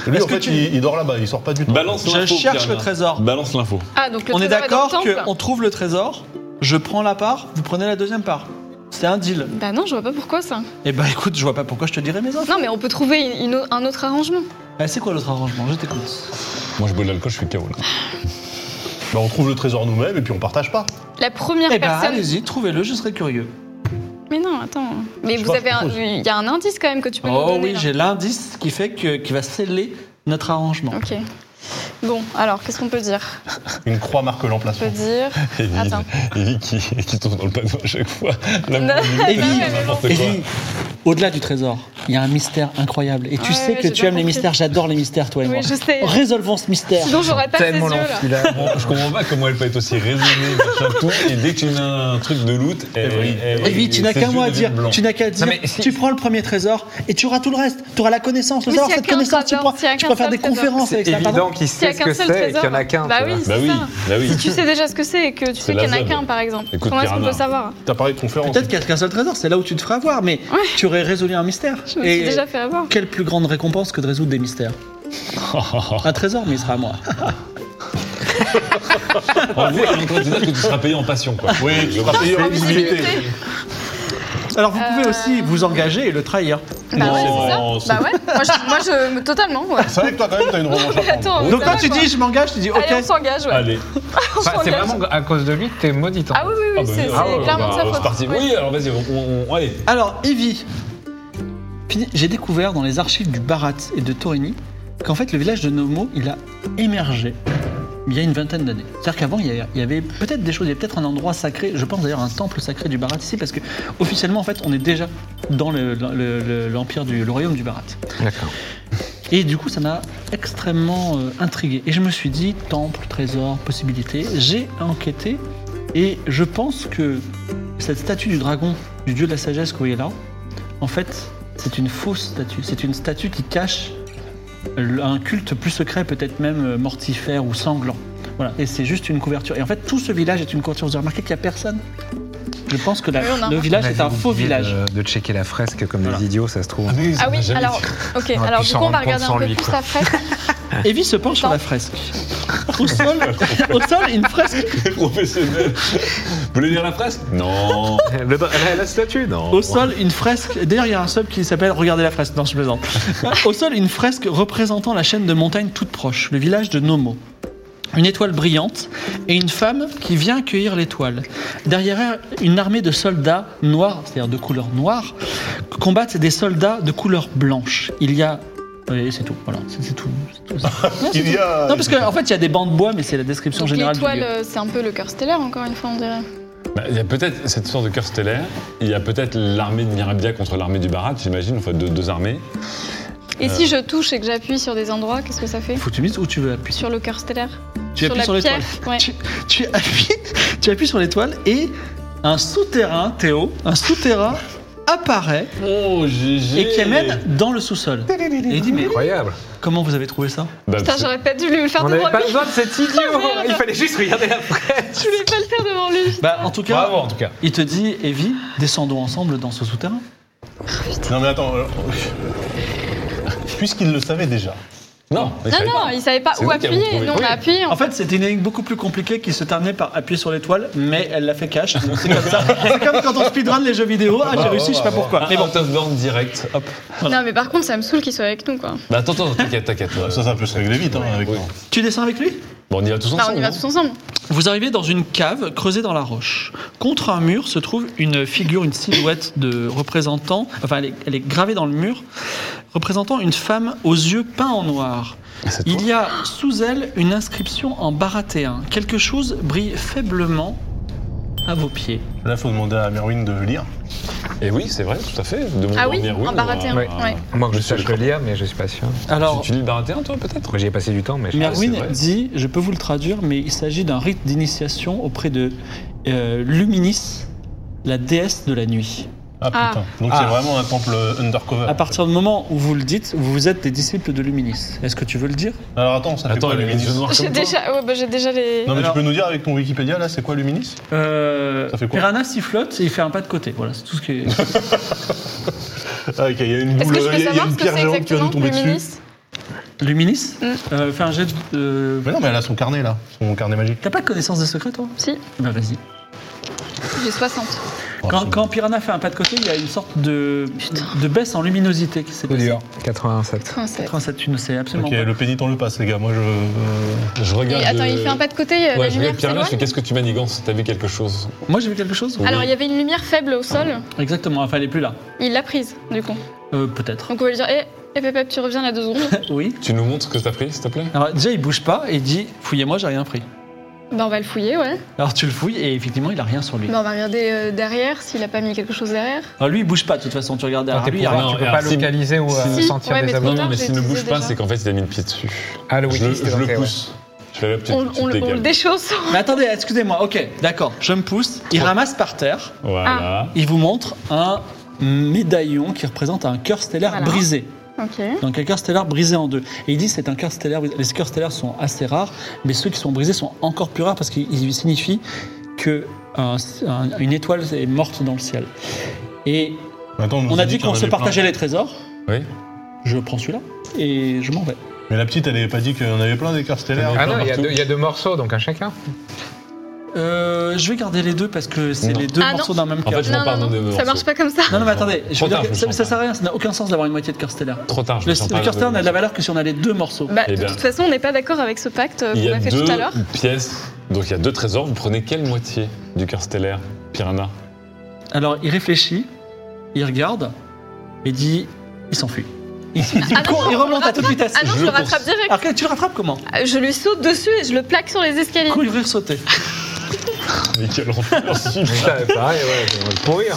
Speaker 3: Lui,
Speaker 6: Est-ce
Speaker 3: en
Speaker 6: que
Speaker 3: fait,
Speaker 6: tu-
Speaker 3: il, il dort là-bas, il sort pas du tout.
Speaker 5: Balance
Speaker 6: Je
Speaker 5: l'info.
Speaker 6: cherche
Speaker 5: Pierre,
Speaker 6: le
Speaker 5: là.
Speaker 6: trésor.
Speaker 5: Balance l'info.
Speaker 2: Ah, donc le
Speaker 6: On est
Speaker 2: trésor dans
Speaker 6: d'accord
Speaker 2: le temple
Speaker 6: qu'on trouve le trésor, je prends la part, vous prenez la deuxième part. C'est un deal.
Speaker 2: Bah non, je vois pas pourquoi ça.
Speaker 6: Eh ben écoute, je vois pas pourquoi je te dirais mes infos.
Speaker 2: Non, mais on peut trouver une- une au- un autre arrangement.
Speaker 6: Bah, c'est quoi l'autre arrangement Je t'écoute.
Speaker 5: Moi, je bois de l'alcool, je suis KO. là.
Speaker 3: Bah, on trouve le trésor nous-mêmes et puis on partage pas.
Speaker 2: La première
Speaker 6: Eh ben
Speaker 2: personne.
Speaker 6: allez-y, trouvez-le, je serais curieux.
Speaker 2: mais non, attends. Mais
Speaker 3: Je
Speaker 2: vous
Speaker 3: vois,
Speaker 2: avez, un-
Speaker 3: je propose.
Speaker 2: il y a un indice quand même que tu peux nous
Speaker 6: Oh
Speaker 2: donner.
Speaker 6: oui,
Speaker 2: là.
Speaker 6: j'ai l'indice qui fait que qui va sceller notre
Speaker 5: Ah,
Speaker 6: arrangement.
Speaker 2: Ok. Bon, alors qu'est-ce qu'on peut dire
Speaker 3: Une croix marque
Speaker 2: On peut
Speaker 3: l'emplacement.
Speaker 2: dire.
Speaker 5: Evie,
Speaker 2: Attends.
Speaker 5: Evie qui, qui tombe dans le panneau à chaque fois. La
Speaker 2: Non,
Speaker 5: pauvre Evie,
Speaker 2: non,
Speaker 6: Evie,
Speaker 5: elle fait n'importe quoi.
Speaker 6: Evie, au-delà du trésor, il y a un mystère incroyable. Et tu
Speaker 2: Ouais,
Speaker 6: sais
Speaker 2: ouais,
Speaker 6: que
Speaker 2: j'ai
Speaker 6: tu
Speaker 2: bien
Speaker 6: aimes les
Speaker 2: compris.
Speaker 6: mystères, j'adore les mystères, toi et
Speaker 2: Oui,
Speaker 6: moi.
Speaker 2: je sais.
Speaker 6: Résolvons ce mystère.
Speaker 2: Sinon, j'aurais pas ses yeux
Speaker 4: Tellement
Speaker 2: là.
Speaker 4: l'enfilade.
Speaker 5: Bon, je comprends pas comment elle peut être aussi raisonnée, machin, tout, et dès que tu mets un truc de loot,
Speaker 6: Eh
Speaker 5: elle,
Speaker 3: oui.
Speaker 5: elle-
Speaker 6: Evie, tu
Speaker 5: elle-
Speaker 6: n'as
Speaker 5: ses
Speaker 6: qu'un
Speaker 5: yeux
Speaker 6: mot à dire.
Speaker 5: deviennent blancs.
Speaker 6: Tu n'as qu'à dire.
Speaker 4: mais si-
Speaker 6: Tu prends le premier trésor et tu auras tout le reste. Tu auras la connaissance, le
Speaker 2: Mais
Speaker 6: savoir,
Speaker 2: s'il y a
Speaker 6: cette
Speaker 2: qu'un
Speaker 6: connaissance. Tu,
Speaker 2: trésor,
Speaker 6: pourras-
Speaker 2: s'il y a
Speaker 6: tu
Speaker 2: qu'un
Speaker 6: peux faire
Speaker 2: seul
Speaker 6: des
Speaker 2: trésor.
Speaker 6: conférences
Speaker 4: C'est
Speaker 6: avec ça. pardon
Speaker 4: évident qu'il
Speaker 2: S'il y a
Speaker 4: sait ce
Speaker 2: qu'un
Speaker 4: que
Speaker 2: seul
Speaker 4: c'est et qu'il y en a
Speaker 2: trésor.
Speaker 4: qu'un.
Speaker 2: Bah
Speaker 4: tu
Speaker 2: oui.
Speaker 4: vois.
Speaker 5: Bah oui, bah oui.
Speaker 2: Si tu sais déjà ce que c'est et que tu
Speaker 5: C'est
Speaker 2: sais qu'il y en a
Speaker 5: la
Speaker 2: qu'un
Speaker 5: zone.
Speaker 2: par exemple,
Speaker 5: Écoute,
Speaker 2: comment est-ce qu'on
Speaker 5: Piranha.
Speaker 2: peut savoir
Speaker 5: T'as parlé de ton frère
Speaker 6: Peut-être qu'il n'y a qu'un seul trésor, c'est là où tu te feras avoir, mais tu aurais résolu un mystère.
Speaker 2: Je me suis déjà fait avoir.
Speaker 6: Quelle plus grande récompense que de résoudre des mystères Un trésor, mais il sera à moi.
Speaker 5: En gros, elle est en train de te dire que tu seras payé en passion, quoi.
Speaker 3: Oui, tu seras payé en visibilité.
Speaker 6: Alors vous
Speaker 2: Euh,
Speaker 6: pouvez aussi vous engager et le trahir.
Speaker 2: Bah ouais,
Speaker 3: Non,
Speaker 2: c'est ça. Bah
Speaker 3: c'est-
Speaker 2: ouais, moi je, moi, je- totalement. Ouais.
Speaker 3: C'est vrai que toi, quand même, t'as une revanche à prendre.
Speaker 2: Attends,
Speaker 6: Donc
Speaker 2: ça
Speaker 6: toi
Speaker 2: va,
Speaker 6: tu
Speaker 2: quoi.
Speaker 6: dis je m'engage, tu dis ok.
Speaker 2: Allez, on s'engage, ouais.
Speaker 5: Allez.
Speaker 2: On
Speaker 4: Enfin, Bah, c'est
Speaker 2: s'engage.
Speaker 4: vraiment à cause de lui que t'es maudite. en
Speaker 2: Ah oui, oui, oui,
Speaker 5: bah,
Speaker 2: c'est
Speaker 5: oui,
Speaker 2: c'est
Speaker 5: ah ouais,
Speaker 2: clairement
Speaker 5: bah,
Speaker 2: de sa faute.
Speaker 5: C'est parti.
Speaker 2: Ouais.
Speaker 5: Oui, alors vas-y, on, on- on- allez.
Speaker 6: Alors Evie, Fini- j'ai découvert dans les archives du Barat et de Torini qu'en fait le village de Nomo il a émergé il y a une vingtaine d'années. C'est-à-dire qu'avant il y avait- il y avait peut-être des choses, il y avait peut-être un endroit sacré, je pense d'ailleurs un temple sacré du Barat ici parce que officiellement en fait on est déjà dans le- le- le- l'empire du le royaume du Barat.
Speaker 4: D'accord.
Speaker 6: Et du coup, ça m'a extrêmement euh, intrigué. Et je me suis dit, temple, trésor, possibilité. J'ai enquêté et je pense que cette statue du dragon, du dieu de la sagesse que vous voyez là, en fait, c'est une fausse statue. C'est une statue qui cache le- un culte plus secret, peut-être même euh, mortifère ou sanglant. Voilà, et c'est juste une couverture. Et en fait, tout ce village est une couverture. Vous avez remarqué qu'il n'y a personne Je pense que la-
Speaker 2: Oui, on a
Speaker 6: le
Speaker 2: remarqué.
Speaker 6: village
Speaker 4: On a
Speaker 6: est un
Speaker 4: oublié
Speaker 6: faux
Speaker 4: de-
Speaker 6: village.
Speaker 4: De checker la fresque comme des idiots, ça se trouve.
Speaker 2: Ah oui, alors, ok,
Speaker 4: On aurait
Speaker 2: alors
Speaker 4: pu
Speaker 2: du
Speaker 4: s'en
Speaker 2: coup on va
Speaker 4: rendre compte
Speaker 2: regarder
Speaker 4: sans
Speaker 2: un peu
Speaker 4: lui,
Speaker 2: plus
Speaker 4: quoi.
Speaker 2: après.
Speaker 6: Evie se penche sur la fresque. Au sol, au sol, une fresque
Speaker 5: Professionnel. Vous voulez lire la phrase Non.
Speaker 4: Ah, Le dra- la, la statue, non.
Speaker 6: Au sol, une fresque. D'ailleurs, il y a un sub qui s'appelle Regardez la fresque. Non, je plaisante. Au sol, une fresque représentant la chaîne de montagnes toute proche, le village de Nomo. Une étoile brillante et une femme qui vient accueillir l'étoile. Derrière elle, une armée de soldats noirs, c'est-à-dire de couleur noire, combattent des soldats de couleur blanche. Il y a. Et c'est tout, voilà, c'est c'est tout. c'est tout. Non, c'est
Speaker 3: Il y
Speaker 6: tout.
Speaker 3: a-
Speaker 6: Non, parce qu'en en fait, il y a des bancs de bois, mais c'est la description
Speaker 2: Donc
Speaker 6: générale du
Speaker 2: l'étoile,
Speaker 6: lieu.
Speaker 2: euh, c'est un peu le cœur stellaire encore une fois on dirait.
Speaker 5: Bah, Il y a peut-être cette histoire de cœur stellaire, il y a peut-être l'armée de Mirabia contre l'armée du Barat, j'imagine, enfin deux, deux armées.
Speaker 2: Et si je touche et que j'appuie sur des endroits, qu'est-ce que ça fait
Speaker 6: Faut que tu me dises où tu veux appuyer.
Speaker 2: Sur le cœur stellaire
Speaker 6: Tu appuies
Speaker 2: la
Speaker 6: sur l'étoile.
Speaker 2: pierre, ouais.
Speaker 6: Tu, tu appuies, tu appuies sur l'étoile et un souterrain, Théo, un souterrain apparaît
Speaker 5: Oh, GG
Speaker 6: et qui amène dans le sous-sol. Et il dit mais
Speaker 4: Incroyable.
Speaker 6: comment vous avez trouvé ça
Speaker 5: Bah,
Speaker 2: Putain,
Speaker 5: c'est-
Speaker 2: j'aurais pas dû lui le faire
Speaker 4: On
Speaker 2: devant
Speaker 4: n'avait pas
Speaker 2: lui.
Speaker 4: besoin de cet idiot. Il fallait juste regarder la fresque.
Speaker 2: Je voulais pas le faire devant lui.
Speaker 6: Bah en tout cas,
Speaker 4: Bravo en tout cas.
Speaker 6: il te dit Evie, descendons ensemble dans ce souterrain.
Speaker 3: Non, mais attends. alors- Puisqu'il le savait déjà.
Speaker 5: Non, il
Speaker 2: Non,
Speaker 5: savait
Speaker 2: non,
Speaker 5: pas.
Speaker 2: il savait pas
Speaker 5: C'est
Speaker 2: où
Speaker 5: vous qui avez
Speaker 2: appuyer.
Speaker 5: trouvé.
Speaker 2: Nous on
Speaker 5: Oui.
Speaker 2: a appuyé.
Speaker 6: En fait, c'était une énigme beaucoup plus compliquée qui se terminait par appuyer sur l'étoile, mais elle l'a fait cash. Donc, C'est comme ça. C'est comme quand on speedrun les jeux vidéo. Ah j'ai réussi, je sais pas pourquoi. Mais
Speaker 5: Mais
Speaker 6: bon.
Speaker 5: bon, of burn direct, hop.
Speaker 2: Non mais par contre ça me saoule qu'il soit avec nous quoi.
Speaker 5: Bah attends, attends, t'inquiète, t'inquiète.
Speaker 3: Ça, ça peut se régler vite, hein, avec
Speaker 5: Oui.
Speaker 3: moi.
Speaker 6: Tu descends avec lui
Speaker 5: Bon, on y va tous
Speaker 2: Bah on
Speaker 5: ensemble.
Speaker 2: y va
Speaker 5: hein.
Speaker 2: tous ensemble.
Speaker 6: Vous arrivez dans une cave creusée dans la roche. Contre un mur se trouve une figure, une silhouette de représentant, enfin elle est, elle est gravée dans le mur, représentant une femme aux yeux peints en noir.
Speaker 5: C'est toi.
Speaker 6: Il y a sous elle une inscription en baratéen. Quelque chose brille faiblement à vos pieds.
Speaker 5: Ah,
Speaker 3: Là, faut demander à Merwin de lire.
Speaker 5: Et oui, c'est vrai, tout à fait. De mon
Speaker 2: Ah oui,
Speaker 5: dernier,
Speaker 2: un
Speaker 5: on
Speaker 2: baratin.
Speaker 5: a-
Speaker 2: hein. Ouais.
Speaker 5: Ah.
Speaker 4: Moi, que je
Speaker 5: Je sais
Speaker 4: sache
Speaker 5: le
Speaker 4: le lire, mais je suis pas sûr.
Speaker 6: Alors,
Speaker 5: Tu lis le baratin, toi, peut-être
Speaker 4: Moi, j'y ai passé du temps, mais je
Speaker 6: Merwin
Speaker 5: c'est vrai.
Speaker 6: dit, je peux vous le traduire, mais il s'agit d'un rite d'initiation auprès de euh, Luminis, la déesse de la nuit.
Speaker 5: Ah
Speaker 2: Ah.
Speaker 5: putain. Donc
Speaker 1: Ah.
Speaker 5: c'est vraiment un temple undercover.
Speaker 1: À partir du moment où vous le dites, vous êtes des disciples de Luminis. Est-ce que tu veux le dire
Speaker 3: Alors attends, ça
Speaker 5: Attends,
Speaker 3: fait quoi,
Speaker 5: il est
Speaker 3: Luminis
Speaker 5: yeux noirs
Speaker 2: J'ai
Speaker 5: comme toi
Speaker 2: déjà, ouais, bah, j'ai déjà les.
Speaker 3: Non mais
Speaker 1: Alors-
Speaker 3: tu peux nous dire avec ton Wikipédia là, c'est quoi Luminis
Speaker 1: euh,
Speaker 3: Ça fait quoi
Speaker 1: Piranha sifflote et il fait un pas de côté. Voilà, c'est tout ce qui est.
Speaker 3: Ah ok, il y a une
Speaker 2: Est-ce
Speaker 3: boule,
Speaker 2: que je peux
Speaker 3: il y a- il y a
Speaker 2: savoir
Speaker 3: une
Speaker 2: ce que
Speaker 3: pierre
Speaker 2: c'est
Speaker 3: géante qui va
Speaker 2: exactement,
Speaker 3: nous tomber dessus.
Speaker 2: Luminis
Speaker 1: Luminis
Speaker 2: Mm.
Speaker 1: euh, Fais un jet de.
Speaker 3: Mais non, mais elle a son carnet là, son carnet magique.
Speaker 1: T'as pas de connaissance des secrets, toi
Speaker 2: Si,
Speaker 1: Bah vas-y.
Speaker 2: j'ai 60.
Speaker 1: Quand, quand Piranha fait un pas de côté, il y a une sorte de, de baisse en luminosité qui s'est
Speaker 4: Coup
Speaker 1: passée.
Speaker 4: dur. 87.
Speaker 2: 37.
Speaker 1: 87, tu ne sais absolument
Speaker 3: Ok, le pénitent le passe les gars, moi je... euh,
Speaker 5: Je regarde.
Speaker 2: Et attends, il
Speaker 5: euh,
Speaker 2: fait un pas de côté, euh, la
Speaker 5: Ouais, je
Speaker 2: lumière
Speaker 5: regarde Pierre là, je fais
Speaker 2: s'éloigne.
Speaker 5: qu'est-ce que tu manigances T'as vu quelque chose
Speaker 1: pas. Moi, j'ai vu quelque chose
Speaker 2: Alors, il y avait une lumière faible au sol,
Speaker 1: Exactement, enfin, elle est plus là.
Speaker 2: il l'a prise, du coup. Donc,
Speaker 1: Euh, Peut-être.
Speaker 2: on peut lui dire, eh, hé, hé, Pépep, tu reviens là deux secondes.
Speaker 1: Oui.
Speaker 5: Tu nous montres ce que t'as pris, s'il te plaît
Speaker 1: Alors, déjà, il bouge pas et il dit Fouillez-moi, j'ai rien pris.
Speaker 2: bah, on va le fouiller, ouais.
Speaker 1: Alors, tu le fouilles et effectivement, il a rien sur lui.
Speaker 2: Bah, on va regarder euh, derrière s'il a pas mis quelque chose derrière.
Speaker 1: Alors, lui, il bouge pas, de toute façon, tu regardes
Speaker 4: Quand
Speaker 3: Ah,
Speaker 1: derrière
Speaker 4: t'es
Speaker 1: Ah, lui. il y a
Speaker 5: pourri,
Speaker 1: rien.
Speaker 4: pouvoir,
Speaker 5: rien.
Speaker 4: tu peux pas
Speaker 5: Alors, si-
Speaker 4: localiser ou euh,
Speaker 2: si,
Speaker 4: sentir
Speaker 2: ouais, mais
Speaker 4: des
Speaker 2: trop
Speaker 5: Non,
Speaker 4: abonnés.
Speaker 5: non,
Speaker 2: tard,
Speaker 5: mais
Speaker 2: j'ai
Speaker 5: s'il ne bouge
Speaker 2: utilisé
Speaker 5: pas,
Speaker 2: déjà.
Speaker 5: c'est qu'en fait, il a mis le pied dessus.
Speaker 4: Ah, le
Speaker 5: je le,
Speaker 4: wiki,
Speaker 5: je le pousse. Je fais la petite,
Speaker 2: On, on le-
Speaker 5: petite
Speaker 2: on le
Speaker 5: dégaine.
Speaker 2: déchausse.
Speaker 1: Mais attendez, excusez-moi, ok, d'accord, je me pousse. Il ramasse par terre,
Speaker 5: Voilà.
Speaker 1: il vous montre un médaillon qui représente un cœur stellaire
Speaker 2: Voilà.
Speaker 1: brisé.
Speaker 2: Ok.
Speaker 1: Donc un cœur stellaire brisé en deux. Et il dit c'est un cœur stellaire. brisé. Les cœurs stellaires sont assez rares, mais ceux qui sont brisés sont encore plus rares parce qu'ils signifient que un- un- une étoile est morte dans le ciel. Et
Speaker 3: Attends, nous
Speaker 1: on a
Speaker 3: dit
Speaker 1: dit
Speaker 3: qu'il y en
Speaker 1: qu'on se
Speaker 3: avait plein.
Speaker 1: partageait les trésors.
Speaker 5: Oui.
Speaker 1: Je prends celui-là et je m'en vais.
Speaker 3: Mais la petite, elle avait pas dit qu'on avait plein d'écarts stellaires.
Speaker 4: Ah
Speaker 3: plein
Speaker 4: non, il y, a
Speaker 3: partout.
Speaker 4: deux, il y a deux morceaux, donc un chacun.
Speaker 1: Euh, je vais garder les deux parce que c'est
Speaker 5: Non.
Speaker 1: les deux
Speaker 2: Ah non.
Speaker 1: morceaux d'un même
Speaker 5: En
Speaker 1: cœur.
Speaker 5: fait, je
Speaker 2: Non,
Speaker 5: m'en
Speaker 2: non,
Speaker 5: parle dans des
Speaker 2: non, ça
Speaker 5: morceaux.
Speaker 2: marche pas comme ça.
Speaker 1: Non, non, mais attendez, je
Speaker 5: Trop
Speaker 1: veux dire
Speaker 5: tard,
Speaker 1: que
Speaker 5: je
Speaker 1: ça,
Speaker 5: me
Speaker 1: ça
Speaker 5: sens
Speaker 1: sert à rien, ça n'a aucun sens d'avoir une moitié de cœur stellaire.
Speaker 5: Trop tard, je
Speaker 1: Le,
Speaker 5: me sens
Speaker 1: le
Speaker 5: pas
Speaker 1: cœur stellaire n'a de la
Speaker 5: venu.
Speaker 1: valeur que si on a les deux morceaux.
Speaker 2: Bah,
Speaker 5: Eh
Speaker 2: de
Speaker 5: bien.
Speaker 2: toute façon, on n'est pas d'accord avec ce pacte euh,
Speaker 5: Il y
Speaker 2: qu'on
Speaker 5: a
Speaker 2: a fait tout à l'heure.
Speaker 5: deux pièces, donc il y a deux trésors. Vous prenez quelle moitié du cœur stellaire, Piranha
Speaker 1: Alors il réfléchit, il regarde et dit il s'enfuit. Il, il
Speaker 2: Ah non,
Speaker 1: court,
Speaker 2: non,
Speaker 1: il
Speaker 2: on
Speaker 1: remonte à toute vitesse.
Speaker 2: Ah non, je
Speaker 5: Je
Speaker 2: le rattrape
Speaker 5: pense.
Speaker 2: direct.
Speaker 1: Alors tu le rattrapes comment
Speaker 2: Euh, Je lui saute dessus et je le plaque sur les escaliers.
Speaker 1: Courir, sauter.
Speaker 5: Mais quelle enfance il a.
Speaker 4: Ça, pareil, ouais, on va le hein. pourrir.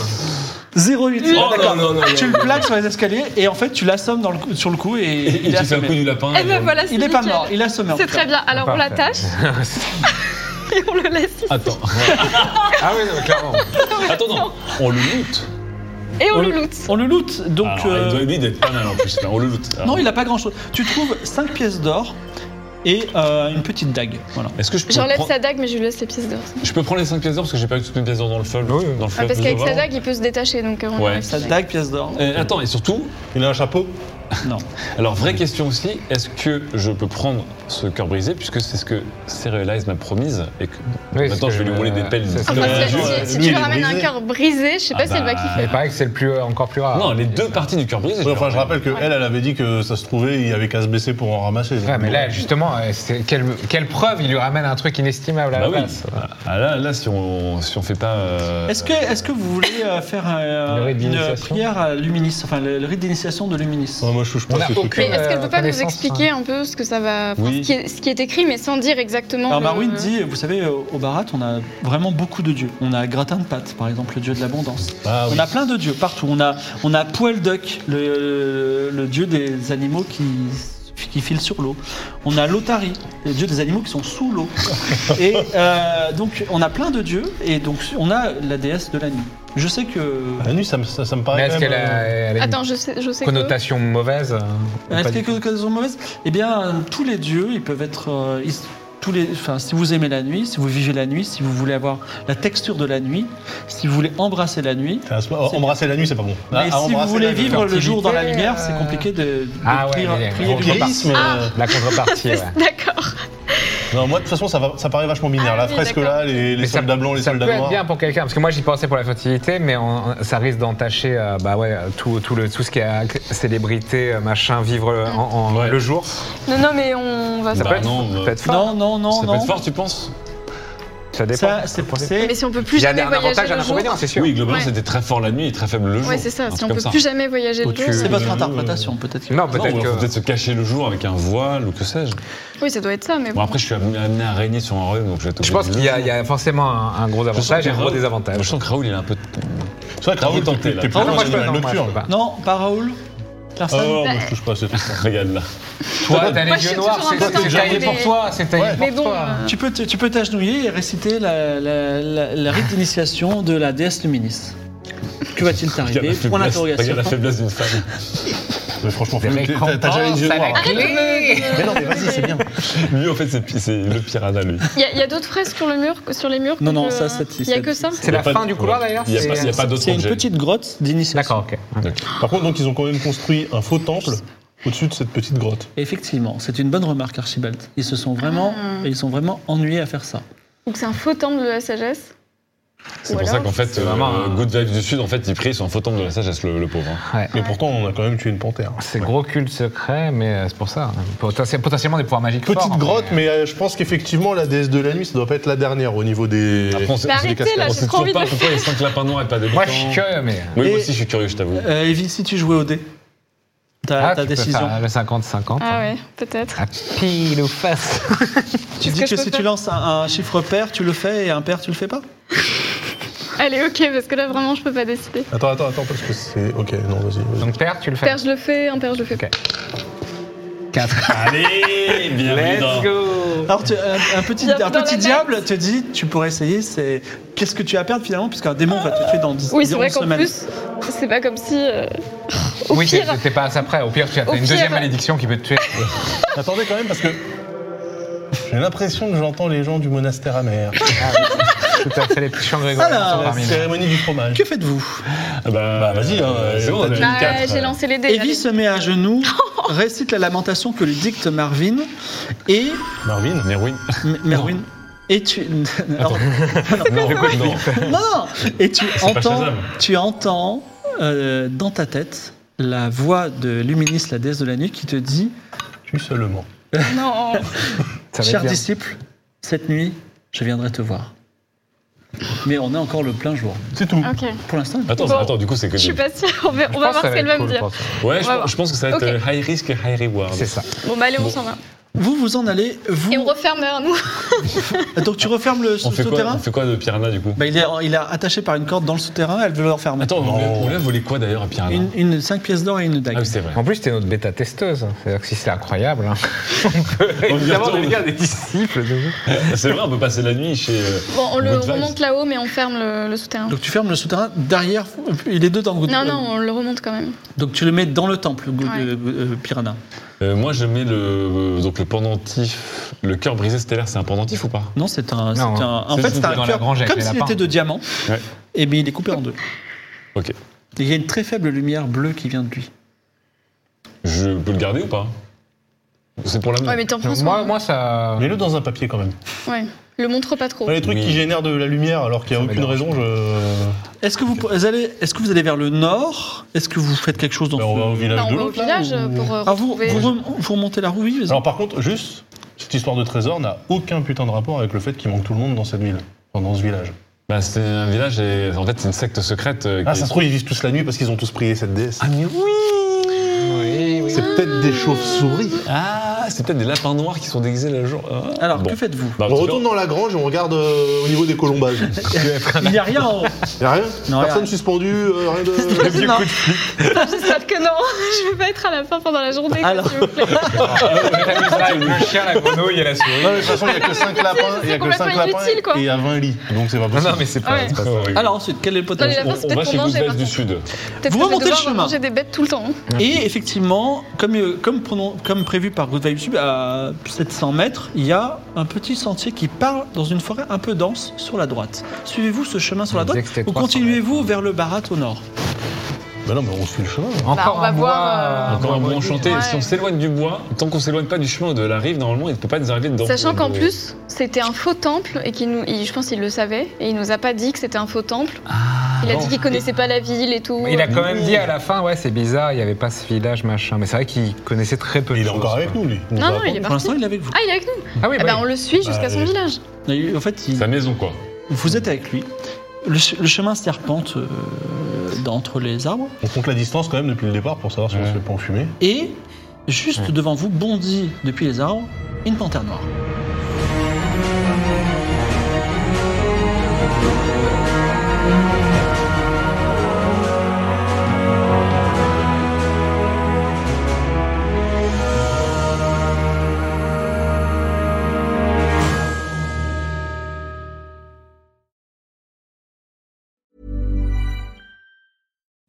Speaker 1: 08.
Speaker 5: Oh,
Speaker 1: Ah, D'accord.
Speaker 5: non, non, non,
Speaker 1: Tu le plaques sur les escaliers et en fait tu l'assommes dans le cou- sur le cou et,
Speaker 5: Et
Speaker 1: il est
Speaker 5: tu fais le coup
Speaker 1: assommé.
Speaker 5: du lapin. euh,
Speaker 2: Eh ben voilà, c'est
Speaker 1: Il est pas
Speaker 2: nickel.
Speaker 1: mort, il est assommé. en
Speaker 2: C'est
Speaker 1: tout cas.
Speaker 2: très bien. Alors on
Speaker 4: Parfait.
Speaker 2: l'attache et on le laisse ici.
Speaker 5: Attends,
Speaker 4: Ah oui, non, clairement.
Speaker 5: attends, non. on le loot.
Speaker 2: Et on,
Speaker 1: On
Speaker 2: le
Speaker 1: le-
Speaker 2: loot.
Speaker 1: On le loot. Donc
Speaker 5: Alors,
Speaker 1: euh,
Speaker 5: Il doit lui d'être pas mal en plus. là. On le loot. Alors,
Speaker 1: non, il a pas grand chose. Tu trouves 5 pièces d'or et euh, une petite dague. Voilà.
Speaker 5: Est-ce que je peux,
Speaker 2: J'enlève
Speaker 5: prendre-
Speaker 2: sa dague, mais je lui laisse les pièces d'or.
Speaker 5: je peux prendre les 5 pièces d'or parce que j'ai pas eu toutes mes pièces d'or dans le fol.
Speaker 4: Oui, oui.
Speaker 5: Dans le
Speaker 2: Ah,
Speaker 5: fol.
Speaker 2: parce qu'avec
Speaker 5: Vous
Speaker 2: sa
Speaker 5: avez-
Speaker 2: dague, il peut se détacher. Donc euh, on
Speaker 5: Ouais.
Speaker 2: enlève
Speaker 1: Sa
Speaker 2: sa dague.
Speaker 1: dague, pièce d'or.
Speaker 5: Euh, attends, et surtout,
Speaker 3: Il a un chapeau
Speaker 1: Non.
Speaker 5: alors vraie question aussi, est-ce que je peux prendre ce cœur brisé puisque c'est ce que Serialize m'a promise et que
Speaker 4: Oui,
Speaker 5: maintenant
Speaker 4: c'est
Speaker 5: je vais
Speaker 4: que,
Speaker 5: lui rouler
Speaker 4: euh,
Speaker 5: des Ah, bah, pelles.
Speaker 4: c'est
Speaker 2: Enfin,
Speaker 3: Ouais,
Speaker 2: si-
Speaker 3: ouais,
Speaker 2: si, si
Speaker 3: lui,
Speaker 2: tu
Speaker 3: il
Speaker 2: lui
Speaker 3: est
Speaker 2: ramènes un
Speaker 3: brisé.
Speaker 2: cœur brisé, je sais pas
Speaker 5: Ah
Speaker 2: si elle va
Speaker 5: bah,
Speaker 4: Mais
Speaker 2: kiffer.
Speaker 4: pareil que c'est le plus, euh, encore plus rare.
Speaker 5: Non, les deux parties du cœur brisé. je
Speaker 3: Ouais,
Speaker 5: vais
Speaker 3: Enfin, je
Speaker 5: leur-
Speaker 3: rappelle que elle, elle avait dit que ça se trouvait, il y avait qu'à se baisser pour en ramasser. donc
Speaker 4: Ouais, mais
Speaker 3: bon.
Speaker 4: là, justement, euh, c'est- quelle, quelle preuve il lui ramène un truc inestimable à
Speaker 5: Bah
Speaker 4: la
Speaker 5: oui.
Speaker 4: place.
Speaker 5: Ah, là, là, si on si on fait pas. euh,
Speaker 1: Est-ce que, est que vous voulez euh, faire euh,
Speaker 4: Le rite
Speaker 1: une
Speaker 4: d'initiation
Speaker 1: prière à Luminis, enfin le, le rite d'initiation de Luminis
Speaker 3: Ouais, moi, je touche
Speaker 4: On
Speaker 3: pas à
Speaker 4: a
Speaker 3: ce truc.
Speaker 2: Mais
Speaker 4: aucune-
Speaker 2: est-ce qu'elle peut pas nous
Speaker 4: connaissance,
Speaker 2: expliquer un peu ce que ça va. enfin,
Speaker 5: Oui.
Speaker 2: ce, qui est, ce qui est écrit, mais sans dire exactement.
Speaker 1: Alors
Speaker 2: le-
Speaker 1: Marwin dit, vous savez, au au Barat, on a vraiment beaucoup de dieux. On a Gratin de Pâtes, par exemple, le dieu de l'abondance.
Speaker 5: Ah oui.
Speaker 1: On a plein de dieux partout. On a, on a Poel Duck, le, le dieu des animaux qui, qui filent sur l'eau. On a Lotari, le dieu des animaux qui sont sous l'eau. et euh, donc, on a plein de dieux. Et donc, on a la déesse de la nuit. Je sais que...
Speaker 3: La nuit, ça me, ça, ça me
Speaker 4: Mais
Speaker 3: paraît
Speaker 4: est-ce
Speaker 3: quand
Speaker 4: qu'elle
Speaker 3: même...
Speaker 4: a,
Speaker 3: euh,
Speaker 4: elle a une
Speaker 2: Attends, je sais, je sais. que-
Speaker 4: connotation mauvaise euh, ou
Speaker 1: Est-ce
Speaker 4: pas
Speaker 1: qu'il y a
Speaker 4: du tout
Speaker 1: quelque chose de mauvaise Eh bien, tous les dieux, ils peuvent être. euh, ils- tous les, enfin, si vous aimez la nuit, si vous vivez la nuit, si vous voulez avoir la texture de la nuit, si vous voulez embrasser la nuit,
Speaker 3: à ce- oh, Embrasser la nuit, c'est pas bon.
Speaker 1: mais si
Speaker 3: Ah,
Speaker 1: vous
Speaker 3: embrasser la
Speaker 1: voulez
Speaker 3: nuit.
Speaker 1: vivre le jour dans la
Speaker 4: fertilité,
Speaker 1: lumière,
Speaker 4: euh,
Speaker 1: c'est compliqué de, de
Speaker 4: Ah ouais, mais-
Speaker 3: Le
Speaker 4: Contre-
Speaker 3: vampirisme, euh,
Speaker 2: Ah.
Speaker 4: La contrepartie, ouais.
Speaker 2: D'accord.
Speaker 3: Non, moi, de toute façon, ça, va- ça paraît vachement binaire.
Speaker 2: Ah
Speaker 3: la
Speaker 2: oui,
Speaker 3: fresque
Speaker 2: d'accord.
Speaker 3: là, les, les
Speaker 4: Mais ça-
Speaker 3: soldats blancs, les
Speaker 4: ça
Speaker 3: soldats
Speaker 4: peut
Speaker 3: noirs.
Speaker 4: être bien pour quelqu'un, parce que moi j'y pensais pour la fertilité, mais on- ça risque d'entacher euh, bah ouais, tout, tout, le, tout ce qui est euh, célébrité, euh, machin, vivre euh, en, en-
Speaker 5: Ouais.
Speaker 4: le jour.
Speaker 2: Non, non, mais on va.
Speaker 4: Ça
Speaker 5: Bah
Speaker 4: peut être,
Speaker 5: non,
Speaker 4: ça
Speaker 5: bah-
Speaker 4: peut être fort.
Speaker 1: Non, non,
Speaker 2: Oh,
Speaker 1: non,
Speaker 5: ça peut
Speaker 1: non.
Speaker 5: être fort, tu penses
Speaker 4: Ça dépend.
Speaker 1: Ça, c'est
Speaker 4: Faut penser.
Speaker 1: c'est-
Speaker 2: Mais si on peut plus
Speaker 4: Il y a
Speaker 2: jamais
Speaker 4: un
Speaker 2: voyager
Speaker 4: avantage,
Speaker 2: le
Speaker 4: un
Speaker 2: jour.
Speaker 4: inconvénient, c'est sûr.
Speaker 5: Oui, globalement,
Speaker 2: Ouais.
Speaker 5: c'était très fort la nuit et très faible le jour.
Speaker 2: Ouais, c'est ça.
Speaker 5: un
Speaker 2: Si
Speaker 5: truc
Speaker 2: on peut
Speaker 5: comme ça.
Speaker 2: plus jamais voyager
Speaker 4: Ou
Speaker 2: le
Speaker 4: tu-
Speaker 2: jour.
Speaker 1: C'est votre
Speaker 3: Euh,
Speaker 1: interprétation, peut-être. que-
Speaker 4: Non,
Speaker 5: Non,
Speaker 4: peut-être
Speaker 5: ou alors faut
Speaker 4: que.
Speaker 5: peut-être se cacher le jour avec un voile ou que sais-je.
Speaker 2: Oui, ça doit être ça, mais
Speaker 5: Bon,
Speaker 2: bon.
Speaker 5: après, je suis amené amené à régner sur un royaume, donc je vais être
Speaker 4: Je
Speaker 5: obligé
Speaker 4: pense
Speaker 5: de-
Speaker 4: qu'il y, a- il y a forcément un, un gros
Speaker 5: Je sens
Speaker 4: avantage
Speaker 5: que
Speaker 4: et un gros
Speaker 5: Raoul- Je
Speaker 4: désavantage.
Speaker 5: sens que Raoul, il est un peu.
Speaker 3: C'est vrai que
Speaker 5: Ah, vous
Speaker 3: Raoul,
Speaker 5: tentez,
Speaker 3: t'es- t'es
Speaker 5: là. Ah,
Speaker 3: plus dans
Speaker 4: moi, je peux-
Speaker 3: l'animal
Speaker 4: non, moi, je
Speaker 3: nocturne.
Speaker 4: peux pas.
Speaker 1: Non, pas Raoul
Speaker 3: Ah
Speaker 1: Personne
Speaker 3: non,
Speaker 2: Bah.
Speaker 3: moi, je touche pas à ce truc.
Speaker 5: Regarde là.
Speaker 4: Toi, t'as
Speaker 2: Moi, je
Speaker 4: les yeux
Speaker 2: suis
Speaker 4: noirs,
Speaker 2: toujours
Speaker 4: c'est
Speaker 2: un peu
Speaker 4: c'est taillé
Speaker 2: tenté.
Speaker 4: pour toi, c'est taillé
Speaker 2: Mais
Speaker 4: pour
Speaker 2: bon.
Speaker 4: toi.
Speaker 2: euh,
Speaker 1: Tu peux te- tu peux t'agenouiller et réciter la, la- la- la rite d'initiation de la déesse Luminis. Que va-t-il t'arriver Point
Speaker 5: Regarde la
Speaker 1: d'interrogation.
Speaker 5: faiblesse d'une femme.
Speaker 3: Mais franchement, Flo, euh, t'as t'as jamais hein. les yeux noirs.
Speaker 2: euh, Ah,
Speaker 3: Mais non, mais vas-y, c'est bien.
Speaker 5: Lui, en fait, c'est pi- c'est le piranha, lui.
Speaker 2: Il y, a- il y a d'autres fresques sur le mur, sur les murs. que
Speaker 1: Non, non,
Speaker 2: je-
Speaker 1: ça, cette-
Speaker 2: Il y a
Speaker 1: cette-
Speaker 2: que ça.
Speaker 4: C'est
Speaker 5: Il y a
Speaker 4: la
Speaker 5: pas de-
Speaker 4: fin du couloir,
Speaker 5: ouais.
Speaker 4: d'ailleurs
Speaker 5: Il n'y a
Speaker 4: C'est-
Speaker 5: pas- il y a pas d'autre
Speaker 1: C'est une
Speaker 5: objet.
Speaker 1: petite grotte d'initiation.
Speaker 4: D'accord, ok.
Speaker 3: Par contre, donc, ils ont quand même construit un faux temple au-dessus de cette petite grotte.
Speaker 1: Effectivement, c'est une bonne remarque, Archibald. Ils se sont vraiment, ils sont vraiment ennuyés à faire ça.
Speaker 2: Donc c'est un faux temple de la sagesse.
Speaker 5: C'est
Speaker 2: Ou
Speaker 5: pour ça
Speaker 2: alors-
Speaker 5: qu'en fait,
Speaker 4: C'est vraiment
Speaker 5: euh,
Speaker 4: un-
Speaker 5: Good Vibes du Sud, en fait, il prie son faux temple de la sagesse, le, le pauvre. hein.
Speaker 2: Ah,
Speaker 4: Ouais.
Speaker 3: Mais pourtant, on a quand même tué une panthère.
Speaker 4: C'est gros culte secret, mais euh, c'est pour ça. Potent- potentiellement des pouvoirs magiques
Speaker 3: Petite
Speaker 4: forts, hein,
Speaker 3: grotte, mais euh, je pense qu'effectivement, la déesse de la nuit, ça doit pas être la dernière au niveau des.
Speaker 5: Après,
Speaker 2: Mais
Speaker 5: on sait, on sait les
Speaker 2: arrêtez,
Speaker 5: cascades.
Speaker 2: là, j'ai
Speaker 5: On sait
Speaker 2: trop
Speaker 5: toujours
Speaker 2: envie
Speaker 5: pas
Speaker 2: de-
Speaker 5: pourquoi les 5 lapins noirs et pas des
Speaker 4: Moi, je suis curieux, euh, mais...
Speaker 5: Oui,
Speaker 1: Et-
Speaker 5: moi aussi, je suis curieux, je t'avoue.
Speaker 1: Euh, Evie, si tu jouais au dé, ta,
Speaker 4: Ah,
Speaker 1: ta
Speaker 4: tu peux
Speaker 1: décision.
Speaker 4: faire le 50-50.
Speaker 2: Ah ouais, peut-être.
Speaker 4: À pile ou face.
Speaker 1: Tu
Speaker 2: Est-ce
Speaker 1: dis
Speaker 2: que
Speaker 1: que,
Speaker 2: je peux
Speaker 1: si
Speaker 2: faire
Speaker 1: tu lances un, un chiffre pair, tu le fais et un pair, tu le fais pas
Speaker 2: Allez, ok, parce que là vraiment je peux pas décider.
Speaker 3: Attends, attends, attends, parce que c'est. Ok, non, vas-y. vas-y.
Speaker 4: Donc père, tu le fais.
Speaker 2: Père, je le fais, un père, je le fais.
Speaker 4: Ok.
Speaker 2: pas.
Speaker 4: 4.
Speaker 5: Allez, bienvenue dans...
Speaker 4: Let's go
Speaker 1: Alors, tu- un, un petit,
Speaker 2: Bien
Speaker 1: un
Speaker 2: dans
Speaker 1: petit
Speaker 2: la
Speaker 1: diable te dit tu pourrais essayer, c'est. Qu'est-ce que tu as à perdre finalement Puisqu'un démon va te tuer dans 10
Speaker 2: Oui, c'est vrai qu'en
Speaker 1: semaines.
Speaker 2: plus, c'est pas comme si. euh, Au
Speaker 4: Oui, t'es
Speaker 2: pire,
Speaker 4: t'es pas assez prêt. Au pire, tu as t'as
Speaker 2: Au
Speaker 4: une
Speaker 2: pire.
Speaker 4: deuxième malédiction qui peut te tuer. Ah
Speaker 3: Attendez quand même, parce que. J'ai l'impression que j'entends les gens du monastère amer.
Speaker 4: Ah, oui. Tout à fait, les petits chants grégoriens
Speaker 1: Alors,
Speaker 4: sont
Speaker 3: La
Speaker 4: parmi nous.
Speaker 3: cérémonie du fromage.
Speaker 1: Que faites-vous
Speaker 5: Ah Bah,
Speaker 3: Bah, vas-y, hein,
Speaker 5: c'est bon, on a
Speaker 3: t'as
Speaker 5: eu
Speaker 2: bah,
Speaker 5: quatre.
Speaker 3: euh,
Speaker 2: j'ai lancé les dés.
Speaker 1: Evie se met à genoux, récite la lamentation que lui dicte Marvin et.
Speaker 5: Marvin, Merwin.
Speaker 1: M- Merwin. Et tu. Alors,
Speaker 5: Non, non.
Speaker 1: Non, non. Et tu
Speaker 5: pas
Speaker 1: entends,
Speaker 5: Shazam.
Speaker 1: tu entends euh, dans ta tête la voix de Luminis, la déesse de la nuit, qui te dit
Speaker 3: Tu seulement.
Speaker 2: Allez. Non,
Speaker 4: Ça va être
Speaker 1: Cher
Speaker 4: bien.
Speaker 1: disciple, cette nuit, je viendrai te voir. Mais on est encore le plein jour.
Speaker 3: C'est tout.
Speaker 2: ok.
Speaker 1: Pour l'instant,
Speaker 5: Attends,
Speaker 2: Bon.
Speaker 5: attends, du coup, c'est que...
Speaker 2: Je suis
Speaker 5: des-
Speaker 2: pas sûre, on va, on
Speaker 4: Je
Speaker 2: va voir
Speaker 4: pense que ça
Speaker 2: ce qu'elle va
Speaker 4: être
Speaker 2: me
Speaker 4: cool,
Speaker 2: dire.
Speaker 4: je pense.
Speaker 5: Ouais, je,
Speaker 2: On va voir.
Speaker 5: je pense que ça va être
Speaker 2: Ok.
Speaker 5: euh, high risk et high reward.
Speaker 4: C'est ça.
Speaker 2: Bon, bah allez, on
Speaker 5: Bon.
Speaker 2: s'en va.
Speaker 1: vous vous en allez. Vous...
Speaker 2: Et on referme derrière nous.
Speaker 1: Donc tu refermes le
Speaker 5: On fait, quoi,
Speaker 1: souterrain
Speaker 5: on fait quoi de Piranha, du coup
Speaker 1: Bah, il, est, il est attaché par une corde dans le souterrain, elle veut le refermer.
Speaker 5: Attends, on lui a- on lui a volé quoi, d'ailleurs, à Piranha
Speaker 1: Une, une 5 pièces d'or et une dague.
Speaker 5: Ah oui, c'est vrai.
Speaker 4: En plus, t'es notre bêta testeuse. C'est-à-dire que si c'est incroyable, hein, on peut
Speaker 5: On
Speaker 4: évidemment
Speaker 5: retourne.
Speaker 4: devenir des disciples de vous.
Speaker 5: C'est vrai, on peut passer la nuit chez... euh,
Speaker 2: Bon, on le
Speaker 5: Good vibes.
Speaker 2: remonte là-haut, mais on ferme le, le souterrain.
Speaker 1: Donc tu fermes le souterrain derrière. Il est dedans. Good-
Speaker 2: Non, non, on le remonte quand même.
Speaker 1: Donc tu le mets dans le temple, Good-
Speaker 2: Ouais.
Speaker 1: euh, euh, Piranha.
Speaker 5: Euh, moi, je mets le, euh, donc le pendentif, le cœur brisé stellaire, c'est un pendentif ou pas
Speaker 1: Non, c'est un. c'est
Speaker 4: Non,
Speaker 1: un- en
Speaker 4: c'est
Speaker 1: fait,
Speaker 4: juste
Speaker 1: c'est un
Speaker 4: dans la
Speaker 1: cœur.
Speaker 4: grange avec
Speaker 1: Comme
Speaker 4: les
Speaker 1: s'il
Speaker 4: lapins.
Speaker 1: était de diamant,
Speaker 5: Ouais.
Speaker 1: et bien il est coupé en deux.
Speaker 5: Ok.
Speaker 1: Et il y a une très faible lumière bleue qui vient de lui.
Speaker 5: Je peux le garder ou pas C'est pour la
Speaker 2: Ouais, mais t'en prends
Speaker 4: Moi,
Speaker 2: soin.
Speaker 4: moi, ça.
Speaker 3: Mets-le dans un papier quand même.
Speaker 2: Ouais. Le montre pas trop.
Speaker 3: Ouais, les trucs
Speaker 5: Oui.
Speaker 3: qui génèrent de la lumière alors qu'il n'y a
Speaker 4: Ça
Speaker 3: aucune
Speaker 4: m'énerve.
Speaker 3: raison, je.
Speaker 1: Est-ce que vous pour- allez, est-ce que vous allez vers le nord Est-ce que vous faites quelque chose dans
Speaker 3: Ben, on va au
Speaker 1: ce...
Speaker 3: village
Speaker 2: Bah, on
Speaker 3: de
Speaker 2: va au
Speaker 3: l'autre, là,
Speaker 2: village
Speaker 3: ou-
Speaker 2: pour euh,
Speaker 1: Ah, vous,
Speaker 2: retrouver.
Speaker 1: vous, rem- vous remontez la rue, oui, vas-y.
Speaker 3: Alors par contre, juste, cette histoire de trésor n'a aucun putain de rapport avec le fait qu'il manque tout le monde dans cette ville, enfin, dans ce village.
Speaker 5: Bah, c'est un village et en fait, c'est une secte secrète. euh,
Speaker 3: Ah,
Speaker 5: qui-
Speaker 3: ça se Ah, trouve, ils vivent tous la nuit parce qu'ils ont tous prié cette déesse.
Speaker 5: Ah,
Speaker 4: Oui, oui.
Speaker 3: c'est peut-être des chauves-souris.
Speaker 5: Ah, c'est peut-être des lapins noirs qui sont déguisés le jour. Ah.
Speaker 1: Alors
Speaker 5: Bon.
Speaker 1: que faites-vous
Speaker 5: Bah,
Speaker 3: On retourne dans la grange et on regarde euh, au niveau des colombages.
Speaker 1: Il n'y a rien. En... haut.
Speaker 3: Y'a rien
Speaker 1: Non, y a
Speaker 3: Personne
Speaker 1: rien.
Speaker 3: suspendue, euh, rien de.
Speaker 1: Non.
Speaker 2: J'espère que non. Je vais pas être à la fin pendant la journée, quoi,
Speaker 1: Alors.
Speaker 2: s'il vous plaît.
Speaker 4: Avec le chien, la grenouille et la souris.
Speaker 3: Non, mais de toute façon, il n'y a que 5 lapins,
Speaker 2: c'est
Speaker 3: il y a que cinq
Speaker 2: complètement
Speaker 3: lapins
Speaker 2: inutile, quoi.
Speaker 3: et il y a 20 lits. Donc c'est pas
Speaker 4: Non,
Speaker 3: possible.
Speaker 4: non, mais c'est pas.
Speaker 2: Ouais.
Speaker 4: c'est pas ça.
Speaker 6: Ah,
Speaker 1: Alors ensuite, quel est le
Speaker 2: Non, les
Speaker 1: potentiel
Speaker 2: lapins, c'est
Speaker 5: On va
Speaker 2: peut-être
Speaker 5: chez
Speaker 2: pour manger.
Speaker 5: Goodbye
Speaker 2: par
Speaker 5: du
Speaker 2: contre.
Speaker 5: Sud.
Speaker 1: Vous
Speaker 2: Peut-être que je vais
Speaker 1: remontez le
Speaker 2: devoir
Speaker 1: chemin.
Speaker 2: manger des bêtes tout le temps. hein.
Speaker 1: Et effectivement, comme, euh, comme, pronon- comme prévu par Good Vibes Sub, à 700 mètres, il y a un petit sentier qui part dans une forêt un peu dense sur la droite. Suivez-vous ce chemin sur la
Speaker 4: Il disait
Speaker 1: droite
Speaker 4: que c'était
Speaker 1: ou
Speaker 4: 300
Speaker 1: continuez-vous vers le Barat au nord
Speaker 3: Bah non, mais on suit le chemin.
Speaker 4: Encore
Speaker 2: Bah, on va
Speaker 4: un
Speaker 2: voir,
Speaker 4: bois,
Speaker 2: euh,
Speaker 5: Encore un bon enchanté.
Speaker 2: Ouais.
Speaker 5: Si on s'éloigne du bois, tant qu'on s'éloigne pas du chemin ou de la rive, normalement, il ne peut pas nous arriver dedans.
Speaker 4: euh,
Speaker 2: Sachant qu'en plus, c'était un faux temple et qu'il nous, il- je pense qu'il le savait et il nous a pas dit que c'était un faux temple.
Speaker 1: Ah.
Speaker 2: il a dit qu'il connaissait pas la ville et tout.
Speaker 4: Il a quand
Speaker 1: Mmh.
Speaker 4: même dit à la fin, ouais, c'est bizarre, il n'y avait pas ce village, machin. Mais c'est vrai qu'il connaissait très peu
Speaker 3: Mais
Speaker 4: de
Speaker 3: il est
Speaker 4: choses,
Speaker 3: encore avec
Speaker 4: quoi.
Speaker 3: nous, lui. Il nous
Speaker 2: Non,
Speaker 3: a
Speaker 2: non,
Speaker 3: pas-
Speaker 2: il est
Speaker 1: Bah, Pour
Speaker 2: parti.
Speaker 1: l'instant, il est avec vous.
Speaker 2: Ah, il est avec nous.
Speaker 4: Ah oui,
Speaker 2: Eh
Speaker 4: bah
Speaker 2: ben, on
Speaker 4: oui.
Speaker 2: le suit jusqu'à son
Speaker 3: oui.
Speaker 2: village.
Speaker 1: Et En fait, il-
Speaker 5: Sa maison, quoi.
Speaker 1: vous êtes avec lui. Le, ch- le chemin serpente euh, d'entre les arbres
Speaker 3: On compte la distance quand même depuis le départ pour savoir si on
Speaker 5: Ouais.
Speaker 3: se fait pas enfumer.
Speaker 1: et juste devant vous bondit depuis les arbres une panthère noire.